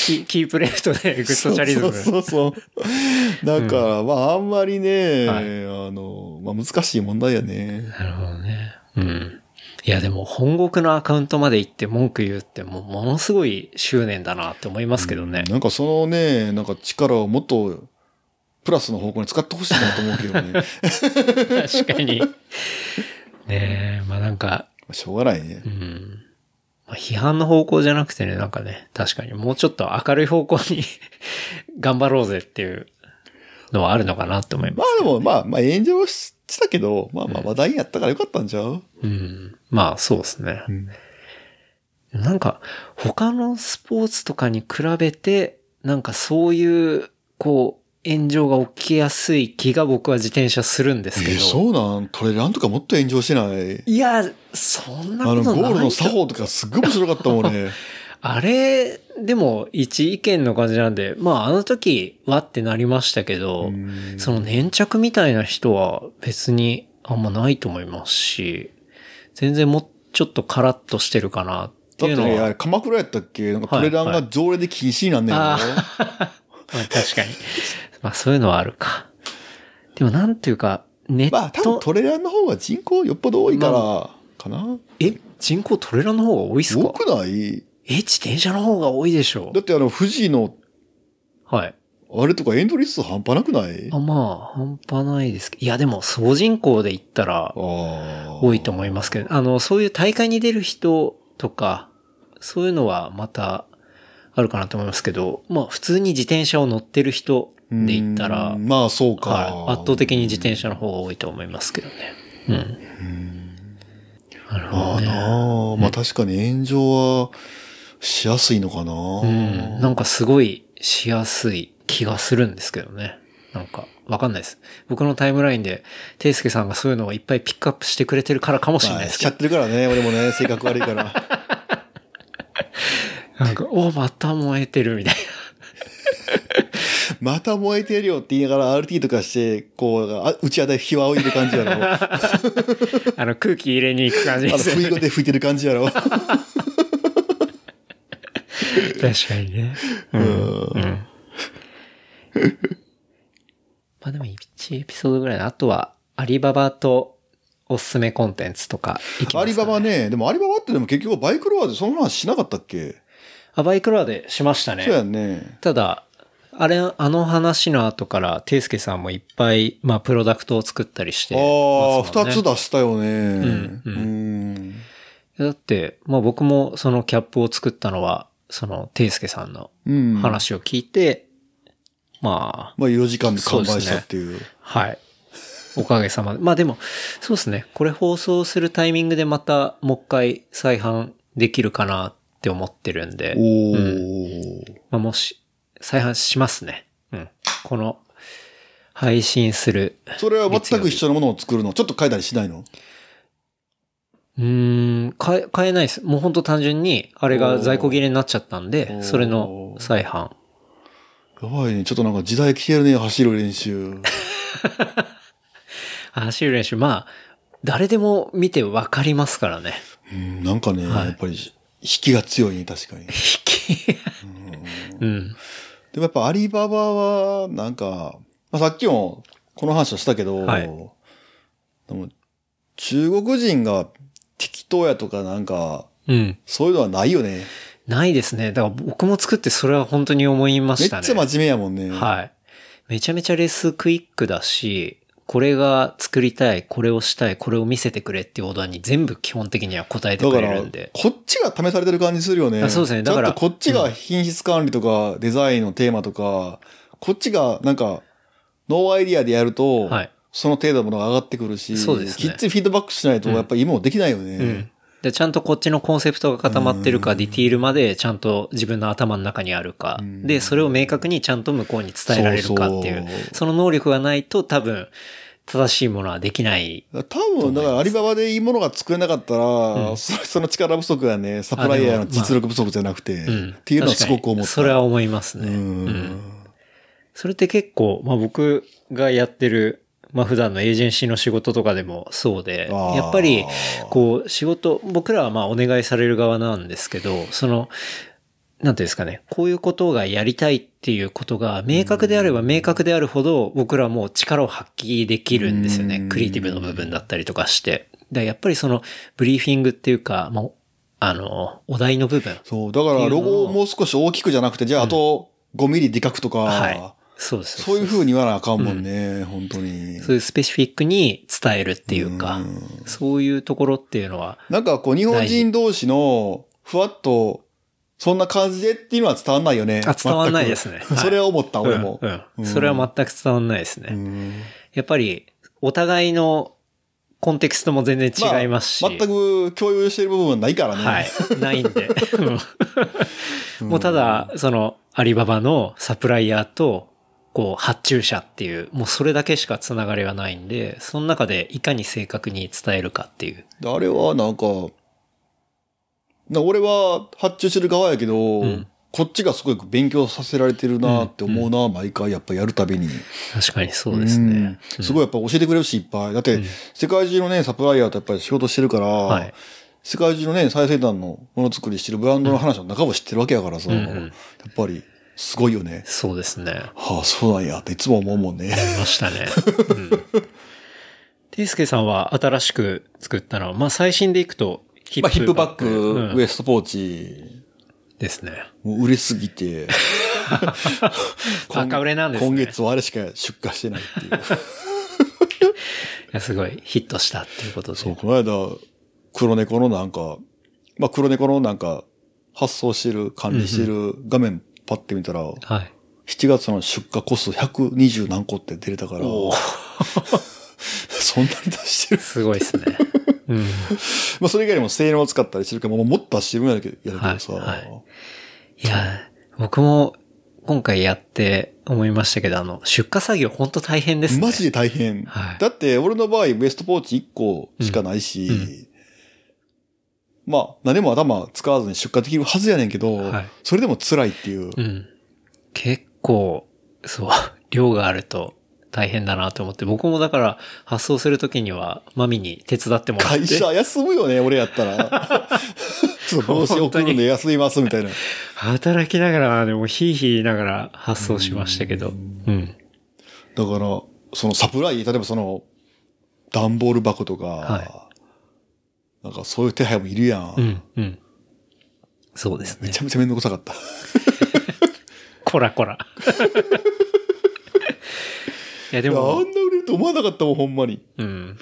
キキープレートでグッドチャリズム。
そうそうそう。だから、まああんまりね、
はい
あの、まあ難しい問題やね。
なるほどね。うん。いや、でも、本国のアカウントまで行って文句言うって、もう、ものすごい執念だなって思いますけどね。
なんかそのね、なんか力をもっと、プラスの方向に使ってほしいなと思うけ どね。
確か に。ねえ、まあなんか、
しょうがないね
う。ん。まあ批判の方向じゃなくてね、なんかね、確かにもうちょっと明るい方向に 頑張ろうぜっていうのはあるのかなと思いま。
ますあでも、まあ、まあ炎上したけど、まあまあ話題やったからよかったんちゃう
うん。まあそうですね。
うん
なんか、他のスポーツとかに比べて、なんかそういう、こう、炎上が起きやすい気が僕は自転車するんですけど。
うなんトレランとかもっと炎上してない。
いや、そんな
あ
ことな
の、
いと
ゴ
思う
ールの作法とかすっごい面白かったもん ね。
あれ、でも一意見の感じなんで、まああの時はってなりましたけど、
うん
その粘着みたいな人は別にあんまないと思いますし、全然もうちょっとカラッとしてるかなって
だっ
い
て
うの
ね、あ
は。
れ鎌倉やったっけなんかトレラン
はい
が条例で禁止になんねんよ。
あまあ確かに。 まあそういうのはあるか。でもなんていうか、ネット、
まあ多分トレランの方が人口よっぽど多いから、かな
え人口トレラの方が多いっす
多
か
くない
え自転車の方が多いでしょ
だってあの、富士の
はい。
あれとかエントリー数半端なくない
あまあ、半端ないですけど。いやでも総人口で言ったら、
あ
多いと思いますけど、あの、そういう大会に出る人とか、そういうのはまたあるかなと思いますけど、まあ普通に自転車を乗ってる人で言ったら、
うんまあそうか、
はい、圧倒的に自転車の方が多いと思いますけどね。うん。なる
ま
ほど
あ
ね。
なあ、まあ確かに炎上はしやすいのかな、
うん。なんかすごいしやすい気がするんですけどね。なんか、わかんないです。僕のタイムラインで、ていすけさんがそういうのをいっぱいピックアップしてくれてるからかもしれ
ま
ない
あ、
で
し
す
ち
け
ゃ
ど。
ってるからね、俺もね、性格悪いから。
なんか、お、また燃えてるみたいな。
また燃えてるよって言いながら RT とかして、こう、あ打ち当たり火を置いてる感じやろ。 あ
あの、空気入れに行く感じで
の、
すよ
不
ね
意。語で吹いてる感じやろ。
確かにね。うん。うん。まあでも1エピソードぐらいの、あとは、アリババとおすすめコンテンツとかいきますか、ね。
アリババ。ね、でもアリババってでも結局バイクロアでその話しなかったっけ、
あ、バイクロアでしました
そうや
ね。
んね。
ただ、あれ、あの話の後から、ていすけさんもいっぱい、まあ、プロダクトを作ったりして
ああ、
ますも
二、
んね。
つ出したよね。うん
うん
ん
だって、まあ僕もそのキャップを作ったのは、その、ていすけさんの話を聞いて、まあ。
まあ4時間で完売したっていう。うね、
はい。おかげさまで。まあでも、そうですね。これ放送するタイミングでまた、もう一回再販できるかなって思ってるんで。
おー。
うん、まあもし、再販しますね。うん。この、配信する。
それは全く一緒のものを作るのちょっと変えたりしないの
うん、変え、変えないです。もう本当単純に、あれが在庫切れになっちゃったんで、それの再販。
やばいね。ちょっとなんか時代消えるね、走る練習。
走る練習、まあ、誰でも見てわかりますからね。
うん、なんかね、はい、やっぱり、引きが強いね、確かに。引
きうん。うん。
でもやっぱアリババは、なんか、まあ、さっきもこの話をしたけど、はい、中国人が適当やとかなんか、
うん、
そういうのはないよね。
ないですね。だから僕も作ってそれは本当に思いました
ね。めっちゃ真面目やもんね。
はい。めちゃめちゃレスクイックだし、これが作りたい、これをしたい、これを見せてくれっていうオーダーに全部基本的には答えてくれるんで。
こっちが試されてる感じするよね。
そうですね。だから。
こっちが品質管理とか、うん、デザインのテーマとか、こっちがなんか、ノーアイディアでやると、はい、その程度のものが上がってくるし、
そうです
ね、きっちりフィードバックしないと、やっぱり今もできないよね。
うん、うんでちゃんとこっちのコンセプトが固まってるか、ディティールまでちゃんと自分の頭の中にあるか、で、それを明確にちゃんと向こうに伝えられるかっていう、その能力がないと多分、正しいものはできない。
多分、だからアリババでいいものが作れなかったら、うん、その力不足がね、サプライヤーの実力不足じゃなくて、まあうん、っていうのはすごく思った。
それは思いますね。うん、それって結構、まあ僕がやってるまあ普段のエージェンシーの仕事とかでもそうで、やっぱりこう仕事、僕らはまあお願いされる側なんですけど、その、なんていうんですかね、こういうことがやりたいっていうことが明確であれば明確であるほど僕らも力を発揮できるんですよね。クリエイティブの部分だったりとかして。で、やっぱりそのブリーフィングっていうか、まあ、あの、お題の部分。
そう、だからロゴをもう少し大きくじゃなくて、じゃああと5ミリでかくとか、うん、
はいそうです。
そういう風に言わなあかんもんね、うん、本当に。
そういうスペシフィックに伝えるっていうか、うん、そういうところっていうのは。
なんかこう、日本人同士の、ふわっと、そんな感じでっていうのは伝わんないよね。
あ、伝わんないですね。
それは思った、、
はい
俺も、
うん、うん。それは全く伝わんないですね。やっぱり、お互いのコンテクストも全然違いますし。
まあ、全く共有してる部分はないからね。
はい。ないんで。もうただ、その、アリババのサプライヤーと、こう、発注者っていう、もうそれだけしかつながりはないんで、その中でいかに正確に伝えるかっていう。
あれはなんか、な俺は発注してる側やけど、うん、こっちがすごく勉強させられてるなって思うな、うん、毎回やっぱやるたびに。
確かにそうですね、
うん。すごいやっぱ教えてくれるしいっぱい。だって、世界中のね、サプライヤーとやっぱり仕事してるから、はい、世界中のね、最先端のものづくりしてるブランドの話の中も知ってるわけやからさ、やっぱり。すごいよね。
そうですね。
はあ、そうなんやっていつも思うもんね。
思いましたね。うん。ていすけさんは新しく作ったのは、まあ最新でいくと
ヒップバック。まあ、ヒップバック、うん、ウエストポーチ。
ですね。
もう売れすぎて。
バカ売れなんです
ね。今月はあれしか出荷してないっていう。
い や、すごいヒットしたっていうことで。
そう、この間、黒猫のなんか、まあ黒猫のなんか、発送してる、管理してる画面、うんうんパッて見たら、はい、7月の出荷個数120何個って出れたから、 そんなに出してる。
すごいですね。うん、
まあそれ以外にも性能を使ったりしてるけど、もっと出してるんやけどさ、はい
はい。いや、僕も今回やって思いましたけど、あの、出荷作業本当大変ですね。
マジで大変。はい、だって俺の場合、ウエストポーチ1個しかないし、うんうん、まあ、何も頭使わずに出荷できるはずやねんけど、はい、それでも辛いっていう。
うん。結構、そう、 量があると大変だなと思って、僕もだから発送するときには、マミに手伝ってもらって。
会社休むよね、俺やっ たら。ちょっと帽子送るんで休みますみたいな。
働きながら、でもヒーヒーながら発送しましたけど。うん,
うん、だから、そのサプライ、例えばその、段ボール箱とか、はいなんかそういう手配もいるやん。
うん、うん。そうですね。
めちゃめちゃめんどくさかった。
こらこら。 いや、でも。
あんな売れると思わなかったもん、ほんまに。
うん。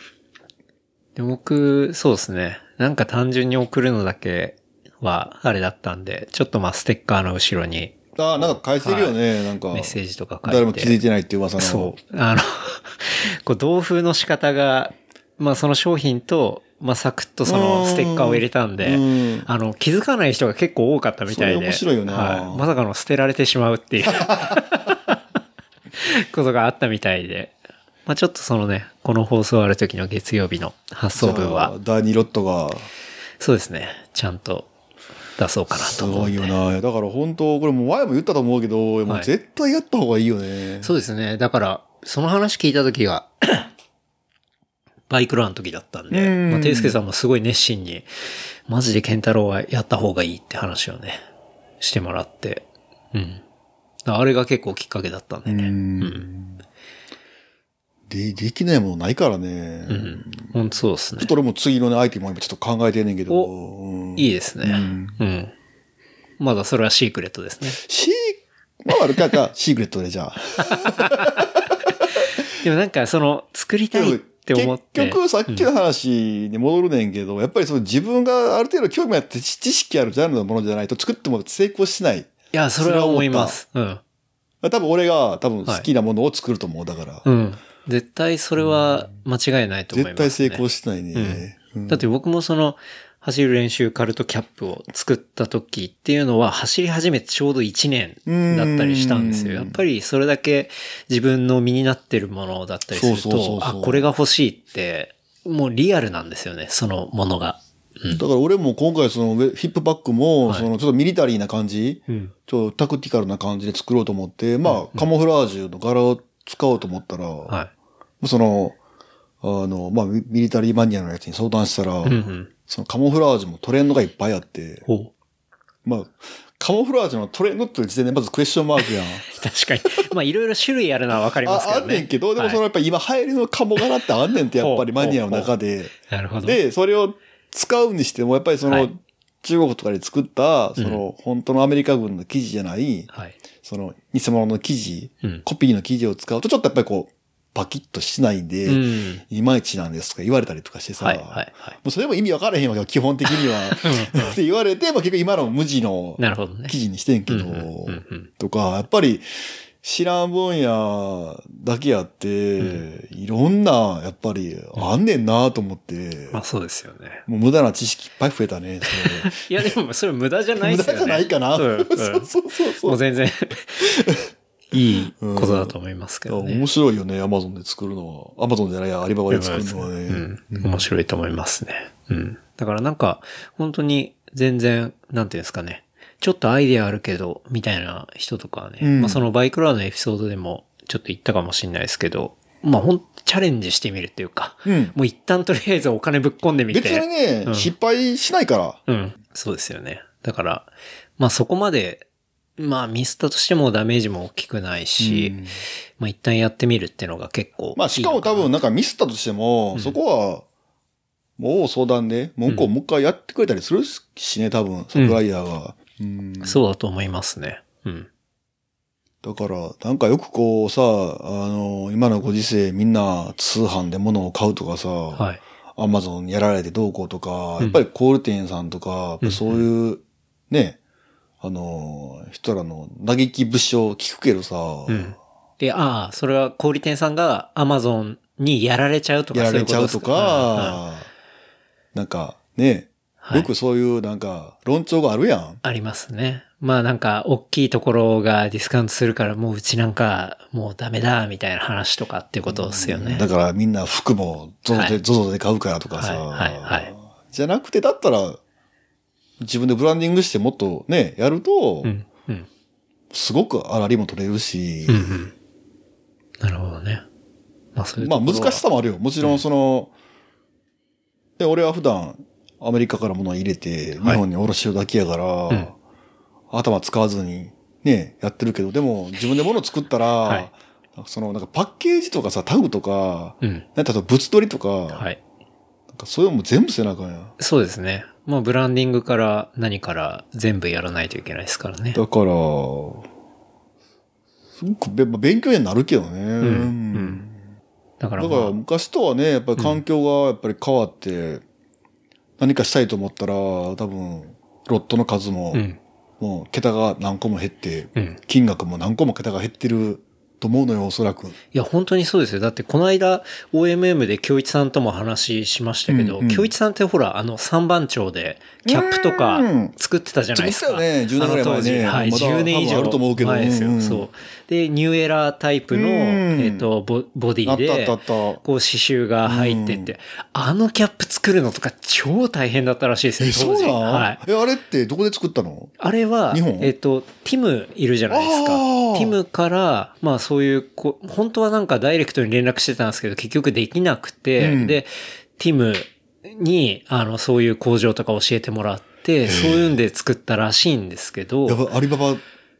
で僕、そうですね。なんか単純に送るのだけはあれだったんで、ちょっとまあステッカーの後ろに
ああ、なんか返せるよね、なんか。
メッセージとか書いて。
誰も気づいてないっていう噂の。
そう。あの、 こう、同封の仕方が、まあその商品と、まあサクッとそのステッカーを入れたんで、
うん
あの、気づかない人が結構多かったみたいで。
それ面白いよな
はい。まさかの捨てられてしまうっていう、ことがあったみたいで。まあちょっとそのね、この放送ある時の月曜日の発送分は、
じゃあ第2ロットが。
そうですね、ちゃんと出そうかな
す
と思う
ご
ん
い
で
よな。だから本当、これもう前も言ったと思うけど、もう絶対やった方がいいよね。
そうですね。だから、その話聞いた時が、バイクランの時だったん
うん
で、まあ、ていすけさんもすごい熱心に、マジでケンタロウはやった方がいいって話をね、してもらって、うん。だからあれが結構きっかけだったんで
う
ね。
ん。で、できないものないからね。
うん。ほんとそうです
ちょ
ね
っ。と俺も次のね、アイテムを今ちょっと考えてんねんけど。うん
いいですね。
うん
うん。まだそれはシークレットですね。
シー、まあ悪か った。シークレットでじゃあ。
でもなんかその、作りたいって思って。
結局さっきの話に戻るねんけど、やっぱりその自分がある程度興味あって知知識あるジャンルのものじゃないと作っても成功しない。
いや、それは思います。うん。
多分俺が多分好きなものを作ると思う。だから。
うん。絶対それは間違いないと思いま
絶
す、ね。
対成功しないね。うん
だって僕もその、走る練習カルトキャップを作った時っていうのは、走り始めてちょうど1年だったりしたんです
う
よ。や
ん
っぱりそれだけ自分の身になってるものだったりする
そうそうそうそう
と、あ、これが欲しいって、もうリアルなんですよね、そのものが。うん。
だから俺も今回そのウェヒップバックも、そのちょっとミリタリーな感じ、
うん。
ちょっとタクティカルな感じで作ろうと思って、まあカモフラージュの柄を使おうと思ったら、
は
その、あの、まあミミリタリーマニアのやつに相談したら、
い。うんうん。
そのカモフラージュもトレンドがいっぱいあって、
ほう。
まあ、カモフラージュのトレンドっていう時点でまずクエスチョンマークやん。
確かに。まあいろいろ種類あるのはわかりま
あ
すけど
あ
ね。
んねんけど、でもその
は
やっぱり今流行りのカモ柄ってあんねんってやっぱりマニアの中
い
で。
なるほど。
で、それを使うにしても、やっぱりその、
はい
中国とかで作った、そ
ん
の、本当のアメリカ軍の記事じゃない、
はい。
その、偽物の記事、
うん
コピーの記事を使うと、ちょっとやっぱりこう、パキッとしないんで、
うん。
いまいちなんですとか言われたりとかしてさ、
はいはいはい
も。うそれも意味分からへんわけよ、基本的には。 って言われて、まあ結局今の無地の
なるほどね。
記事にしてんけ
う
ど、
んうんうんうん
とか、やっぱり知らん分野だけあって、いろんな、やっぱりあんねんなと思って、
まあそうですよね。
もう無駄な知識いっぱい増えたね。
いやでもそれ無駄じゃ
そ
な
れ
いで
無
す
駄
よね。
じゃないかな。
うんうん
そうそうそうそ
も
う
う。全然、いいことだと思いますけど
いや面
ね。
白いよね、アマゾンで作るのは。アマゾンじゃないや、アリババで作るのはね。
うん、面白いと思いますね。うん。だからなんか、本当に全然、なんていうんですかね。ちょっとアイデアあるけど、みたいな人とかはね、
うん
まあそのバイクラーのエピソードでもちょっと言ったかもしれないですけど、まあほん、チャレンジしてみるっていうか、
うん
もう一旦とりあえずお金ぶっ込んでみて。
別にね、
うん
失敗しないか
う
ら。
ん。そうですよね。だから、まあそこまで、まあミスったとしてもダメージも大きくないし、
うん
まあ一旦やってみるっていうのが結構いいのな。
まあ、しかも多分なんかミスったとしても、そこは、もう相談で、文句をもう一回やってくれたりするしね、多分、サプライヤーが。うん
そうだと思いますね。うん。
だから、なんかよくこうさ、あの、今のご時世みんな通販で物を買うとかさ、
はい。
アマゾンやられてどうこうとか、
ん
やっぱりコール店さんとか、
うん
そういう、ね、あの、人らの嘆き節を聞くけどさ、
うん。で、ああ、それは小売店さんが Amazon にやられちゃうとか
やら
そうい
れ
うこ
ちゃう
です
と
かうんうん
か、なんかね、
はい
よくそういうなんか論調があるやん。
ありますね。まあなんか、大きいところがディスカウントするから、もううちなんか、もうダメだ、みたいな話とかっていうことですよね。
だからみんな服もゾゾで、
はい
ゾゾで買うからとかさ、
はいはいはい
じゃなくてだったら、自分でブランディングしてもっとね、やると
う、ん。うん。
すごくあらりも取れるし
う、んうん。なるほどね。まあそういう
ま
と
あ
ころは
難しさもあるよ。もちろんその、で、俺は普段アメリカから物を入れて、日
はい
本に卸しようだけやから、
ん
頭使わずにね、やってるけど、でも自分で物作ったら、
はい
そのなんかパッケージとかさ、タグとか、
うん。
なんかあと物撮りとか、
はい。
なんかそういうのも全部せなあかんやん。
そうですね。まあブランディングから何から全部やらないといけないですからね。
だから、すごくべまあ勉強にはなるけどね。
うん
うん
だから
だ
ま
から
あ、
昔とはね、やっぱり環境がやっぱり変わって、何かしたいと思ったら、多分、ロットの数も、
うん。
もう桁が何個も減って、
うん。
金額も何個も桁が減ってると思うのよ、おそらく。
いや、本当にそうですよ。だって、この間、OMM で京一さんとも話しましたけど、
うんうん
京一さんってほら、あの、三番町で、キャップとか
うん
作ってたじゃないですか。
作ってたよね10年ぐらい前ね
あの当時はい、
まだ
10年以
多分あると思うけ
上
ど
前ですよ、
うんうん
そう。で、ニューエラータイプの、
うん
えっ、とボ、ボデ
あ
ィ
ったあったあ
で
っ、
こう
た。
刺繍が入ってて、
う
あのキャップ作るのとか超大変だったらしいですよ、
え、
当
そう
時。
なん、
はい。
え、あれってどこで作ったの
あれは
日本、
えっ、と、ティムいるじゃないですか
あー。
ティムから、まあそういう、こう本当はなんかダイレクトに連絡してたんですけど、結局できなくて、
うん
で、ティムに、あの、そういう工場とか教えてもらって、そういうんで作ったらしいんですけど、
やば、アリババ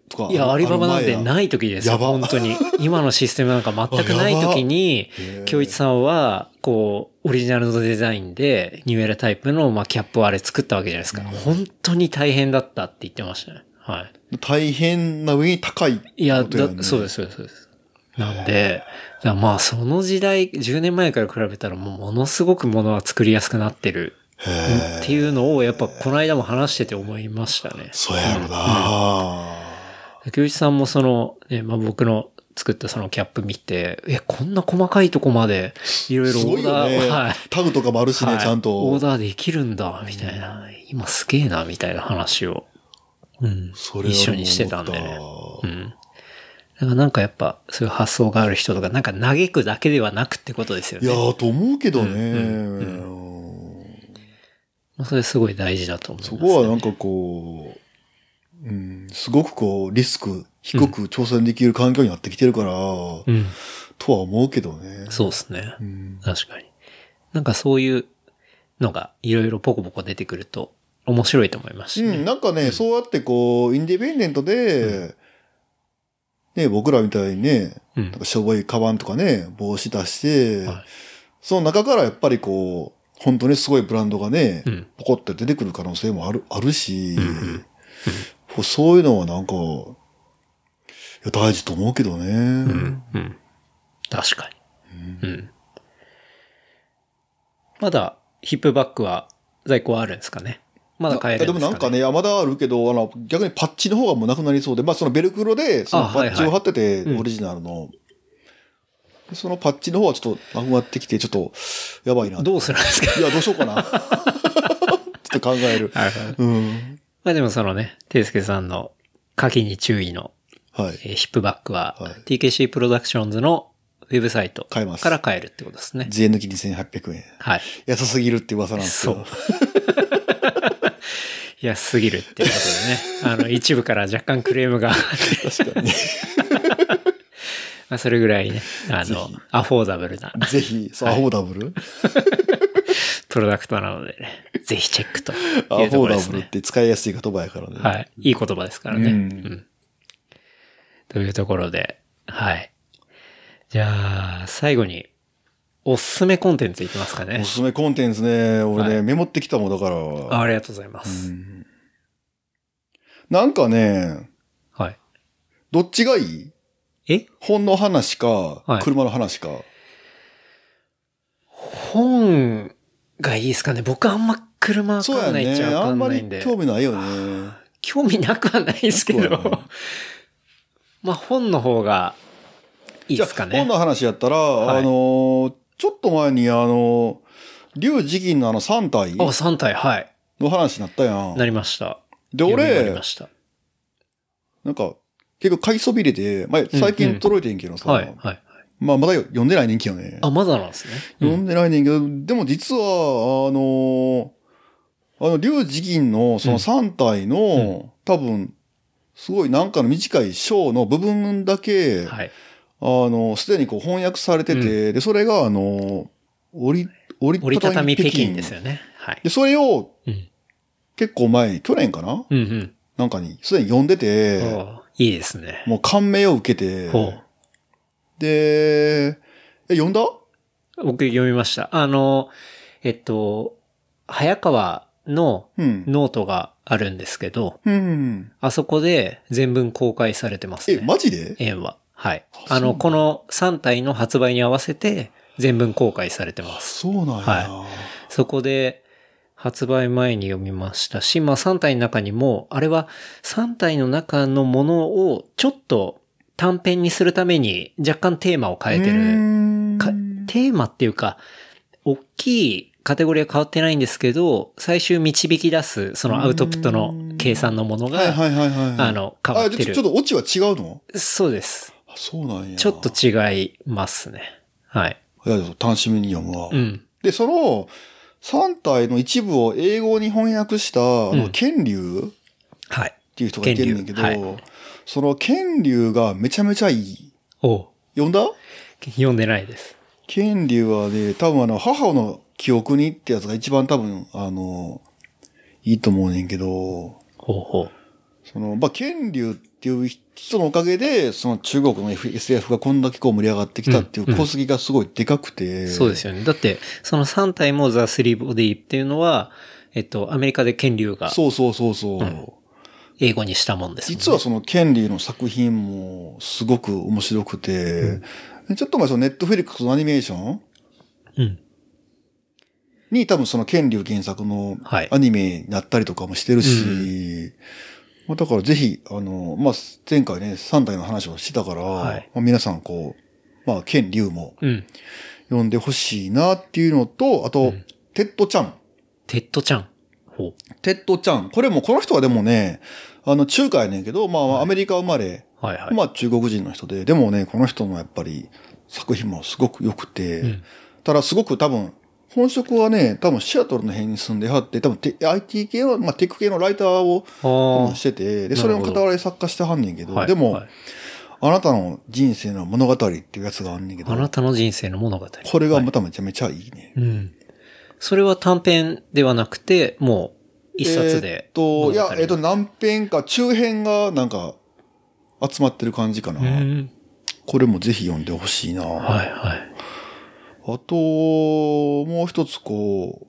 とか。
いや、アリババなんて
い。
ない時です
や
よ。
ば
本当 に。今のシステムなんか全くない時に
あやば、
京一さんは、こう、オリジナルのデザインで、ニューエラタイプの、まあ、キャップをあれ作ったわけじゃないですか。本当に大変だったって言ってましたね。はい。
大変な上に高い、
いや、
ことやね
だそうです、そうです、そうです。なんで、だからまあその時代、10年前から比べたらもうものすごくものは作りやすくなってる
へ
っていうのをやっぱこの間も話してて思いましたね。
そうやろな、
竹内さんもその、ね、まあ僕の作ったそのキャップ見て、え、こんな細かいとこまでいろいろ
す
オ
ごい
ー
よ
ダー
ね、
を、はい。
タグとかもあるしね、
はい
ちゃんと。
オーダーできるんだ、みたいな。今すげえな、みたいな話を。うん。
それは
一緒にしてたんでね。
思
う
っ
ん。だからなんかやっぱ、そういう発想がある人とか、なんか嘆くだけではなくってことですよ
たい
ね。
やー、と思うけどね、
うんうまあそれすごい大事だと思います、
そこはなんかこう、うん、すごくこう、リスク低く挑戦できる環境になってきてるから、
うん。
とは思うけどね。
そうですね
う。ん。
確かに。なんかそういうのが、いろいろポコポコ出てくると、面白いと思いますし
う
ね。
ん、なんかね、そうやってこう、インディペンデントで、ね、僕らみたいにね、
うん。
なんかしょぼいカバンとかね、帽子出して、
はい
その中からやっぱりこう、本当にすごいブランドがね、
うん
ポコって出てくる可能性もある、あるし、
んうん
こうそういうのはなんか、いや大事と思うけどね。
うん。うん。確かに。うん。まだ、ヒップバックは在庫はあるんですかね。まだ買えるんですか、ね、
いやでもなんかね、まだあるけど、あの、逆にパッチの方がもうなくなりそうで、まあそのベルクロで、その
あ
パッチ
はいは
を
い
貼ってて、
うん
オリジナルの、でそのパッチの方はちょっとなくなってきて、ちょっと、やばいな。い
どうするん ですか
や、どうしよう かな。ちょっと考える。うん。
まあでもそのね、ていすけさんの書きに注意の、
はい。
えーヒップバックは、
はい
TKC プロダクションズのウェブサイト
買えます
から買えるってことですね。
税抜き2800円。
はい。
安すぎるって噂なんです
そ
よ
う。。いや、すぎるっていう ことでね。あの、一部から若干クレームが
確かに。
まあそれぐらいね、あの、アフォーダブルな
ぜひ、そう、アフォーダブル
プロダクトなのでね、ぜひチェックと
アフ
い
ォ
うとこ
ー
ろ
ダ
です
ブルっ
ね。
て使いやすい言葉やからね。
はい。いい言葉ですからね。
う
うんん。というところで、はい。じゃあ、最後に、おすすめコンテンツいきますかね
お。すすめコンテンツね、俺ね、
は
メモってきたもんだから。
あありがとうございます。
うんなんかね、
はい。
どっちがいい
え
本の話か
は、い
車の話か。
本がいいですかね僕あんま車わ
そう
か
や
んないっ
ね。
ちゃわ
あ
か
ん
ん
ま
な
り
いんで。
興味ないよね。
興味なくはないですけ
そうやね
ど。まあ本の方がいい
じ
で
ゃ
すか
あ、
ね
本。の話やったら、
い
あの、ちょっと前にあの、竜次銀のあの3体
あ、3体、はい。
の話になったやん
な。りました。
で、
読み終わり
俺
ま、した。
なんか、結構買いそびれて、まあ、最近届いてんけどさ、
はい、はい。
まあ、まだ読んでないねんけどね。
あ、まだなんですね。う
読
ん
んでないねんけど、でも実は、あのーあの、竜次銀のその3体の、多分、すごいなんかの短い章の部分だけ、あ
はい。
の、すでにこう翻訳されてて、で、それがあの、折り、折
折り
り
た
たた
た
み
み
北
北
京
京ですよね。はい。
で、それを
うん。
結構前、去年かな
うんうん。
なんかに、すでに読んでて、
おういいですね。
もう感銘を受けて、
ほう。
で、え、読んだ
僕読みました。あの、えっと、早川の
うん。
ノートがあるんですけど、
うん。
あそこで全文公開されてます
え、
ね。
マジで
円は。はい
あ。そう
あ
な
の、
んだ
この3体の発売に合わせて全文公開されてます。
そうなんや。
そこで、発売前に読みましたし、まあ3体の中にも、あれは3体の中のものをちょっと短編にするために若干テーマを変えてる。かテーマっていうか、大きいカテゴリーは変わってないんですけど、最終導き出す、そのアウトプットの計算のもの
はい
が、
はいはいはい。
あの、変わっ
あ
て
ちょ
る
ちょ。っとオチは違うの
そうです。
あそうなんや。
ちょっと違いますね。はい。
いや。楽しみに読むわ。
うん。
で、その、3体の一部を英語に翻訳した、あ
う
の、
ん
剣竜
はい。
っていう人がいてるんだけど、
剣竜は
その剣竜がめちゃめちゃいい。
おう
読んだ
読んでないです。
剣竜はね、多分あの、母の記憶にってやつが一番多分、あの、いいと思うねんけど、
ほうほう。
その、まあ、剣竜っていう人のおかげで、その中国の F- SF がこんだけこう盛り上がってきたっていう
うんうん
功績がすごいでかくて。
そうですよね。だって、その3体もザ・スリーボディっていうのは、えっと、アメリカで権竜が
そうそうそうそう。
ん英語にしたもんです、ね。
実はそのケンリーの作品もすごく面白くて、ちょっと前そのネットフェリックスのアニメーション
うん。
に多分そのケンリー原作の
はい
アニメになったりとかもしてるし、
う
まあだからぜひ、あの、まあ、前回ね、3体の話をしてたから、
はい
まあ皆さんこう、まあ、ケンリュウも
うん。
読んでほしいなっていうのと、あと、
うん
テッドちゃん。
テッドちゃん。ほう。
テッドちゃん。これも、この人はでもね、あの、中華やねんけど、まあ、アメリカ生まれ、
はいはい。
まあ中国人の人で、でもね、この人のやっぱり作品もすごく良くて、
うん
ただすごく多分、本職はね、多分シアトルの辺に住んではって、多分テ IT 系の、まあテック系のライターを
あー
してて、
なるほ
で、
ど
それの傍らで作家してはんねんけど、
はい
でも、
はい
あなたの人生の物語っていうやつがあんねんけど、
あなたの人生の物語。
これがまためちゃめちゃいいね。
うん。それは短編ではなくて、もう、一冊
えー
で
っと、
物語の。
いや、えーっと、何編か、中編がなんか、集まってる感じかな。
うん。
これもぜひ読んでほしいな。
はいはい。
あと、もう一つこ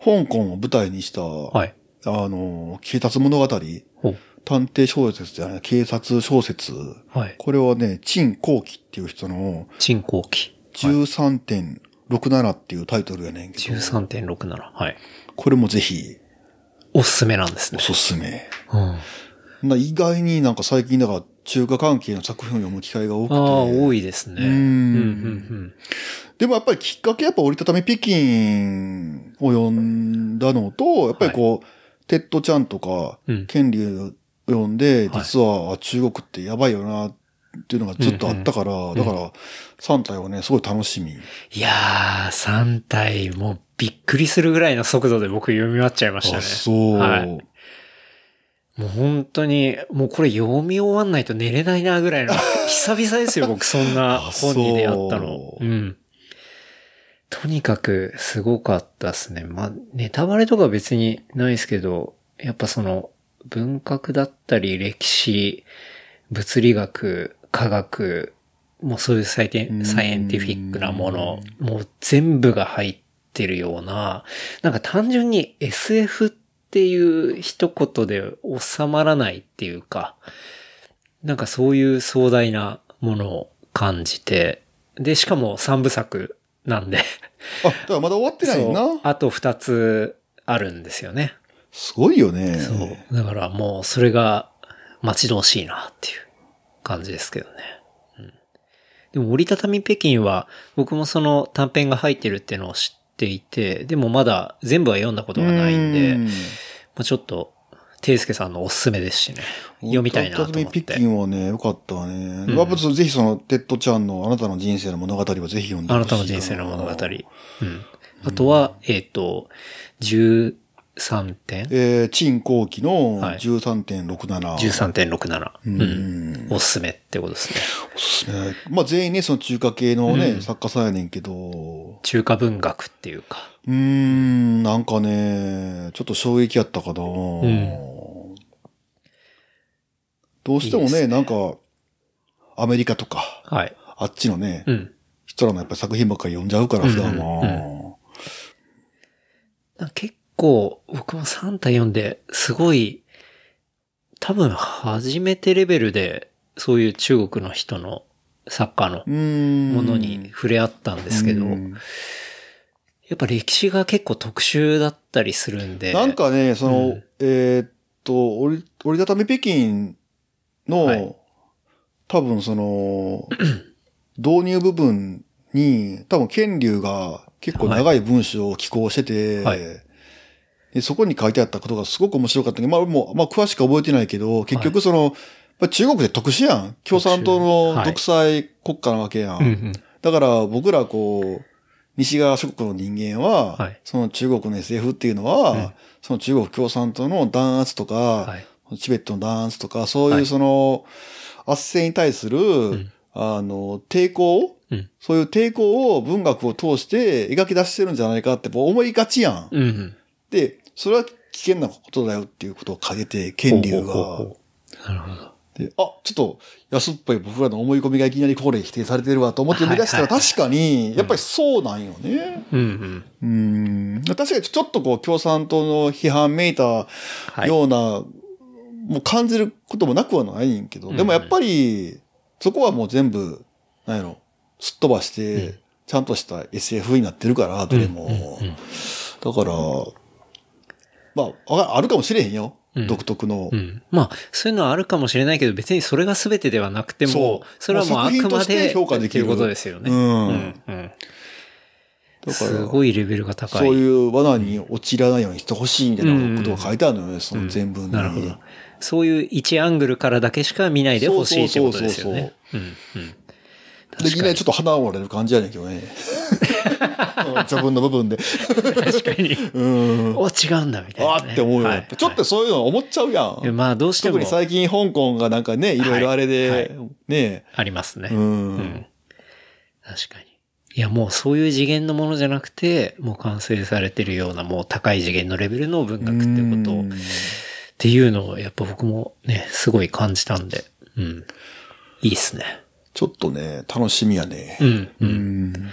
う、香港を舞台にした、
はい。
あの、警察物語、
ほう。
探偵小説じゃない、警察小説。
はい。
これはね、陳光輝っていう人の
沈降期。
13.67っていうタイトルやねんけど、
13.67。はい。
これもぜひ
おすすめなんです
お
ね。
すすめ。
うん。あ
な意外になんか最近だから中華関係の作品を読む機会が多くて。
あー、多いですね。
うん
うんうん
でもやっぱりきっかけやっぱ折りたたみ北京を読んだのと、やっぱりこう、テッドちゃんとか、
うん。うん。
権利を読んで、
はい
実はあ中国ってやばいよなっていうのがずっとあったから、だから3体はね、すごい楽しみ。
いやー、3体、もうびっくりするぐらいの速度で僕読み終わっちゃいました
あ、
ね。
そう、
はいもう本当に、もうこれ読み終わんないと寝れないなぐら いの、久々ですよ、僕そんな本に出会った
あ
の
そ。
う。
うん
とにかくすごかったっすね。まあ、ネタバレとか別にないですけど、やっぱその、文学だったり、歴史、物理学、科学、もうそういうサイテ
うん
ンサイエンティフィックなもの、もう全部が入ってるような、なんか単純に SF っていう一言で収まらないっていうか、なんかそういう壮大なものを感じて、で、しかも三部作なんで、
あ、だからまだ終わってないよ
そう
な。
あと二つあるんですよね。
すごいよね。
そう。だからもうそれが待ち遠しいなっていう感じですけどね。うん、でも折りたたみ北京は僕もその短編が入ってるっていうのを知っていて、でもまだ全部は読んだことがないんで、
う
まあ、ちょっと、ていすけさんのおすすめですしね。読みたいなと思
折り
って
た。たみ北京はね、よかった
う
ね。
ん
やっぱぜひその、テッドちゃんのあなたの人生の物語はぜひ読んで
あ
ほし
な
い
たの人生の物語。う
え
ん。あとは、えっ、と、13点
ー、陳光輝の
はい
13.67。
?13.67。う
うん
ん。おすすめってことですね。
ねまあ全員ね、その中華系のね、
うん
作家さんやねんけど、
中華文学っていうか。
うーん、なんかね、ちょっと衝撃やったかな、
ん
どうしても
いいで
ね、
すね
なんか、アメリカとか、
はい。
あっちのね、
うん。
人らのやっぱ作品ばっかり読んじゃうから、普段は。
うん結構、僕もサンタ読んで、すごい、多分初めてレベルで、そういう中国の人のサッカーの
うーん。
ものに触れ合ったんですけど、
うん
ややっぱ歴史が結構特殊だったりするんで。
なんかね、その、
う
えーっと、折り、折りたたみ北京の、
はい
多分 その、導入部分に、多分権竜が結構長い文章を寄稿してて、
はい
でそこに書いてあったことがすごく面白かったけど、まあ俺も、まあ詳しくは覚えてないけど、結局その、まあ中国って特殊やん。共産党の独裁国家なわけや
うんうん。
だから僕らこう、西側諸国の人間は、
はい
その中国の SF っていうのは、
うん
その中国共産党の弾圧とか、
はい。
チベットの弾圧とか、そう
はいいう
その、圧政に対する、
ん
あの、抵抗、
うん
そういう抵抗を文学を通して描き出してるんじゃないかってこう思いがちやん。
うんうん。
で、それは危険なことだよっていうことをかけて、権
ほ
竜
うほう
が
ほう。ほうなるほど。
で、あ、ちょっと安っぽい僕らの思い込みがいきなりここで否定されてるわと思って見出したら
はいはい
確かに、やっぱりそうなんよね。
うんうん。
うん。確かにちょっとこう共産党の批判めいた
はい。
ような、もう感じることもなくはないんけど、
うん
でもやっぱり、そこはもう全部、なんやろ、すっ飛ばして、
うん
ちゃんとした SF になってるから、どれも。
うんうん
だから、まあわか、あるかもしれへんよ。
うん
独特の。
うんまあ、そういうのはあるかもしれないけど、別にそれが全てではなくても、そ
そ
うれはもうあく
も
ま
う作品とし
で
て評価できる
っていうことですよね。
うん
うん
だから
すごいレベルが高い。
そういう罠に陥らないようにしてほしいみたいなことが書いてあるのよね、そ
うん
の全文に。
なるほど。そういう一アングルからだけしか見ないでほしいってことですよね。うんうん
で、
確
いき
か
な
に
りちょっと鼻を折れる感じやねんけどね。 うん序文の部分で。
確かに。
うん。
お、違うんだ、みたいな、
あ
ね。
ーって思うよ、
は
やっ
い
ぱちょっとそういうの思っちゃうや
はい
ん。
まあ、どうして
特
も
に最近香港がなんかね、いろいろあれで、
はい
ね、
ありますね。
うん
うん確かに。いや、もうそういう次元のものじゃなくて、もう完成されてるような、もう高い次元のレベルの文学ってことを
うん
っていうのをやっぱ僕もね、すごい感じたんで、うん。いいっすね。
ちょっとね、楽しみやね
う。ん、う。
うんん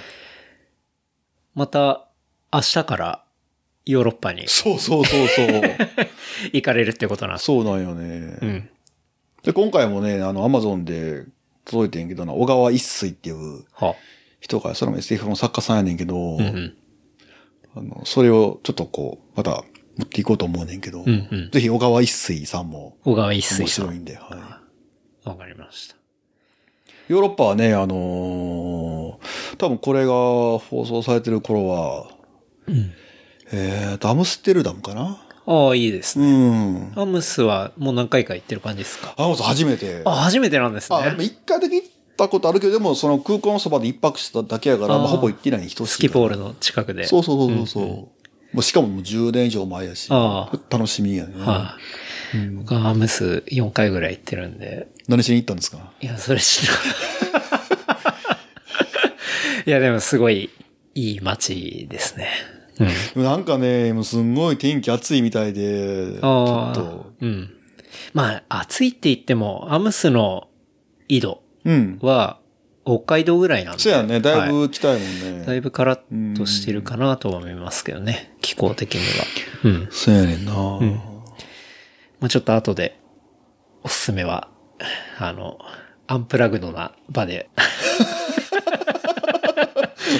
また、明日からヨーロッパに
そうそうそう そう。
行かれるってことなんです。
そうなんよね。
うん。
で、今回もね、あの、アマゾンで届いてんけどな、小川一水っていう
は。
人から、それも SF の作家さんやねんけど、
うんうん。
あの、それをちょっとこう、また持っていこうと思うねんけど、
うんうん。
ぜひ小川一水さんも
小川一水
面
さ
白い
ん。
んで、は
わかりました。
い。ヨーロッパはね、あのー多分これが放送されてる頃は、
うん。
えーと、アムステルダムかな
ああ、いいです
う
ね。
ん。
アムスはもう何回か行ってる感じですか
アムス初めて。
あ、初めてなんですね。
あ、でも一回だけ行ったことあるけど、でもその空港のそばで一泊しただけやから、
あー
まあ、ほぼ行ってない人
スキポール
の。
の近くで。
そうそうそうそう。う
うんうん
もうしかももう10年以上前やし、
あ
楽しみやね。
はい、
うん
僕はアムス4回ぐらい行ってるんで。
何しに行ったんですか
いや、それ知 らんいや、でもすごいいい街ですね。うん。
なんかね、もうすんごい天気暑いみたいで、ちょ
あ
っ
あ
と。。
うん。まあ、暑いって言っても、アムスの緯度
うん。
は北海道ぐらいなんで。
そうやね、だい
は
ぶ近いもんね。
いだいぶカラッとしてるかなとは思いますけどね。気候的には。うん。
そうやねんな、
まあ、ちょっと後で、おすすめは、あの、アンプラグドな場で、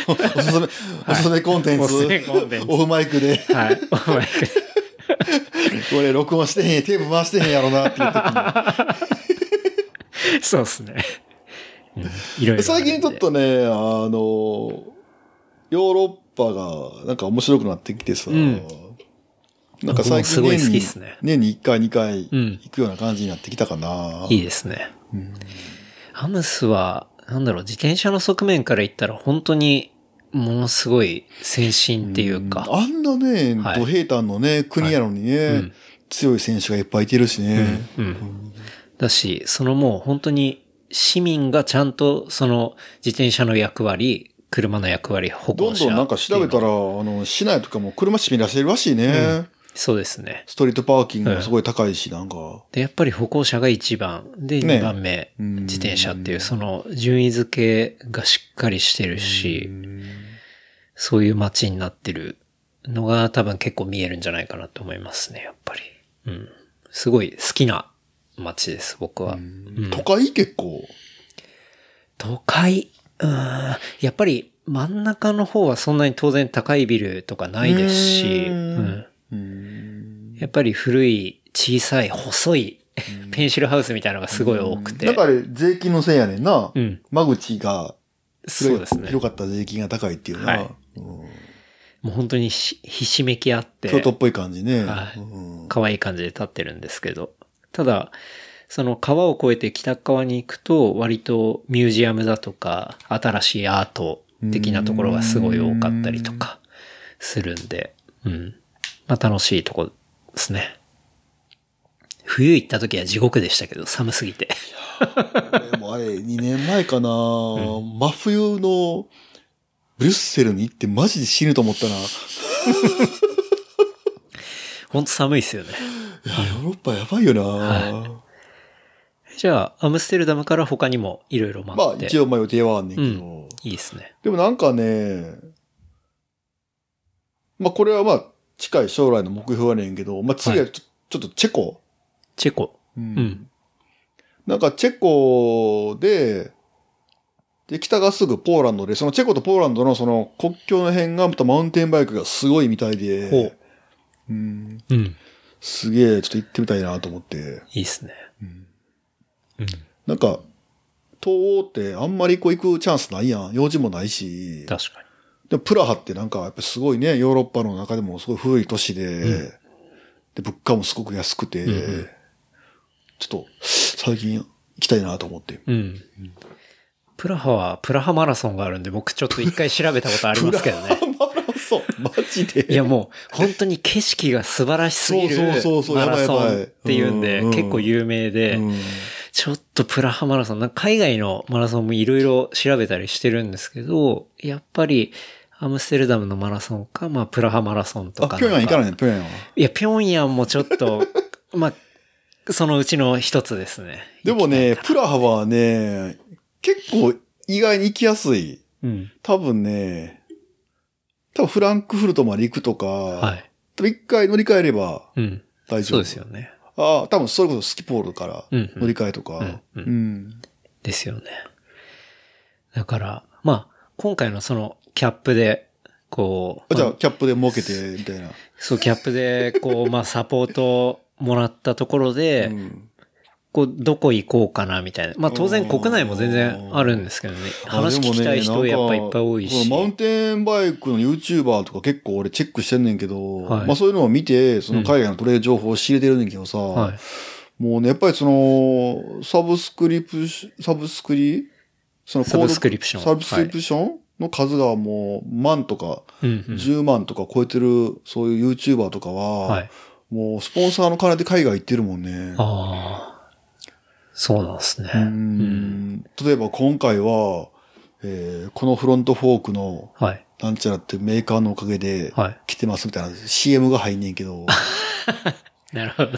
おす すめ、おすすめコンテンツ。
おすすめコンテンツ
オフマイクで、
はい、お前
これ録音してへん、テープ回してへんやろなっていう時 に。
そうですね。うんいろいろ。
最近ちょっ、とね、あの、ヨーロッパがなんか面白くなってきてさ、
うん
なんか最
僕もす
近
ごい
年
好き
に
っすね
年に1回2回
うん
行くような感じになってきたかな。
いいですね。アムスは、なんだろう、自転車の側面から言ったら本当に、ものすごい先進っていうか、
あんなね、
はい
ド平坦のね、国やのにね、
うん
強い選手がいっぱいいてるしね。
うん。だし、そのもう本当に市民がちゃんとその自転車の役割、車の役割、歩
ど
行者
ん
ってい
ど
うんの
なんか調べたら、あの、市内とかも車閉め出してるらしいね。
そうですね。
ストリートパーキングもすごい高いし、なんか。
で、やっぱり歩行者が1番、で、
ね
2番目、
うん
自転車っていう、その順位付けがしっかりしてるし、そういう街になってるのが多分結構見えるんじゃないかなと思いますね、やっぱり。うん。すごい好きな街です、僕は。うん
都会結構。
都会、うーん、やっぱり、真ん中の方はそんなに当然高いビルとかないですし、
う
うんん
うん
やっぱり古い、小さい、細い、ペンシルハウスみたいなのがすごい多くて。
だから税金のせいやねんな。
うん。
間口が
そ
広
う
い
ですね。
広かった税金が高いっていうの
はい
は、うん
もう本当にひひしめきあって。
京都っぽい感じね。
はい
うん
可愛い感じで立ってるんですけど。ただ、その川を越えて北側に行くと、割とミュージアムだとか、新しいアート的なところがすごい多かったりとかするんで、うん。まあ楽しいとこですね。冬行った時は地獄でしたけど、寒すぎて。
でもあれ、2年前かな、真冬のブリュッセルに行ってマジで死ぬと思ったな。い
ほんと寒いですよね。
や、ヨーロッパやばいよな、
はじゃあ、アムステルダムから他にもいろいろ回
まあ
って。
一応まあ予定はあんねんけど。
いいですね。
でもなんかね、まあこれはまあ近い将来の目標やねんけど、まあ次はちょ,、ちょっとチェコ。
チェコ。うん。
なんかチェコで、で、北がすぐポーランドで、そのチェコとポーランドのその国境の辺がまたマウンテンバイクがすごいみたいで、
ほ
うん、
うん。
すげえ、ちょっと行ってみたいなと思って。
いいですね。うん。
なんか、東欧ってあんまりこう行くチャンスないやん。用事もないし。
確かに。
でもプラハってなんかやっぱすごいね、ヨーロッパの中でもすごい古い都市で、で、物価もすごく安くて、
うんうん
ちょっと最近行きたいなと思って。
うん。プラハは、プラハマラソンがあるんで、僕ちょっと一回調べたことありますけどね。
マラソン、マジで。
いやもう、本当に景色が素晴らしすぎる
そうそうそうそう
マ
やばい
ラ
やば
ソ
い
ンっていうんで、
うんうん
結構有名で、
うん
ちょっとプラハマラソン、なんか海外のマラソンもいろいろ調べたりしてるんですけど、やっぱり、アムステルダムのマラソンか、まあ、プラハマラソンと
あ、
かなん
ピョンヤン行かな
い
いね、ピョンヤンは。
いや、ピョンヤンもちょっと、 まあ、そのうちの一つですね。
でもね、プラハはね、結構意外に行きやすい。
うん。
多分ね、多分フランクフルトまで行くとか、
はい。
多分一回乗り換えれば
うん。
大丈
そ
夫。
うですよね。
ああ、多分それこそスキポールから
うんうん
乗り換えとか。
うんうん
うん
ですよね。だから、まあ、今回のそのキャップで、こう、
あじゃ
ま
あ、
あ
キャップで儲けて、みたいな。
そう、キャップで、こ う、まあ、サポートもらったところで、
うん
こう、どこ行こうかな、みたいな。まあ、当然国内も全然あるんですけどね。話聞きたい人やっぱいっぱい多い
あで
し。
もねなんかこのマウンテンバイクの YouTuber とか結構俺チェックしてんねんけど、
はい
まあそういうのを見て、その海外のトレー情報を仕入れてるねんけどさ、
はい。
もうね、やっぱりその、サブスクリプシサブスクリその
サブスクリプション
サブスクリプションの数がもう、万とか、
うん、うん。
10万とか超えてる、そういう YouTuber とかは、
はい。
もうスポンサーの金で海外行ってるもんね。
ああ。そうなんですね。
うー
うん。
ん例えば今回は、えーこのフロントフォークの、
はい。
なんちゃらってメーカーのおかげで、
はい。
来てますみたいな CM が入んねん けど、あ
なるほどね。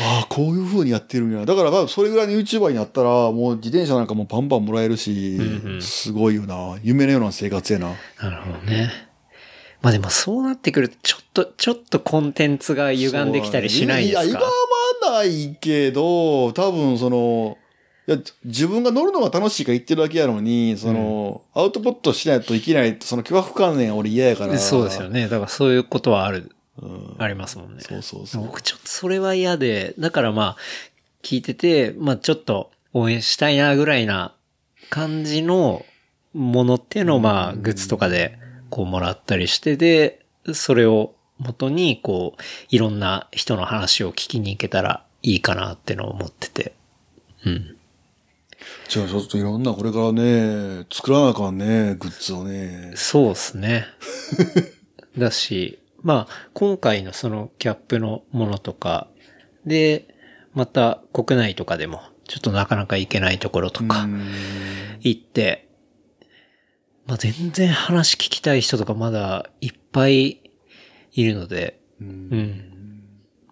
あ、こういう風にやってるんや。だからまあ、それぐらいの YouTuber になったら、もう自転車なんかもバンバンもらえるし、
うんうん
すごいよな。夢のような生活やな。
なるほどね。まあでもそうなってくると、ちょっと、ちょっとコンテンツが歪んできたりしないで
そう
す
や
か
歪まないけど、多分その、いや、自分が乗るのが楽しいから言ってるだけやのに、その、アウトプットしないといけない、その巨悪観念は俺嫌やから。
そうですよね。だからそういうことはある、
うん。
ありますもんね。
そうそうそう。
僕ちょっとそれは嫌で、だからまあ、聞いてて、まあちょっと応援したいなぐらいな感じのものっていうのをまあ、グッズとかでこうもらったりして、で、それを元にこう、いろんな人の話を聞きに行けたらいいかなってのを思ってて。うん。
じゃあちょっといろんなこれからね、作らなあかんね、グッズをね。
そうですね。 だし、まあ、今回のそのキャップのものとか、で、また国内とかでも、ちょっとなかなか行けないところとか
う、ん
行って、まあ全然話聞きたい人とかまだいっぱいいるので、うん。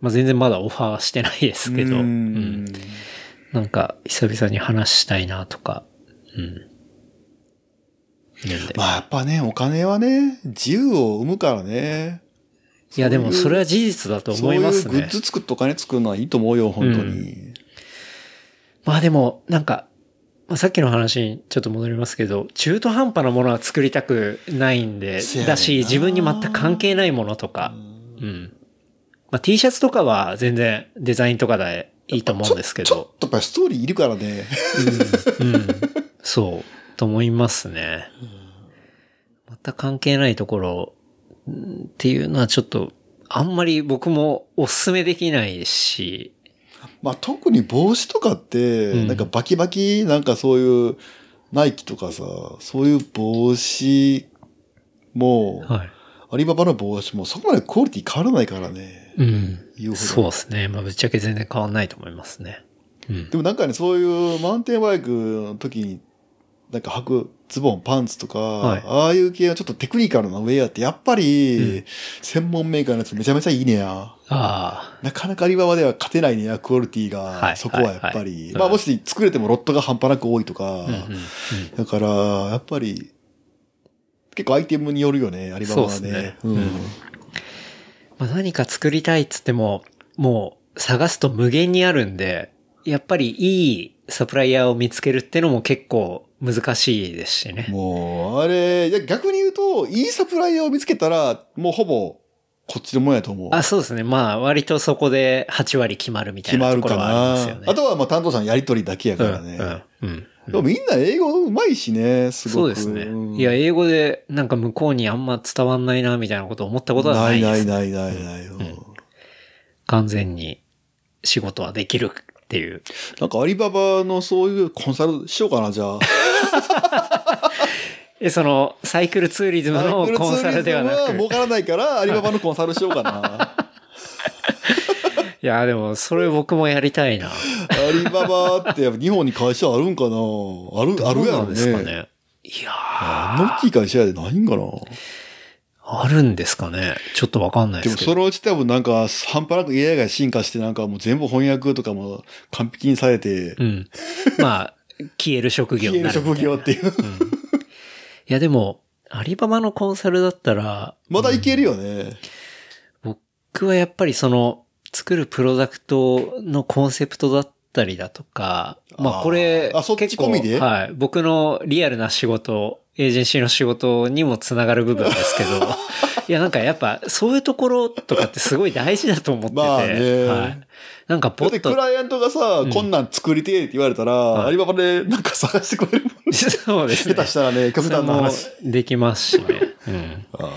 まあ全然まだオファーしてないですけど、
う
うん
ん
なんか久々に話したいなとか、うん。なんで
まあやっぱね、お金はね、自由を生むからね。
いや、でもそれは事実だと思います
そういうグ
ね
ッ。ズ作ってお金作るのはいいと思うよ、本当に。
まあでも、なんか、まあ、さっきの話にちょっと戻りますけど、中途半端なものは作りたくないんで、
せやねんな
だし、自分に全く関係ないものとか、うん。まあ、T シャツとかは全然デザインとかでいいと思うんですけ
ちょ
ど、
っとやっぱりストーリーいるからね。
うん。そう、と思いますね。全く関係ないところうんっていうのはちょっと、あんまり僕もお勧めできないし、
まあ特に帽子とかって、
うん
なんかバキバキ、なんかそういう、ナイキとかさ、そういう帽子も、
はい。
アリババの帽子もそこまでクオリティ変わらないからね。
うん。
言うほど
そうですね。まあ、ぶっちゃけ全然変わんないと思いますね。うん。
でもなんかね、そういうマウンテンバイクの時に、なんか履くズボン、パンツとか、
はい
ああいう系のちょっとテクニカルなウェアって、やっぱり、専門メーカーのやつめちゃめちゃいいねや。
あ
なかなかアリババでは勝てないねや、クオリティが。
はい
そこはやっぱり。
はいはい
まあ
うん
もし作れてもロットが半端なく多いとか、
あ。うんうんうん
だから、やっぱり、結構アイテムによるよね、アリババはね。
そうっすね
うん
うんまあ、何か作りたいっつっても、もう探すと無限にあるんで、やっぱりいいサプライヤーを見つけるってのも結構難しいですしね。
もう、あれ、いや逆に言うと、いいサプライヤーを見つけたら、もうほぼ、こっちのもんやと思う。
あ、そうですね。まあ、割とそこで8割決まるみた
決
いな
ま
と
る
こ
か
ろはあります
な
よ。ね。
あとはもう担当者のやりとりだけやからね。
うん、うん、うん。
でもみんな英語うまいしね、す
そ
ご
う
く。
ですね
ん。
いや、英語でなんか向こうにあんま伝わんないな、みたいなこと思ったことはないです、
な
ね。
いないないないない。うん
完全に仕事はできるっていう。
なんかアリババのそういうコンサルしようかな、じゃあ。
え、その、サイクルツーリズムのコンサルではな
ア
く
リ。ババのツーリズム儲からないから、アリババのコンサルしようか な。
いや、でも、それ僕もやりたいな。
アリババってやっぱ日本に会社あるんかなある、ある
ど
や
うな
ろ
ん
ね。
ですかね。いやー
あんな大きい会社やでないんかな
あるんですかね。ちょっとわかんない
で
で
も
すけど。
そのうち多分なんか半端なく AI が進化してなんかもう全部翻訳とかも完璧にされて、
うん。まあ、消える職業
消え
に
る
なるみたいな
職業っていう。
うんいや、でも、アリババのコンサルだったら、
まだいけるよね。
僕はやっぱりその、作るプロダクトのコンセプトだったりだとか、ま
あ
あ
ー
これ、
あそっち
結構
込みで
はい。僕のリアルな仕事、エージェンシーの仕事にもつながる部分です けど、いやなんかやっぱそういうところとかってすごい大事だと思ってて、
まあね
はい。なんかポ
だっ
ッ
て
と
クライアントがさ、
ん
こんなん作りてえって言われたら、
い
アリババでなんか探してくれるもん、ね、
そうです
下
ね。
手したらね、極
それ
端な
も
話。
できますしね。うん。
あ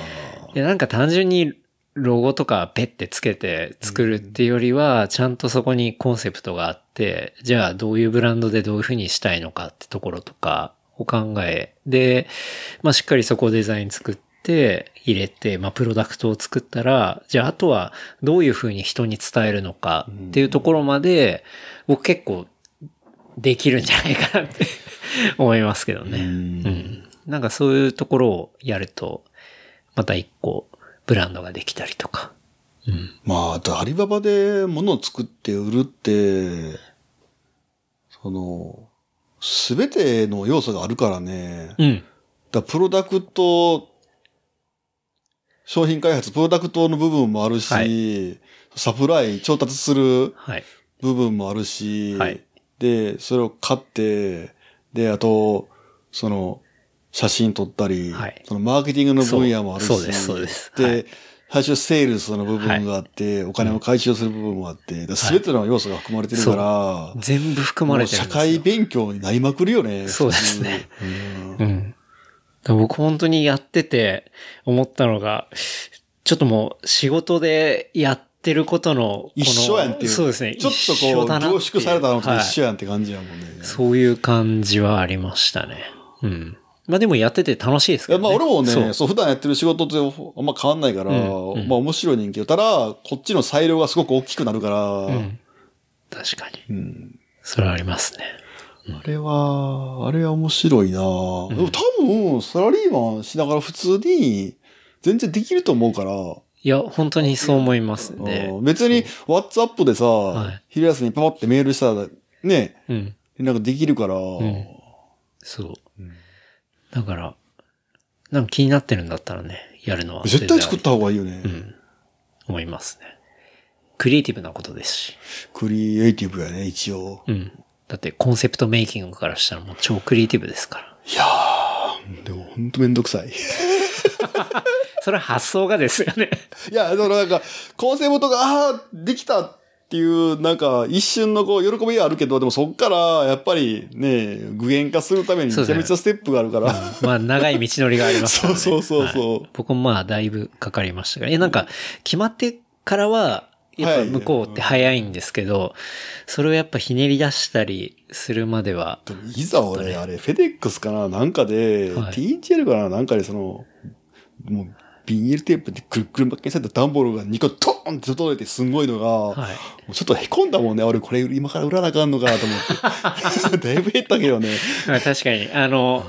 いや、なんか単純にロゴとかペッてつけて作るっていうよりは、ちゃんとそこにコンセプトがあって、じゃあどういうブランドでどういうふうにしたいのかってところとかを考え、で、まあしっかりそこをデザイン作って、入れて、まあプロダクトを作ったら、じゃああとはどういうふうに人に伝えるのかっていうところまで、僕結構できるんじゃないかなって思いますけどね。
うん
うん。なんかそういうところをやると、また一個ブランドができたりとか。うん。
まあ、だアリババで物を作って売るって、その、すべての要素があるからね。
うん。
だプロダクト、商品開発、プロダクトの部分もあるし、
は
サプライ、調達する
はい。
部分もあるし、
はい
で、それを買って、で、あと、その、写真撮ったり、
はい
そのマーケティングの分野もあるし、
そうそうですそうです
で、
はい
最初セールスの部分があって、お金を回収する部分もあって、すべての要素が含まれてるから、
全部含ま
もう
れてる
社
んですよ
会勉強になりまくるよね。
そうですね
普通に。うん
うん。だから僕本当にやってて思ったのが、ちょっともう仕事でやってることのこの
一緒やんっていう。
そうですね。
ちょっと
一
こ
緒
う、
だなってい
凝縮されたのと一緒
はい
やんって感じやもんね。
そういう感じはありましたね。うん。まあでもやってて楽しいです
い
けどね。
やまあ俺もね、
そ
そうう普段やってる仕事とあんま変わんないから、
うんうん
まあ面白い人気よ。ただ、こっちの裁量がすごく大きくなるから、
うん。確かに。
うん
それはありますね。
あれは、あれは面白いな、でも多分、サラリーマンしながら普通に、全然できると思うから、
いや、本当にそう思います
う
ね
ん。別に、ワッツアップでさ、
い
昼休みにパパってメールしたら、ね、
うん。
連絡できるから、
んそう。だから、なんか気になってるんだったらね、やるのは。
絶対作った
方
方がいいよね。
うん。思いますね。クリエイティブなことですし。
クリエイティブやね、一応。
うん。だってコンセプトメイキングからしたらもう超クリエイティブですから。
いやー、でもほんとめんどくさい。
それは発想がですよね。
いや、そのなんか、構成元が、ああ、できたっていう、なんか、一瞬のこう、喜びはあるけど、でもそっから、やっぱりね、具現化するためにめちゃめちゃステップがあるから。
まあ長い道のりがありますからね。
そうそうそうそう
はい僕もまあだいぶかかりましたから。え、なんか決まってからは、やっぱ向こうって早いんですけど、それをやっぱひねり出したりするまでは、
でもいざ俺、あれ、フェデックスかななんかで、
はい
THL かななんかでその、もう、ビニールテープでくるくる巻きにされた段ボールが2個トーンって取れてすごいのが、
はい。
もうちょっと凹んだもんね。俺、これ今から売らなあかんのかと思って。だ いぶ減ったけどね。
まあ確かに、あの、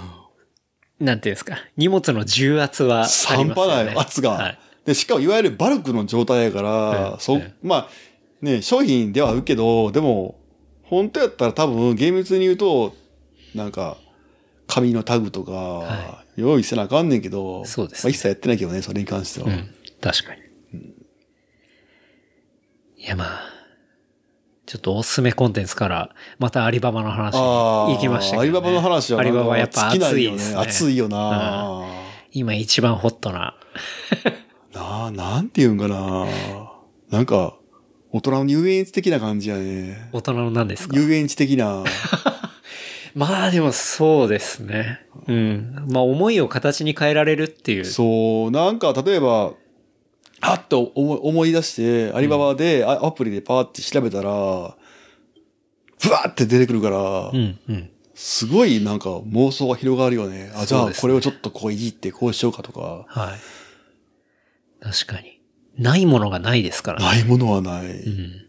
なんていうんですか、荷物の重圧はありますよ
半
ね。
端ない圧が、
はい。
で、しかもいわゆるバルクの状態やから、
はい
そ
はい、
まあ、ね、商品ではあるけど、でも、本当やったら多分、厳密に言うと、なんか、紙のタグとか
は、
用意せなあかんねんけど、
そうです
まあ、
ね
一切やってないけどね、それに関しては。
うん、確かに。いや、まあ、ちょっとおすすめコンテンツから、またアリババの話に
ああ、
行きましたけど、ね。
アリババの話は
ア
なん
リ
か
ババやっぱ
尽きな
熱いですね。
熱いよな、
は今一番ホットな。
なあ、なんて言うんかななんか、大人の遊園地的な感じやね。
大人の何ですか
遊園地的な。
まあでもそうですね。うん。まあ思いを形に変えられるっていう。
そう、なんか、例えば、あっと思い思い出して、アリババで、あアプリでパーって調べたら、ふわって出てくるから、
うん、うん。
すごいなんか妄想が広がるよね。あ、じ
そ
ゃ
う
あ
ですね
これをちょっとこういじってこうしようかとか。
はい。確かに。ないものがないですからね。
ないものはない。
うん。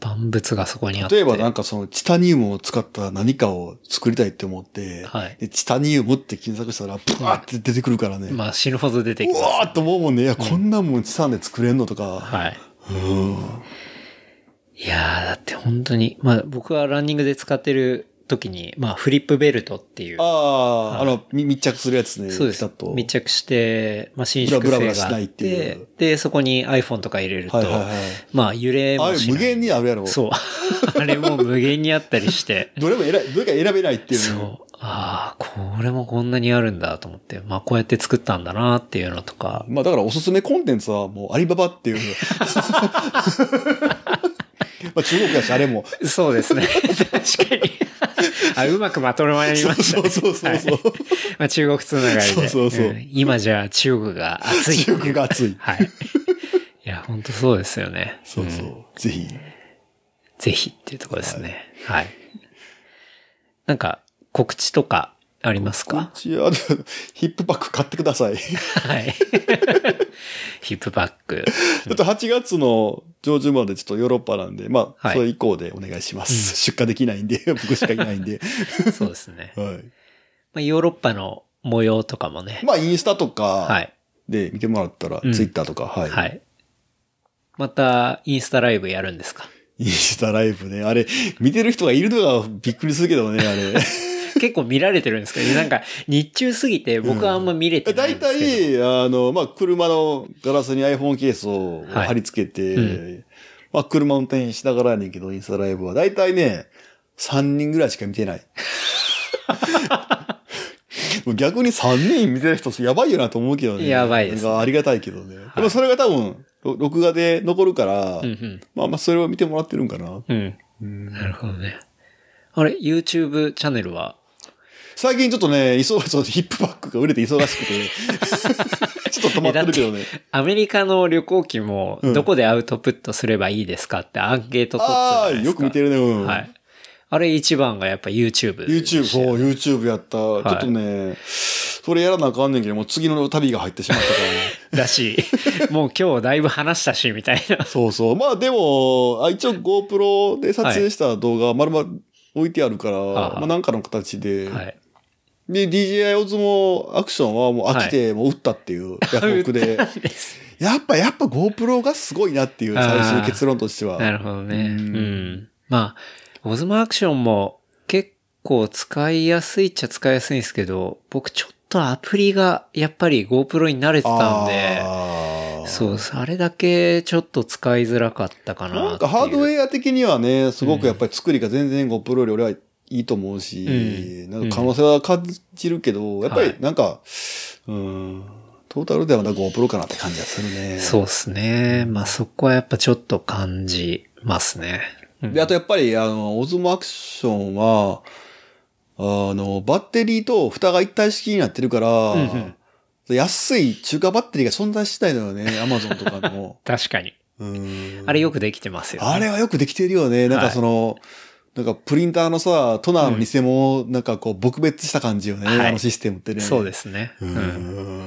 万物がそこにあって。
例えばなんかそのチタニウムを使った何かを作りたいって思って、
はい
でチタニウムって検索したら、ブワーって出てくるからね。
まあ死ぬほど出てき
う
ます。
わーって思うもんね。いや、こんなもんチタンで作れんのとか。
はい。
うん。
いやー、だって本当に、まあ僕はランニングで使ってる時に、まあフリップベルトっていう
あ、あ、あの、み密着するやつね。
そうです
ピタッと。
密着して、まあ伸縮
ブラブ
性
ラし
が
な
あ
い
っ
っていう
て、で、そこに iPhone とか入れると、
はいはいはい。
まあ揺れ
あ
も
れ
しない。
無限にあるやろ。
そう。 あれも無限にあったりして、
どれも選べ、どれか選べないっていうの。
そう。ああ、これもこんなにあるんだと思って、まあこうやって作ったんだなっていうのとか、
まあだからおすすめコンテンツはもうアリババっ ていう。まあ中国だし、あれも。
そうですね。 確かに。あ、うまくまとめまりました、ね。
そうそうそうそう
はいまあ、中国つながりで。
そうそうそうん
今じゃ中国が熱い。
中国が熱い
はい。いや、本当そうですよね。
そうそう。ぜひ。
ぜひっていうところですね。はい。なんか、告知とかありますか
じゃあ、ヒップバック買ってください。
はい。ヒップバック。
ちょっと8月の上旬までちょっとヨーロッパなんで、まあ、
はい
それ以降でお願いします。出荷できないんで、僕しかいないんで。
そうですね。
はい。
まあ、ヨーロッパの模様とかもね。
まあ、インスタと
は
か
い。
で見てもらったら、
うん
ツイッターとか、はい。
はい。また、インスタライブやるんですか
インスタライブね。あれ、見てる人がいるのがびっくりするけ どね、あれ。
結構見られてるんですけど、なんか日中すぎて僕はあんま見れてな
だ
いん
い
です
た
けど。
い、あの、まあ、車のガラスに iPhone ケースを
はい
貼り付けて、
う
まあ、車運転しながらやねんけど、インスタライブは。だいたいね、3人ぐらいしか見て ない。もう逆に3人見てる人、やばいよなと思うけどね。
やばいですね
なんかありがたいけどね。でもそれが多分、ろ録画で残るから、
うん
まあまあ、それを見てもらってるんかな。
うん。うん。なるほどね。あれ、YouTube チャンネルは
最近ちょっとね、忙しい、ヒップバックが売れて忙し くて、ちょっと止まってるけどね。
アメリカの旅行機も
ん
どこでアウトプットすればいいですかってアンケート取って
あ
た
あ
じゃな
ー、
いですか。
よく見てるね。うん
はい。あれ一番がやっぱ YouTube でしたよ
YouTube、
ね。
そう、YouTube やった。
い
ちょっとね、それやらなあかんねんけど、もう次の旅が入ってしまったからね。
だし、 もう今日だいぶ話したし、みたいな。
そうそう。まあでも、あ一応 GoPro で撮影した動画、まるまる置いてあるから、
はあはあ
まあなんかの形で。
はい。
で、DJI オズモアクションはもう飽きて、もう打ったっていう 約束で。
です
やっぱ、やっぱ GoPro がすごいなっていう最終結論としては。
なるほどね。
う
うんん。まあ、オズマアクションも結構使いやすいっちゃ使いやすいんですけど、僕ちょっとアプリがやっぱり GoPro に慣れてたんで、
あか。
そう、あれだけちょっと使いづらかったかな
なんかハードウ
ェ
ェア的にはね、すごくやっぱり作りが全然 GoPro より俺はいいと思うし、なんか可能性は感じるけど、やっぱりなんか、うん、トータルではまだ GoPro かなって感じがするね。
そうですね。まあそこはやっぱちょっと感じますね。うん。
で、あとやっぱり、あの、オズモアクションは、あの、バッテリーと蓋が一体式になってるから、安い中華バッテリーが存在しないのよね、アマゾンとかでも
確かに。
うん
あれよくできてますよ、ね。
あれはよくできてるよね。なんかその、なんかプリンターのさ、トナーの偽物をなんかこう、撲滅した感じよね、
はい
あのシステムってね。。
そうですすね。う。
うんん。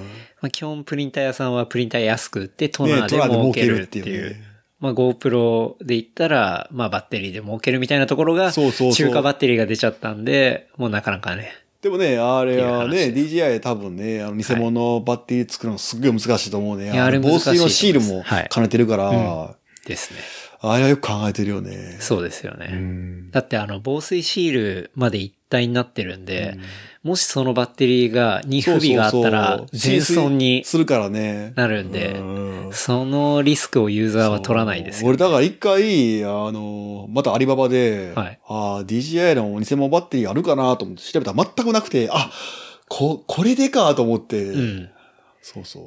まあ、基本プリンター屋さんはプリンター安く売ってト
ね
ナー
ト
で
ナーで儲
儲け
け
る
る
っ
ってて
いう。
いうね
まあ GoPro で言ったら、まあバッテリーで儲けるみたいなところが、
そうそうそう
中華バッテリーが出ちゃったんで、もうなかなかね。
でもね、あれはね、
っ
DJI で多分ね、あの偽物のバッテリー作るのすっごい難しいと思うね。
いやあれ
の防水の
難し
シ
い
ー
と
ル
思い
も
ますはい
兼ねてるから、
ですね。
あれはよく考えてるよね。
そうですよ
う
ね。
ん。
だってあの防水シールまで一体になってるんで、もしそのバッテリーが、に不備があったら
そう、そうそう
全損に
するからね。
なるんで
うん
そのリスクをユーザーは取らないですよ、
俺だから一回、あの、またアリババで、
はい
ああ、DJI の偽物バッテリーあるかなと思って調べたら全くなくて、あ、こ、これでかと思って、
うん。
そうそう。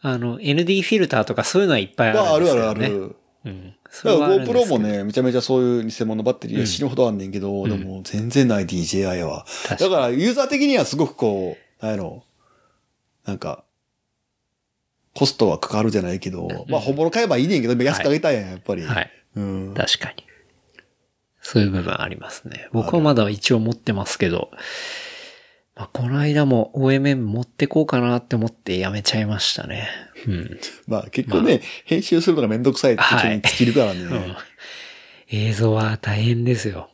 あの、ND フィルターとかそういうのはいっぱい
まあ、
あ
あ
るんで
る
す
あ
けどね。
るある。
うん。それ
だか
はあ
ら
るんです
GoPro
けど
も、ね、めちゃめちゃそういう偽物バッテリーが死ぬほどあんねんけど、
うん
でも全然ない DJI は。
確
だ
か
からユーザー的にはすごくこう、なんやろ、なんか、コストはかかるじゃないけど、まあ本物買えばいいねんけど、安くあげたいやん、やっぱり。
に。はい。
うん。
確かに。そういう部分ありますね。僕はまだ一応持ってますけど、まあ、この間も OMM 持ってこうかなって思ってやめちゃいましたね。うん。
まあ結構ね、編集するのがめんどくさいってことに尽きるからね。
うん映像は大変ですよ。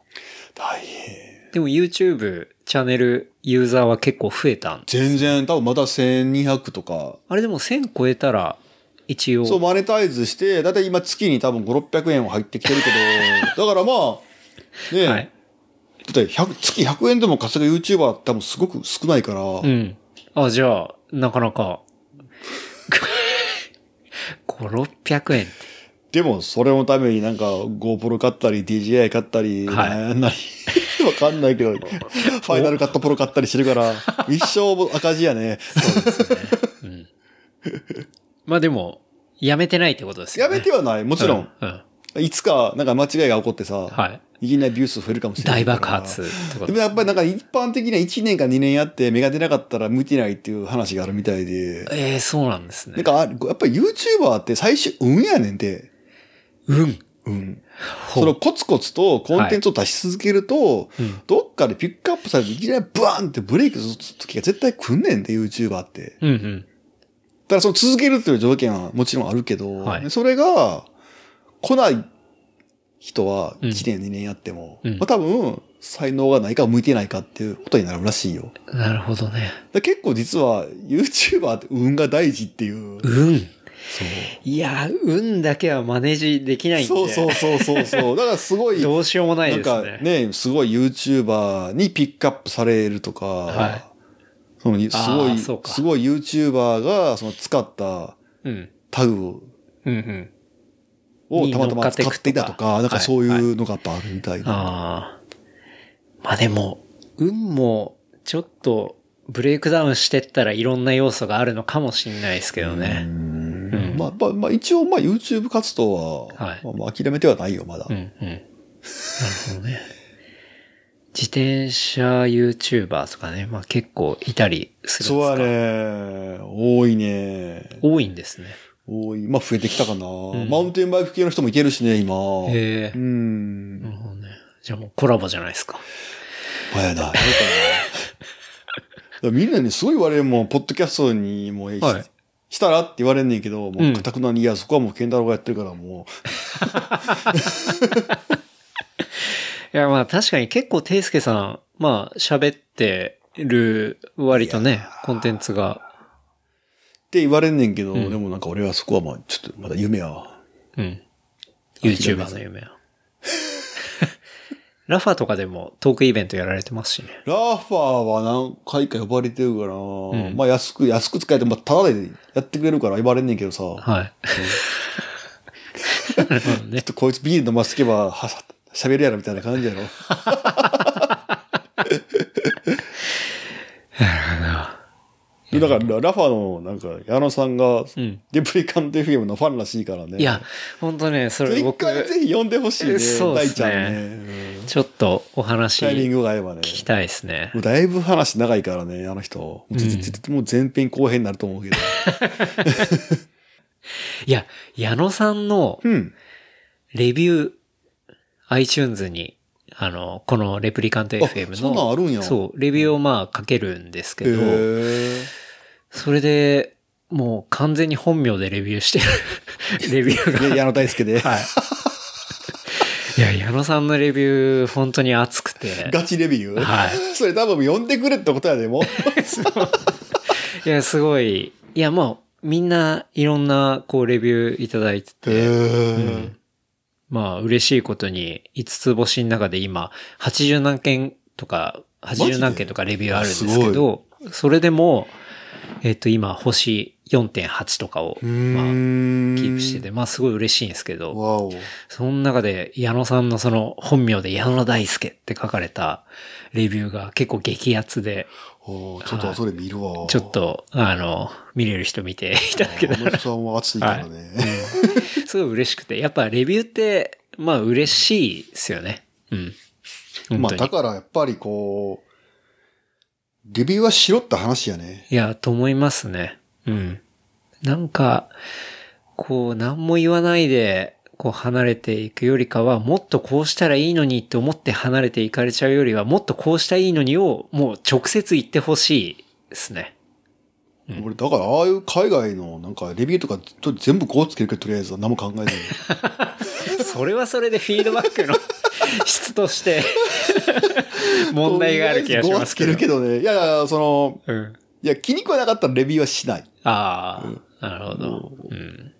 大変。
でも YouTube チャンネルユーザーは結構増えたんで。
全然、多分また1200とか。
あれでも1000超えたら一応。
そう、マネタイズして、だいたい今月に多分5、600円は入ってきてるけ ど、だからまあ、ね、
はい。
だって100月100円でも稼ぐ YouTuber は多分すごく少ないから、
うん。あ、じゃあ、なかなか。5、600円って。
でもそれのためになんか GoPro 買ったり DJI 買ったり、
はい
なんなり、わかんない けど、ファイナルカットプロ買ったりしてるから、一生赤字やね。
うん。まあでも、やめてないってことですよ
や
ね。
めてはない。もちろん、
うん。うん。
いつかなんか間違いが起こってさ、
はい。
いきなりビュー数増えるかもしれない。
大爆。発ってこ
で
と
もやっぱりなんか一般的には1年か2年やって目が出なかったら向いてないっていう話があるみたいで。
ええそうなんです
なん
ね。
かある、やっぱり YouTuber って最終運やねんて。
うん。
うん。
ほう
そのコツコツとコンテンツを出し続けると、
うん
どっかでピックアップされていきなりバーンってブレイクする時が絶対来んねんて、YouTuber って。
うんうん。
ただその続けるという条件はもちろんあるけど、
はい
それが来ない人は
うん
1年2年やっても、
うん
まあ多分才能がないか向いてないかっていうことになるらしいよ。
なるほどね。
だから結構実は YouTuber って運が大事ってい
う
う。
ん。
そう
いやー、運だけはマネジできないんで。
そうそうそうそうそう。だからすごい、
どうしようもない
なん
ですね。
かね、すごい YouTuber にピックアップされるとか、
はい
そのすご
あー
い、
そうか
すごい YouTuber がその使った
うん。
タグ
うんうん。
をた
に乗
また
っか
ま
って
使
いくとか
っていたとか、なん
は
か
い
そういうのがやっぱあるみたいな。
ああ。まあでも、運もちょっとブレイクダウンしてったらいろんな要素があるのかもしれないですけど
う
ね。
ん
うん
まあ、まあ、まあ、一応、まあ、YouTube 活動は、
はい
まあまあ、諦めてはないよ、まだ。
うんうん。なるほどね。自転車 YouTuber とかね、まあ結構いたりするん
そう
です
や
か
ね。多いね。
多いんですね。
多い。まあ、増えてきたかな、
ん
マウンテンバイク系の人もいけるしね、今。
へえ
う。ん。
なるほどね。じゃあもうコラボじゃないですか。
まあやな、やるか な。だからみんなにすごい言われるもん、ポッドキャストにもう、
はい
したらって言われんねんけど、
う
も
ん
う、かたくなに、いや、そこはもう、ケンタロウがやってるから、も
いやまあ確かに結構テイスケさん、まあ喋ってる割とね、コンテンツが。
う、って言われんねんけど、
ん
でもなんか俺はそこはまあ、ちょっと、まだ夢は。
うん。
諦めず
YouTuber の夢は。 ラファとかでもトークイベントやられてますしね。
ラファーは何回か呼ばれてるから、まあ安く、安く使えて、まあただでやってくれるから呼ばれんねんけどさ。
はい。
ちょっとこいつビール飲ませけば、はさ喋るやろみたいな感じ やろ。だから、ラファの、なんか、矢野さんが、レプリカント FM のファンらしいからね。
いや、ほんとね、そ
それ
れ
一
僕、
回ぜひ呼んでほしいね、
そうで
大
す
ちゃ
ね
んね。うん
ちょっとお話
タイミン
聞
グが合えばね。
きたいですね
も。うだいぶ話長いからね、あの人。もう全然もう前編後編になると思うけど。
いや、矢野さんの
うん。
レビュー、iTunes に、あの、このレプリカント FM の、
そんなんあるんや
そう、レビューをまあ書けるんですけ
へ
ど、
え。
それで、もう完全に本名でレビューしてるレビューが。
で矢野大輔 で。
はい。いや、矢野さんのレビュー、本当に熱くて。
ガチレビュー
はい
それ多分呼んでくれってことやで、もう。
いや、すごい。いや、もう、みんないろんな、こう、レビューいただいて
へ
て、
え。
まあ、嬉しいことに、5つ星の中で今、80何件とか、80何件とかレビューあるんですけど、それでも、えっと、今、星4.8とかを、
う
まあ、
ーん
キープしてて、まあ、すごい嬉しいんですけど、
わお。
その中で矢野さんのその本名で矢野大輔って書かれたレビューが結構激アツで、
おーちょっとそれ見るわ。
ちょっと、あの、見れる人見ていただけた
あの
ら、
人はもう熱いからね。
すごい嬉しくて、やっぱレビューって、まあ嬉しいですよね。うん。本
まあ
当
だ
に。
からやっぱりこう、レビューはしろって話やね。
いや、と思いますね。うん。なんか、こう、何も言わないで、こう離れていくよりかは、もっとこうしたらいいのにって思って離れていかれちゃうよりは、もっとこうしたらいいのにを、もう直接言ってほしいですね。うん
俺だからああいう海外のなんかレビューとかちょっと全部こうつけるけどとりあえず何も考えずに。
それはそれでフィードバック の質として問題がある気がしますけ
とりあえずごつける
ど。
けどね。いやいや、その、
うん、
いや、気に食わなかったらレビューはしない。
ああ、なるほど。うん、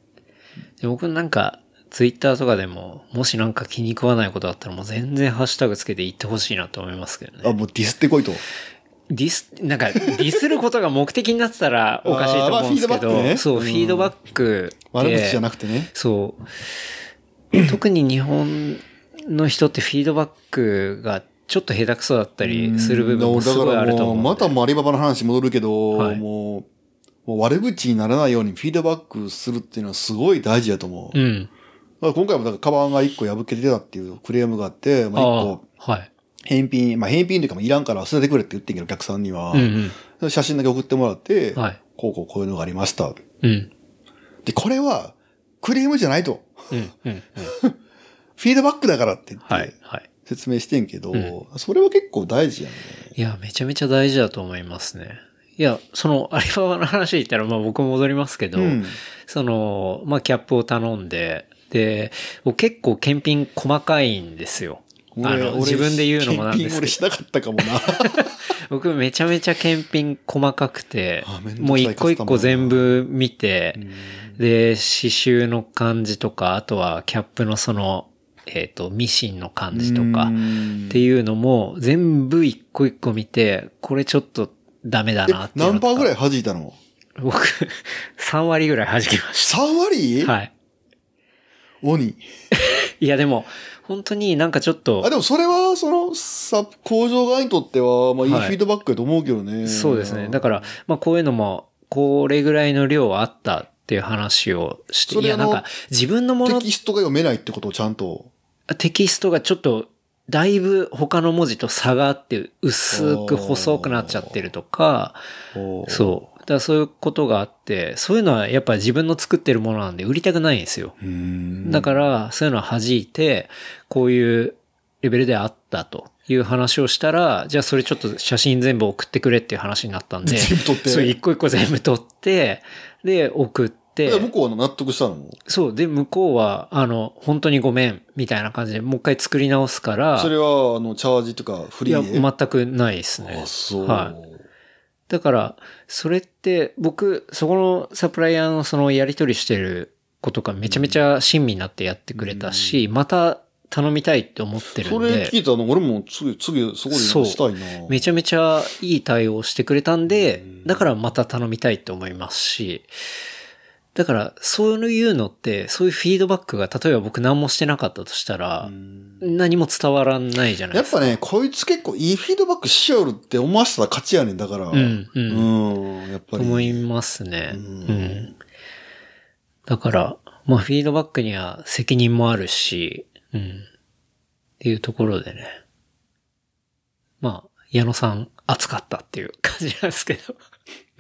で僕なんか、ツイッターとかでも、もしなんか気に食わないことあったらもう全然ハッシュタグつけて言ってほしいなと思いますけど
あ、
ね。
もうディスってこいと。
ディス、なんか、ディスることが目的になってたら おかしいと思うんですけ
あーまあフィードバッ
ど、
クね
そう、
うん
フィードバックで。
悪口じゃなくてね。
そう。特に日本の人ってフィードバックがちょっと下手くそだったりする部分もすごいあると思うんで。
だからもうまたマリババの話戻るけど、
はい
もう、もう悪口にならないようにフィードバックするっていうのはすごい大事だと思う。
う
だ
ん。
から今回もだからカバンが1個破けてたっていうクレームがあって、まあ1
あ
個
あ、はい。
返品、まあ返品というかもういらんから捨ててくれって言ってんけど、お客さんには
う。ん
写真だけ送ってもらって、
うん。はい。
こうこうこういうのがありました。
うん。
で、これはクレームじゃないと。
うん。うん。
フィードバックだからって言っ
は
て
い。はい。
説明してんけど、
うん
それは結構大事やね。
いや、めちゃめちゃ大事だと思いますね。いや、その、アリババの話で言ったら、まあ僕戻りますけど、
うん
その、まあキャップを頼んで、で、僕結構検品細かいんですよ。あ
俺
の、
俺
自分で言うのもなんで
検品
す
俺
けど、
しなかったかもな。
僕めちゃめちゃ検品細かくて
あめんどくさい、
もう一個一個全部見て、で、刺繍の感じとか、あとはキャップのその、えっ、と、ミシンの感じとか、っていうのも全部一個一個見て、これちょっとダメだなっていうの
何
とか。
パーぐらい
い
弾いたの
僕、3割ぐらい弾きまし
?3 割、
た。はい。
鬼。
いやでも、本当になんかちょっ
あ、
と、
でもそれは、その、さ、工場側にとっては、まあ、いいフ
はい
ィードバックやと思うけどね。
そうですね。だ
ら、
から、まあこういうのも、これぐらいの量はあったっていう話をして、
そ
い
れ
や
あ
な
の
んか自分のもの
テキストが読めないってことをちゃんと。
テキストがちょっと、だいぶ他の文字と差があって、薄く細くなっちゃってるとか、そう。だからそういうことがあって、そういうのはやっぱ自分の作ってるものなんで売りたくないんですよ。
うーん。
だから、そういうのを弾いて、こういうレベルであったという話をしたら、じゃあそれちょっと写真全部送ってくれっていう話になったん で、
全部取って。
そう、一個一個全部取って、で、送って
で、向こうは納得したの
そう、で、向こうは、あの、本当にごめん、みたいな感じで、もう一回作り直すから、
それは、あの、チャージとかフリーで。
いや、全くないですね
あ、。そう。
はいだから、それって、僕、そこのサプライヤーのそのやり取りしてることがめちゃめちゃ親身になってやってくれたし、また頼みたいって思ってる
そ
んで。
れ聞いたの、俺も次、次、そこでしたいな。
めちゃめちゃいい対応してくれたんで
うん、
だからまた頼みたいと思いますし、だからそういうのって、そういうフィードバックが、例えば僕何もしてなかったとしたら、何も伝わらないじゃない
や
で
っ
すか。
ぱね、こいつ結構いいフィードバックしよるって思わせたら勝ちやねん、だから。
うんうん
うん。やっぱり。
思いますね。
う
うんん。だから、まあフィードバックには責任もあるし、うん。っていうところでね。まあ、矢野さん熱かったっていう感じなんですけど。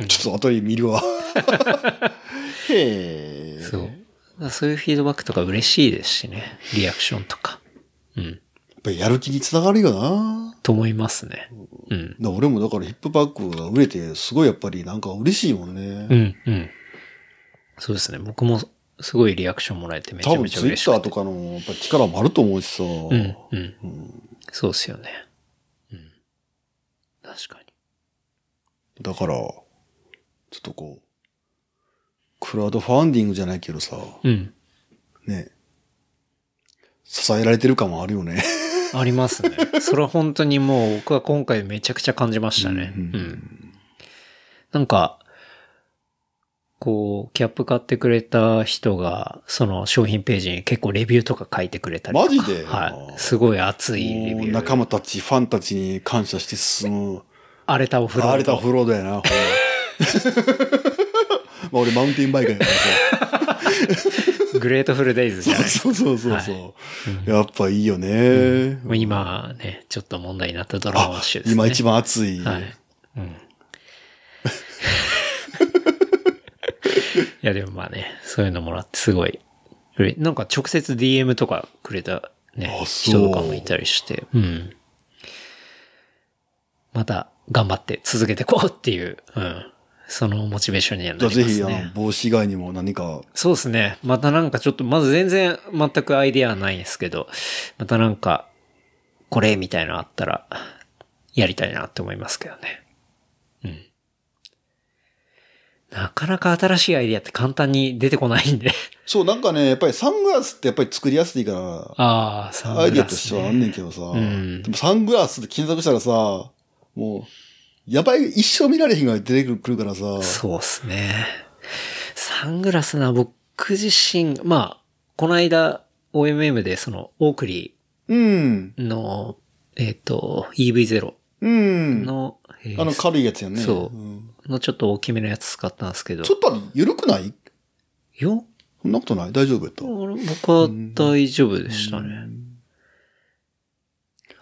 ちょっと後で見る わ。へえ。
そう。だからそういうフィードバックとか嬉しいですしね。リアクションとか。うん。
やっぱりやる気につながるよな。
と思いますね。うん。
な俺もだからヒップバックが売れて、すごいやっぱりなんか嬉しいもんね。
うん、うん。そうですね。僕もすごいリアクションもらえてめちゃ
多分
めちゃ
ツイ
嬉
ッ
しか
ター
った
と。かのやっぱ力もあると思うしさ。う
うん、うん。そうですよね。うん。確かに。
だから、ちょっとこう、クラウドファンディングじゃないけどさ、
うん。
ね。支えられてる感もある よね。
あります ね。それは本当にもう僕は今回めちゃくちゃ感じましたね。
う
うんん。なんか、こう、キャップ買ってくれた人が、その商品ページに結構レビューとか書いてくれたりとか。
マジで
はい。すごい熱いレ
も
ビ
う
ュ
仲
ー。
間たち、ファンたちに感謝して進む。
荒れたお風呂。
荒れたフローだよな、ほ んままあ俺マウンテンバイクやからさ。
グレートフルデイズじゃないですか。
そうそうそうそう、やっぱいいよね。
もう今ね、ちょっと問題になったドラマ
あ
ッシュ、ですね。
今一番熱い。
はい。うん。 いや、でもまあね、そういうのもらってすごい。嬉なんか直接 DM とかくれたね
あ、そう
人とかもいたりして。うん。また頑張って続けてこうっていう、うん。そのモチベーションにはな
じ
り
ゃあ
ますね。
ぜひ、あの、帽子以外にも何か、
そうですね。またなんかちょっと、まず全然全くアイディアはないんですけど、またなんか、これみたいなのあったら、やりたいなって思いますけどね。うん。なかなか新しいアイディアって簡単に出てこないんで。
そう、なんかね、やっぱりサングラスってやっぱり作りやすいから、
ああ、サングラス、ね。
アイディアとしてはあんねんけどさ、
ん
でもサングラスで検索したらさ、もう、やばい、一生見られへんが出てくるからさ、
そうですね。サングラスな、僕自身、まあ、この間、OMM でその、オークリ
うん、
ーの、えっ、と、EV0
うん。
の、えー
あの軽いやつやね。
そうんのちょっと大きめのやつ使ったんですけど
ちょ。っとあれ緩くない
よ
そんなことない大丈夫やった。
僕は大丈夫でしたね。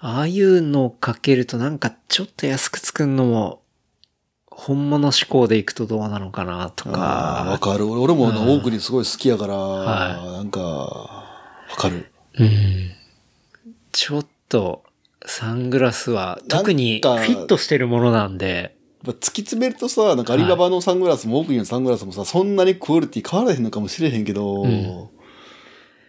ああいうのをかけるとなんかちょっと安く作るのも、本物志向でいくとどうなのかなと
ああ、わ
か。
かる。俺俺もあの
うん
オークリーすごい好きやから、
は
なんか、わかる。
うん。ちょっと、サングラスは特にフ
なんか
ィットしてるものなんで、
やっぱ突き詰めるとさ、なんかアリババのサングラスもオークリーのサングラスもさ、そんなにクオリティ変わらへんのかもしれへんけど、
うん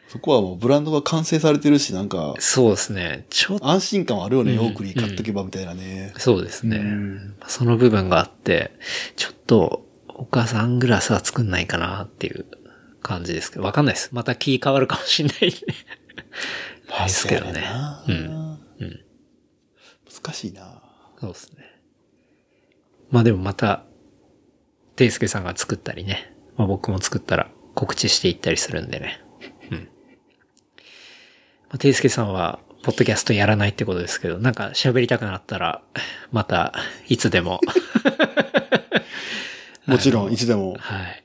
そこはもうブランドが完成されてるし、なんか、
そうですね。ちょっと、
安心感はあるよ
う
ね、
ん
オークリー買っとけばみたいなね。
そうですね。
うん
その部分があって、ちょっと、お母さんサングラスは作んないかなっていう感じですけど、わかんないです。また気変わるかもしんないんで。ないですけどね。
そう
う
やねん
ん。
な難しいな。
そうですね。まあでもまた、ていすけさんが作ったりね、まあ僕も作ったら告知していったりするんでね。うん。まあ、ていすけさんは、ポッドキャストやらないってことですけど、なんか喋りたくなったら、また、いつでも。
もちろん、いつでも。
はい。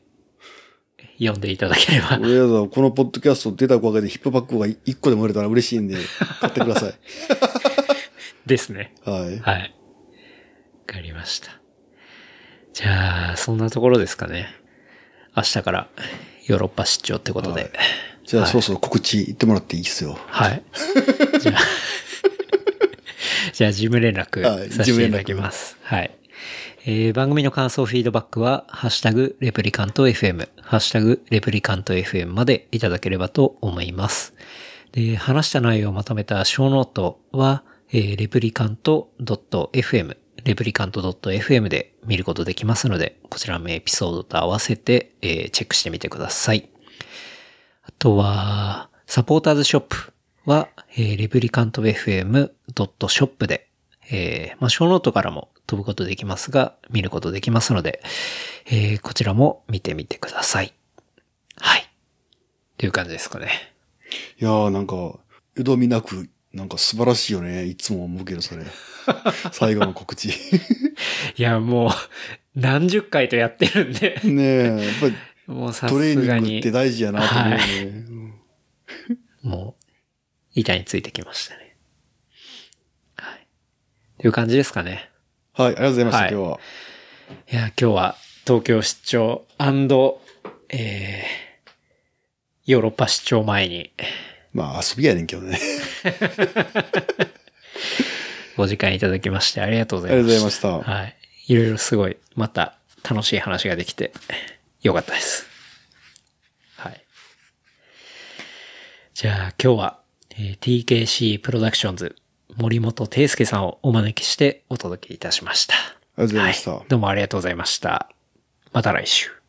呼んでいただければ。
俺やだ、このポッドキャスト出たおかげでヒップバックが1個でも売れたら嬉しいんで、買ってください。
ですね。
はい。
はい。わかりました。じゃあ、そんなところですかね。明日からヨーロッパ出張ってことで。
じゃあ、
はい
そろそろ告知言ってもらっていいっすよ。
はい。じゃあ、じゃあ 事務連絡
はい
させていただきます。はい。えー番組の感想、フィードバックは、ハッシュタグ、レプリカント FM、ハッシュタグ、レプリカント FM までいただければと思います。で、話した内容をまとめた小ノートは、えー、レプリカント .fm、レプリカント .fm で見ることできますので、こちらのエピソードと合わせて、えーチェックしてみてください。あとは、サポーターズショップは、えー、レプリカント FM.shop で、えー、まあ、小ノートからも飛ぶことできますが、見ることできますので、えー、こちらも見てみてください。はい。という感じですかね。
いやーなんか、うどみなく、なんか素晴らしいよね。いつも思うけど、そ れ。最後の告知。い
や、もう、何十回とやってるんで
ねえ、やっぱり、
もうさ
トレ
す
ー
が
ニング
に
って。大事やなと思うね。
はもう、板についてきましたね。はい。という感じですかね。
はい、ありがとうございました、
はい
今日は。
いや、今日は東京出張えー、ヨーロッパ出張前に
まあ、遊びやねんけどね。
お時間いただきましてありがとうご
あ
ざ
り
い
がとう
ま
ござ
し
いました
た。。はい。いろいろすごい、また楽しい話ができてよかったです。はい。じゃあ今日は、えー TKC プロダクションズ森本圭介さんをお招きしてお届けいたしました。
ありがとうございました
はどうもありがとうございました。また来週。